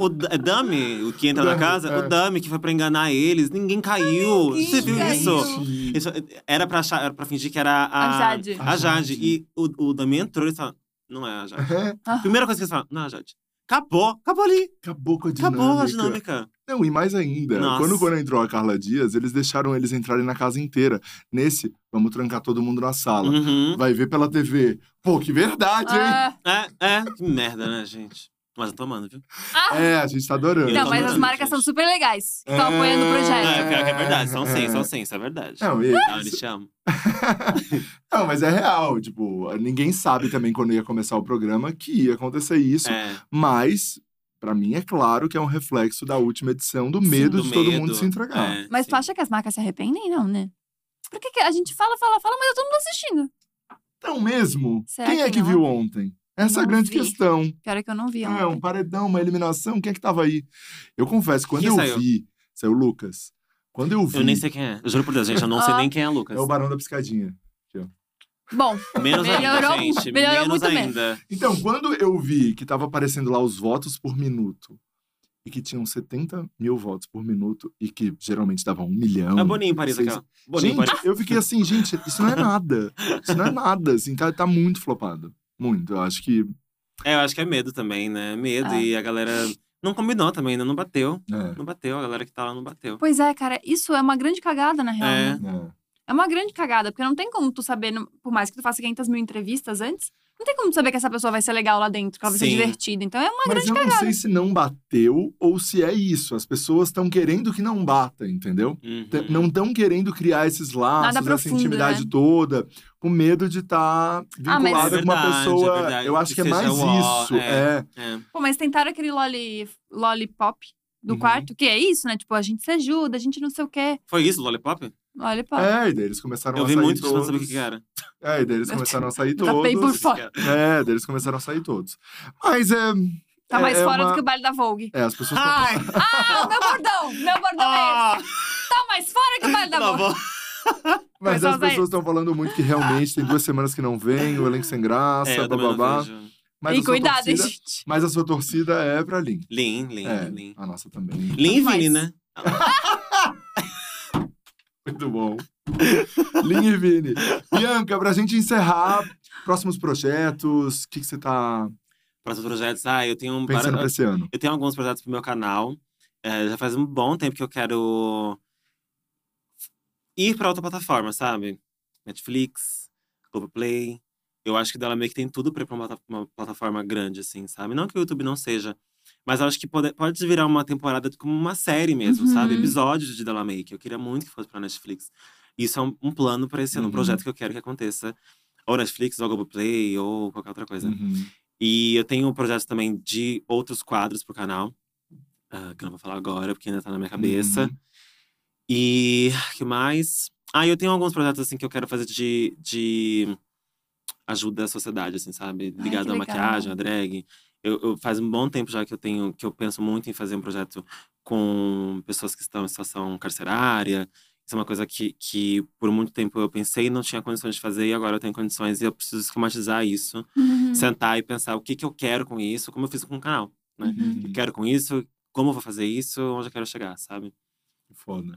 o, o D- é Dami, o que entra na Dami, casa, é. o Dami que foi pra enganar eles, ninguém caiu. Ninguém Você viu caiu. isso? É Isso, Era pra, achar, era pra fingir que era a, A Jade. a Jade. E o, o Dami entrou e falou: não é a Jade. É, Primeira coisa que eles falam, não é a Jade. Acabou, acabou ali. acabou com a dinâmica. Acabou a dinâmica. Não, e mais ainda, Nossa. quando, quando entrou a Carla Dias, eles deixaram eles entrarem na casa inteira. Nesse, vamos trancar todo mundo na sala. Uhum. Vai ver pela TV. Pô, que verdade, hein? Ah, É, é, que merda, né, gente? Mas eu tô amando, viu? É, a gente tá adorando. não, Eu tô então, mas amando, as marcas gente. são super legais. que Estão apoiando o É, projeto. pior que é verdade, são sim, são sim, isso é verdade. Não, e- Não, eles te amam. não, mas é real. Tipo, ninguém sabe também quando ia começar o programa que ia acontecer isso. É. Mas, pra mim, é claro que é um reflexo da última edição do Sim. medo do de todo medo. mundo se entregar. É, Mas sim. tu acha que as marcas se arrependem, não, né? Por que, que a gente fala, fala, fala, mas tá todo mundo assistindo? Então mesmo, Será quem é que que não? viu ontem? Essa é a Não grande vi. questão. Pior é que eu não vi. É, um ontem. paredão, uma eliminação, quem é que tava aí? Eu confesso, quando Quem eu saiu? vi, saiu o Lucas. Quando eu vi, Eu nem sei quem é. Eu juro por Deus, gente, eu não sei nem quem é Lucas. é o Barão da Piscadinha. Bom, (laughs) Menos Melhorou- ainda, (laughs) gente. melhorou menos muito mesmo. ainda. Então, quando eu vi que tava aparecendo lá os votos por minuto, e que tinham 70 mil votos por minuto, e que geralmente dava um milhão. É Boninho em Paris, Vocês- aquela. Boninho em gente, Paris. eu fiquei assim, gente, isso não é nada. Isso (laughs) não é nada, assim, tá, tá muito flopado. Muito, eu acho que... É, eu acho que é medo também, né? Medo. Ah. E a galera não combinou também, né? Não bateu. É, Não bateu. A galera que tá lá não bateu. pois é, cara, isso é uma grande cagada, na real. É. né? é. é uma grande cagada, porque não tem como tu saber, não- por mais que tu faça 500 mil entrevistas antes, não tem como tu saber que essa pessoa vai ser legal lá dentro, que ela vai ser Sim. divertida. Então é uma Mas grande eu não sei se não bateu ou se é isso. As pessoas estão querendo que não bata, entendeu? Uhum. T- Não estão querendo criar esses laços, Nada essa profundo, intimidade né? toda, com medo de estar Ah, mas- vinculada É com uma verdade, pessoa. é verdade, eu acho que que é seja mais o ó, isso. é. É. É. Pô, mas tentaram aquele lolli, lollipop do Uhum. quarto, que é isso, né? Tipo, a gente se ajuda, a gente não sei o quê. Foi isso, Lollipop? Lollipop. É, e daí eles começaram eu a vi sair muito, todos. não sabia o que que era. É, e daí eles começaram (laughs) a sair Tá bem por todos. fora. É, daí eles começaram a sair todos. Mas é. Tá é- mais é fora uma- do que o baile da (laughs) Vogue. É, as pessoas (laughs) estão. Ai! Ah, o meu bordão! Meu bordão é Ah! esse. Tá mais fora que o baile da Tá Vogue. bom. Mas Pessoal, as pessoas estão falando muito que realmente tem duas semanas que não vem, o elenco sem graça, É, eu também não bababá. vejo. Mas a e sua cuidado, hein, torcida- gente. Mas a sua torcida é pra Lin. Lin, Lin, É, Lin. a nossa também. Lin e Mas- Vini, né? Muito bom. Lin e Vini. Bianca, pra gente encerrar, próximos projetos, o que, que você tá Para os projetos, ah, eu tenho um. pensando pra esse ano? Eu tenho alguns projetos pro meu canal. É, já faz um bom tempo que eu quero ir pra outra plataforma, sabe? Netflix, Globoplay. Eu acho que dela meio que tem tudo pra ir pra uma, plata- uma plataforma grande, assim, sabe? Não que o YouTube não seja. Mas eu acho que pode, pode virar uma temporada como uma série mesmo, Uhum. sabe? Episódios de Della Make. Eu queria muito que fosse pra Netflix. Isso é um, um plano pra esse ano, um Uhum. projeto que eu quero que aconteça. Ou Netflix, ou Globoplay, ou qualquer outra coisa. Uhum. E eu tenho um projeto também de outros quadros pro canal. ah, que eu não vou falar agora, porque ainda tá na minha cabeça. Uhum. E que mais? Ah, eu tenho alguns projetos assim que eu quero fazer de, de ajuda à sociedade, assim, sabe? Ai, Ligado que à legal. maquiagem, à drag. Eu, eu- faz um bom tempo já que eu tenho, que eu penso muito em fazer um projeto com pessoas que estão em situação carcerária. Isso é uma coisa que, que por muito tempo eu pensei e não tinha condições de fazer, e agora eu tenho condições e eu preciso esquematizar isso, Uhum. sentar e pensar o que, que eu quero com isso, como eu fiz com o canal. né? Uhum. O que eu quero com isso, como eu vou fazer isso, onde eu quero chegar, sabe? Foda.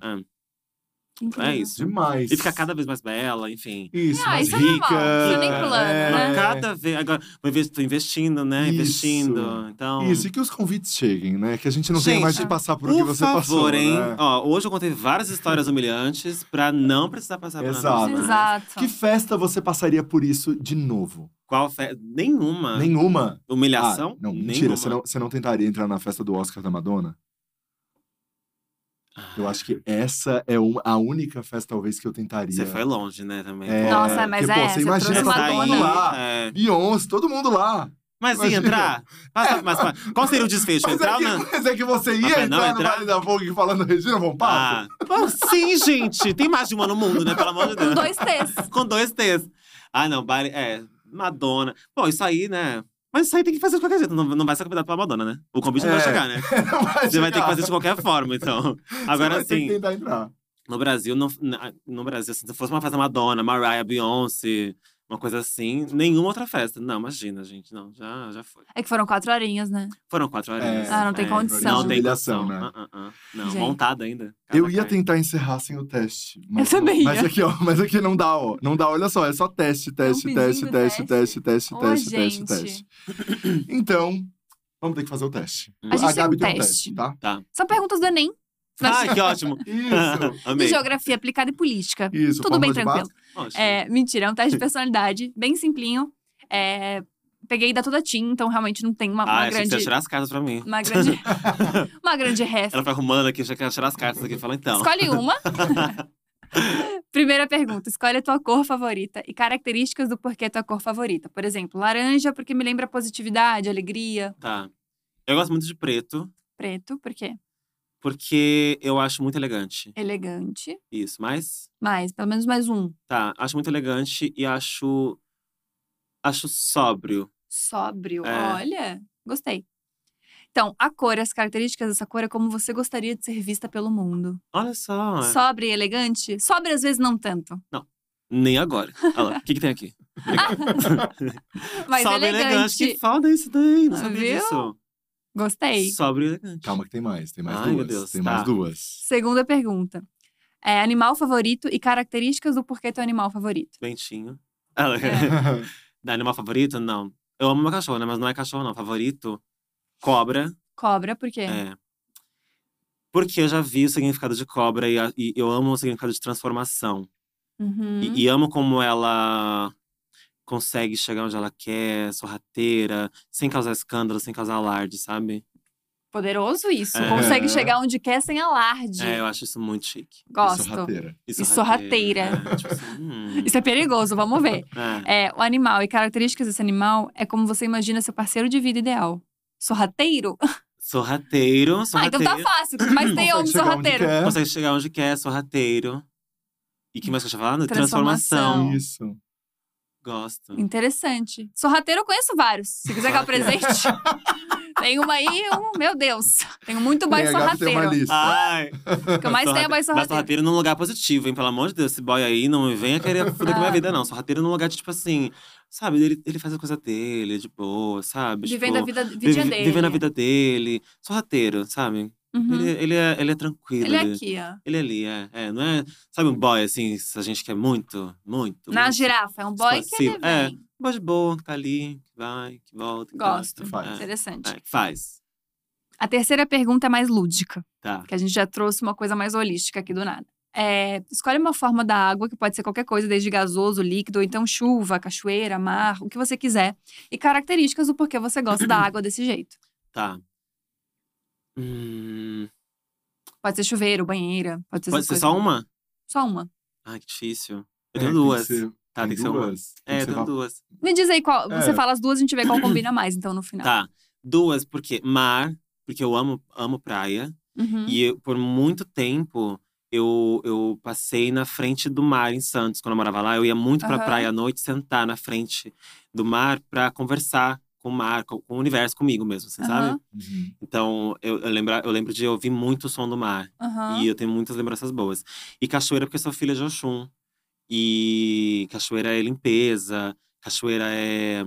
Que incrível. Uhum. É isso. Demais. E fica cada vez mais bela, enfim. Isso, Ah, mais isso é normal, rica. isso nem plano, né? Cada vez. Agora, vou investir, tô investindo, né? É. Isso. Investindo. Então. Isso, e que os convites cheguem, né? Que a gente não tenha Gente, mais de passar por, Por o que você favor, passou, hein? né? Ó, hoje eu contei várias histórias humilhantes pra não precisar passar por nada Exato. disso, né? Exato. Ah, é Que festa você passaria por isso de novo? Qual fe... Nenhuma. Nenhuma? Ah, Humilhação? não, mentira. Nenhuma. Você não, você não tentaria entrar na festa do Oscar da Madonna? Eu acho que essa é uma- a única festa, talvez, que eu tentaria. Ah. Você foi longe, né? Também. É, Nossa, mas porque, é, pô, você você imagina trouxe uma tá todo mundo dona. lá. é. Beyoncé, todo mundo lá. Mas se Imagina. entrar? Passa- mas pa- qual seria o desfecho? Mas é, Entrar ou não? que, mas é que você ia Mas não entrar, no entrar? Vale da Vogue falando Regina Vompato? Ah, bom, sim, gente. Tem mais de uma no mundo, né? Pelo amor de Com Deus. dois T's. Com dois T's. Ah, não, Bari, é, Madonna. Bom, isso aí, né? Mas isso aí tem que fazer de qualquer jeito. Não, não vai ser convidado pela Madonna, né? O convite não É. vai chegar, né? (laughs) Você vai ter que fazer de qualquer forma, então. Você Agora, vai ter que assim, tentar entrar. no Brasil, não- na- no Brasil, assim, se fosse uma festa Madonna, Mariah, Beyoncé, uma coisa assim, nenhuma outra festa. Não, imagina, gente. Não, já, já foi. É que foram quatro horinhas, né? Foram quatro horas. É. Ah, não tem condição. Não tem Humilhação, condição, né? né? Não, Gente. montada ainda. Eu ia ter. tentar encerrar sem o teste. Mas Eu também Mas ia. aqui, ó. Mas aqui não dá, ó. Não dá. Olha só, é só teste, teste, pedindo teste, teste, teste, teste. teste, Ô, teste, teste, gente. teste. Então, vamos ter que fazer o teste. A A gente tem Gabi um tem um teste. (laughs) tá? São perguntas do Enem, Ah, que ótimo. Isso. de (laughs) Amei. geografia aplicada e política. Isso. Tudo bem fórmula de Bhaskara. tranquilo. Ótimo. É, mentira, é um teste de personalidade, bem simplinho. É, peguei da toda Tim, então realmente não tem uma, uma Ah, achei que você ia grande. tirar as cartas pra mim. Uma grande. (laughs) uma grande ref. Ela foi arrumando aqui, já quer tirar as cartas aqui. Fala, então. Escolhe uma. (laughs) Primeira pergunta: escolhe a tua cor favorita e características do porquê tua cor favorita. Por exemplo, laranja, porque me lembra positividade, alegria. Tá. Eu gosto muito de preto, Preto, porque porque eu acho muito elegante. elegante. Isso, mas. Mais, pelo menos mais um. Tá, acho muito elegante e acho. Acho sóbrio. Sóbrio. É. Olha, gostei. Então, a cor, as características dessa cor é como você gostaria de ser vista pelo mundo. Olha só. é. Sóbrio e elegante? Sóbrio às vezes não tanto. Nem agora. Olha lá, o que, que (laughs) tem aqui? Mas sóbrio e elegante. Que foda isso daí, não Ah, sabia viu? disso. Gostei. Sóbrio e elegante. Calma que tem mais, tem mais Ai, duas. meu Deus, tem tá. (laughs) mais duas. Segunda pergunta. É, animal favorito e características do porquê teu animal favorito. Bentinho. Ela- (laughs) É. Da animal favorito? Não. Eu amo meu cachorro, né? Mas não é cachorro, não. Favorito? Cobra. Cobra, por quê? É. Porque eu já vi o significado de cobra e, a- e eu amo o significado de transformação. Uhum. E- E, amo como ela consegue chegar onde ela quer, sorrateira, sem causar escândalo, sem causar alarde, sabe? Poderoso isso. É. Consegue chegar onde quer sem alarde. É, eu acho isso muito chique. Gosto. Sorrateira. E sorrateira. É, tipo assim, (laughs) hum, Isso é perigoso, vamos ver. é. É, o animal e características desse animal é como você imagina seu parceiro de vida ideal. Sorrateiro? Sorrateiro, Ah, então sorrateiro. tá fácil. Mas tem homem Consegue chegar onde sorrateiro. quer. Consegue chegar onde quer, sorrateiro. E que mais que eu estava falando? Transformação. Transformação. Isso. Gosto. Interessante. Sorrateiro eu conço vários. Se quiser ganhar presente. tem uma aí, um, meu Deus. Tenho muito mais Tem, a Gabi tem uma sorrateiro. lista. Ai, O que eu mais tenho é mais Mas sorrateiro. sorrateiro num lugar positivo, hein? Pelo amor de Deus, esse boy aí não (laughs) venha querer foder com a minha Ah. vida, não. Sorrateiro num lugar de, tipo assim, sabe? Ele, ele faz a coisa dele, de boa, sabe? Vivendo a tipo, vida, vidinha vive- dele. Vivendo a vida dele. Sorrateiro, sabe? Uhum. Ele, ele é, ele é tranquilo. Ele é ele- aqui, ó. ele é ali, é, é. Não é, sabe, um boy assim, se a gente quer muito, muito. Na muito. girafa, é um boy que ele Tipo, Expansivo. É. vem. Um boy de boa, que tá ali, que vai, que volta. Que Gosto. Faz. É, Interessante. é, que faz. A terceira pergunta é mais lúdica, Tá. que a gente já trouxe uma coisa mais holística aqui do nada. é, escolhe uma forma da água, que pode ser qualquer coisa, desde gasoso, líquido, ou então chuva, cachoeira, mar, o que você quiser. E características do porquê você gosta da água desse jeito. Tá. Hum, Pode ser chuveiro, banheira, pode ser pode essas ser coisas. assim. só uma? Só uma. Ai, que difícil. É, Eu tenho tem duas. que ser- Tá, tem que ser uma. duas. Tem É, que ser tenho rápido. duas. Me diz aí qual. É. Você fala as duas, a gente vê (clears throat) qual combina mais, então, no final. Tá. Duas, porque mar, porque eu amo, amo praia. Uhum. E eu- por muito tempo eu, eu passei na frente do mar em Santos, quando eu morava lá. Eu ia muito pra Aham. praia à noite sentar na frente do mar pra conversar com o mar, com, com o universo, comigo mesmo, assim, Aham. sabe? Uhum. Então eu, eu, lembra, eu lembro de ouvir muito o som do mar. Aham. E eu tenho muitas lembranças boas. E cachoeira, porque eu sou filha de Oxum. E cachoeira é limpeza, cachoeira é,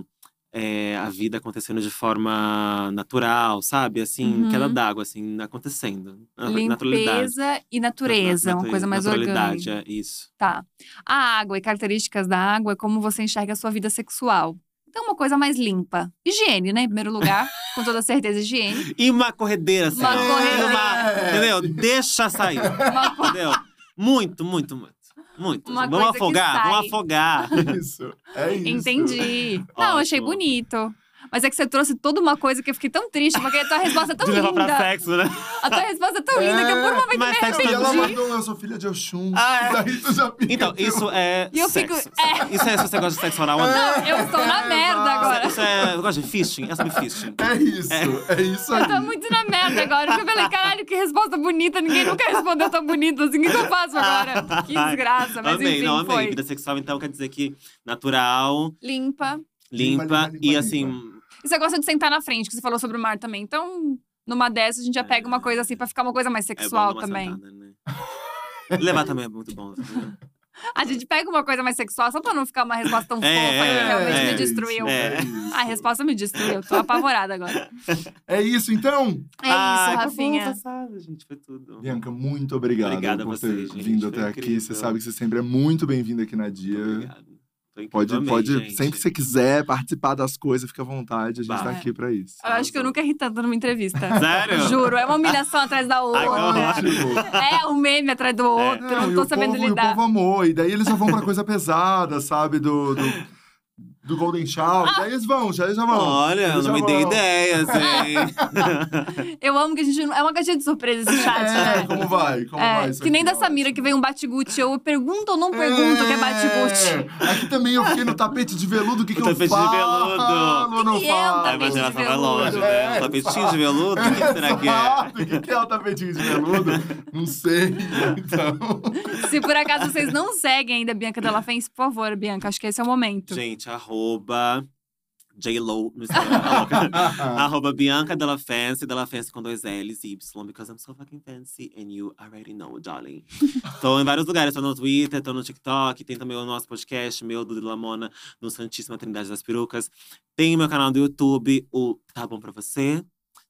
é a vida acontecendo de forma natural, sabe? Assim, Uhum. queda d'água, assim, acontecendo. Na- Naturalidade. Limpeza e natureza, Natu- uma coisa mais Naturalidade, orgânica. é isso. Tá. A água e características da água é como você enxerga a sua vida sexual. Então, uma coisa mais limpa. Higiene, né? Em primeiro (laughs) lugar, com toda certeza, higiene. E uma corredeira, assim. Uma ó. corredeira. Uma- entendeu? Deixa sair, Uma co- entendeu? Muito, muito, muito. Muito. Uma vamos coisa que afogar, sai. vamos afogar. Isso. É isso. (laughs) Entendi. Não, Ótimo. achei bonito. Mas é que você trouxe toda uma coisa que eu fiquei tão triste, porque a tua resposta é tão (laughs) De levar pra linda. sexo, né? A tua resposta é tão linda que eu por um momento Mas sexo E ela também. mandou, eu sou filha de Oxum. Ah, é. Daí tu já fica, Então, tipo, isso é. E eu sexo. fico- é. Isso é se você gosta de sexo oral ou não. Não, eu estou na É, merda vai. agora. Isso é. Eu gosto de fishing? É sobre fishing. É isso, é, isso aí. Tá. Eu tô muito na merda agora. porque Eu falei, caralho, que resposta bonita. Ninguém nunca respondeu tão bonito assim. O que que eu faço (laughs) agora? Que desgraça. Mas amei, enfim, não, amei. foi. Vida sexual, então, quer dizer que natural, Limpa. limpa, Limpa, limpa, e limpa, assim. E você gosta de sentar na frente, que você falou sobre o mar também. Então, numa dessas, a gente já pega uma coisa assim pra ficar uma coisa mais é bom sexual dar uma também. sentada, né? Levar também é muito bom. A gente pega uma coisa mais sexual só pra não ficar uma resposta tão É, fofa é, que realmente é, me destruiu. isso, É. isso. A resposta me destruiu. Tô apavorada agora. É isso, então. É Ai, isso, tá Rafinha. bom, passado, gente, foi tudo. Bianca, muito obrigado Obrigado a por você, ter gente. vindo Foi até aqui. incrível. Você sabe que você sempre é muito bem-vinda aqui na Dia. Muito obrigado. Foi incrível, Pode, amei, pode gente. sempre que você quiser participar das coisas, fica à vontade. A gente tá Bah. aqui pra isso. Eu acho que eu nunca ri tanto numa entrevista. (laughs) (laughs) Sério? Juro, é uma humilhação atrás da outra. Agora. (laughs) É um meme atrás do outro, Não, não e tô o sabendo povo, e lidar. O povo amou. E daí eles já vão pra coisa pesada, sabe? Do, do, do Golden Shower. Daí eles vão, já, eles já vão. Olha, Eles já não me dei assim. vão. ideias, (laughs) hein? Eu amo que a gente. não- É uma caixinha de surpresa esse chat, É, né? como vai? Como É, vai? isso que nem aqui? da Samira que vem um batigute. Eu pergunto ou não É. pergunto que é batigute. Aqui também eu fiquei no tapete de veludo. O que, O que eu falo? tapete de veludo. Não Que que é um falo. A tapete de imaginação vai veludo. longe, né? É, Um tapetinho de veludo? O (laughs) que será que é? Exato. O que, que é o tapetinho de veludo? Não sei. (laughs) Então. Se por acaso vocês não seguem ainda a Bianca Della Fence, por favor, Bianca, acho que esse é o momento. Gente, arroba JLo no Instagram. (laughs) Tá louca? (laughs) arroba Bianca Della Fancy, Della Fancy com dois L's e Y, because I'm so fucking fancy and you already know, darling. (laughs) tô em vários lugares, tô no Twitter, tô no TikTok, tem também o nosso podcast, meu, do Lamona, no Santíssima Trindade das Perucas. Tem o meu canal do YouTube, o Tá Bom Pra Você.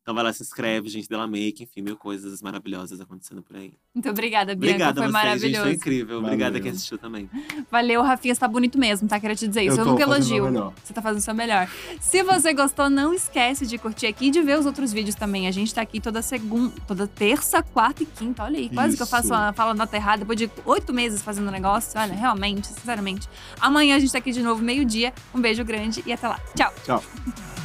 Então vai lá, se inscreve, gente, Della Make, enfim, mil coisas maravilhosas acontecendo por aí. Muito obrigada, Bianca. Obrigada foi a vocês, gente, maravilhoso. foi incrível. Obrigada Valeu. quem assistiu também. Valeu, Rafinha, você tá bonito mesmo, tá? Queria te dizer isso. Eu, tô nunca fazendo o elogio. melhor. Você tá fazendo o seu melhor. Se você gostou, não esquece de curtir aqui e de ver os outros vídeos também. A gente tá aqui toda segunda, toda terça, quarta e quinta. Olha aí, quase que eu Isso. faço uma fala nota errada depois de oito meses fazendo negócio. Olha, realmente, sinceramente. Amanhã a gente tá aqui de novo, meio-dia. Um beijo grande e até lá. Tchau! Tchau.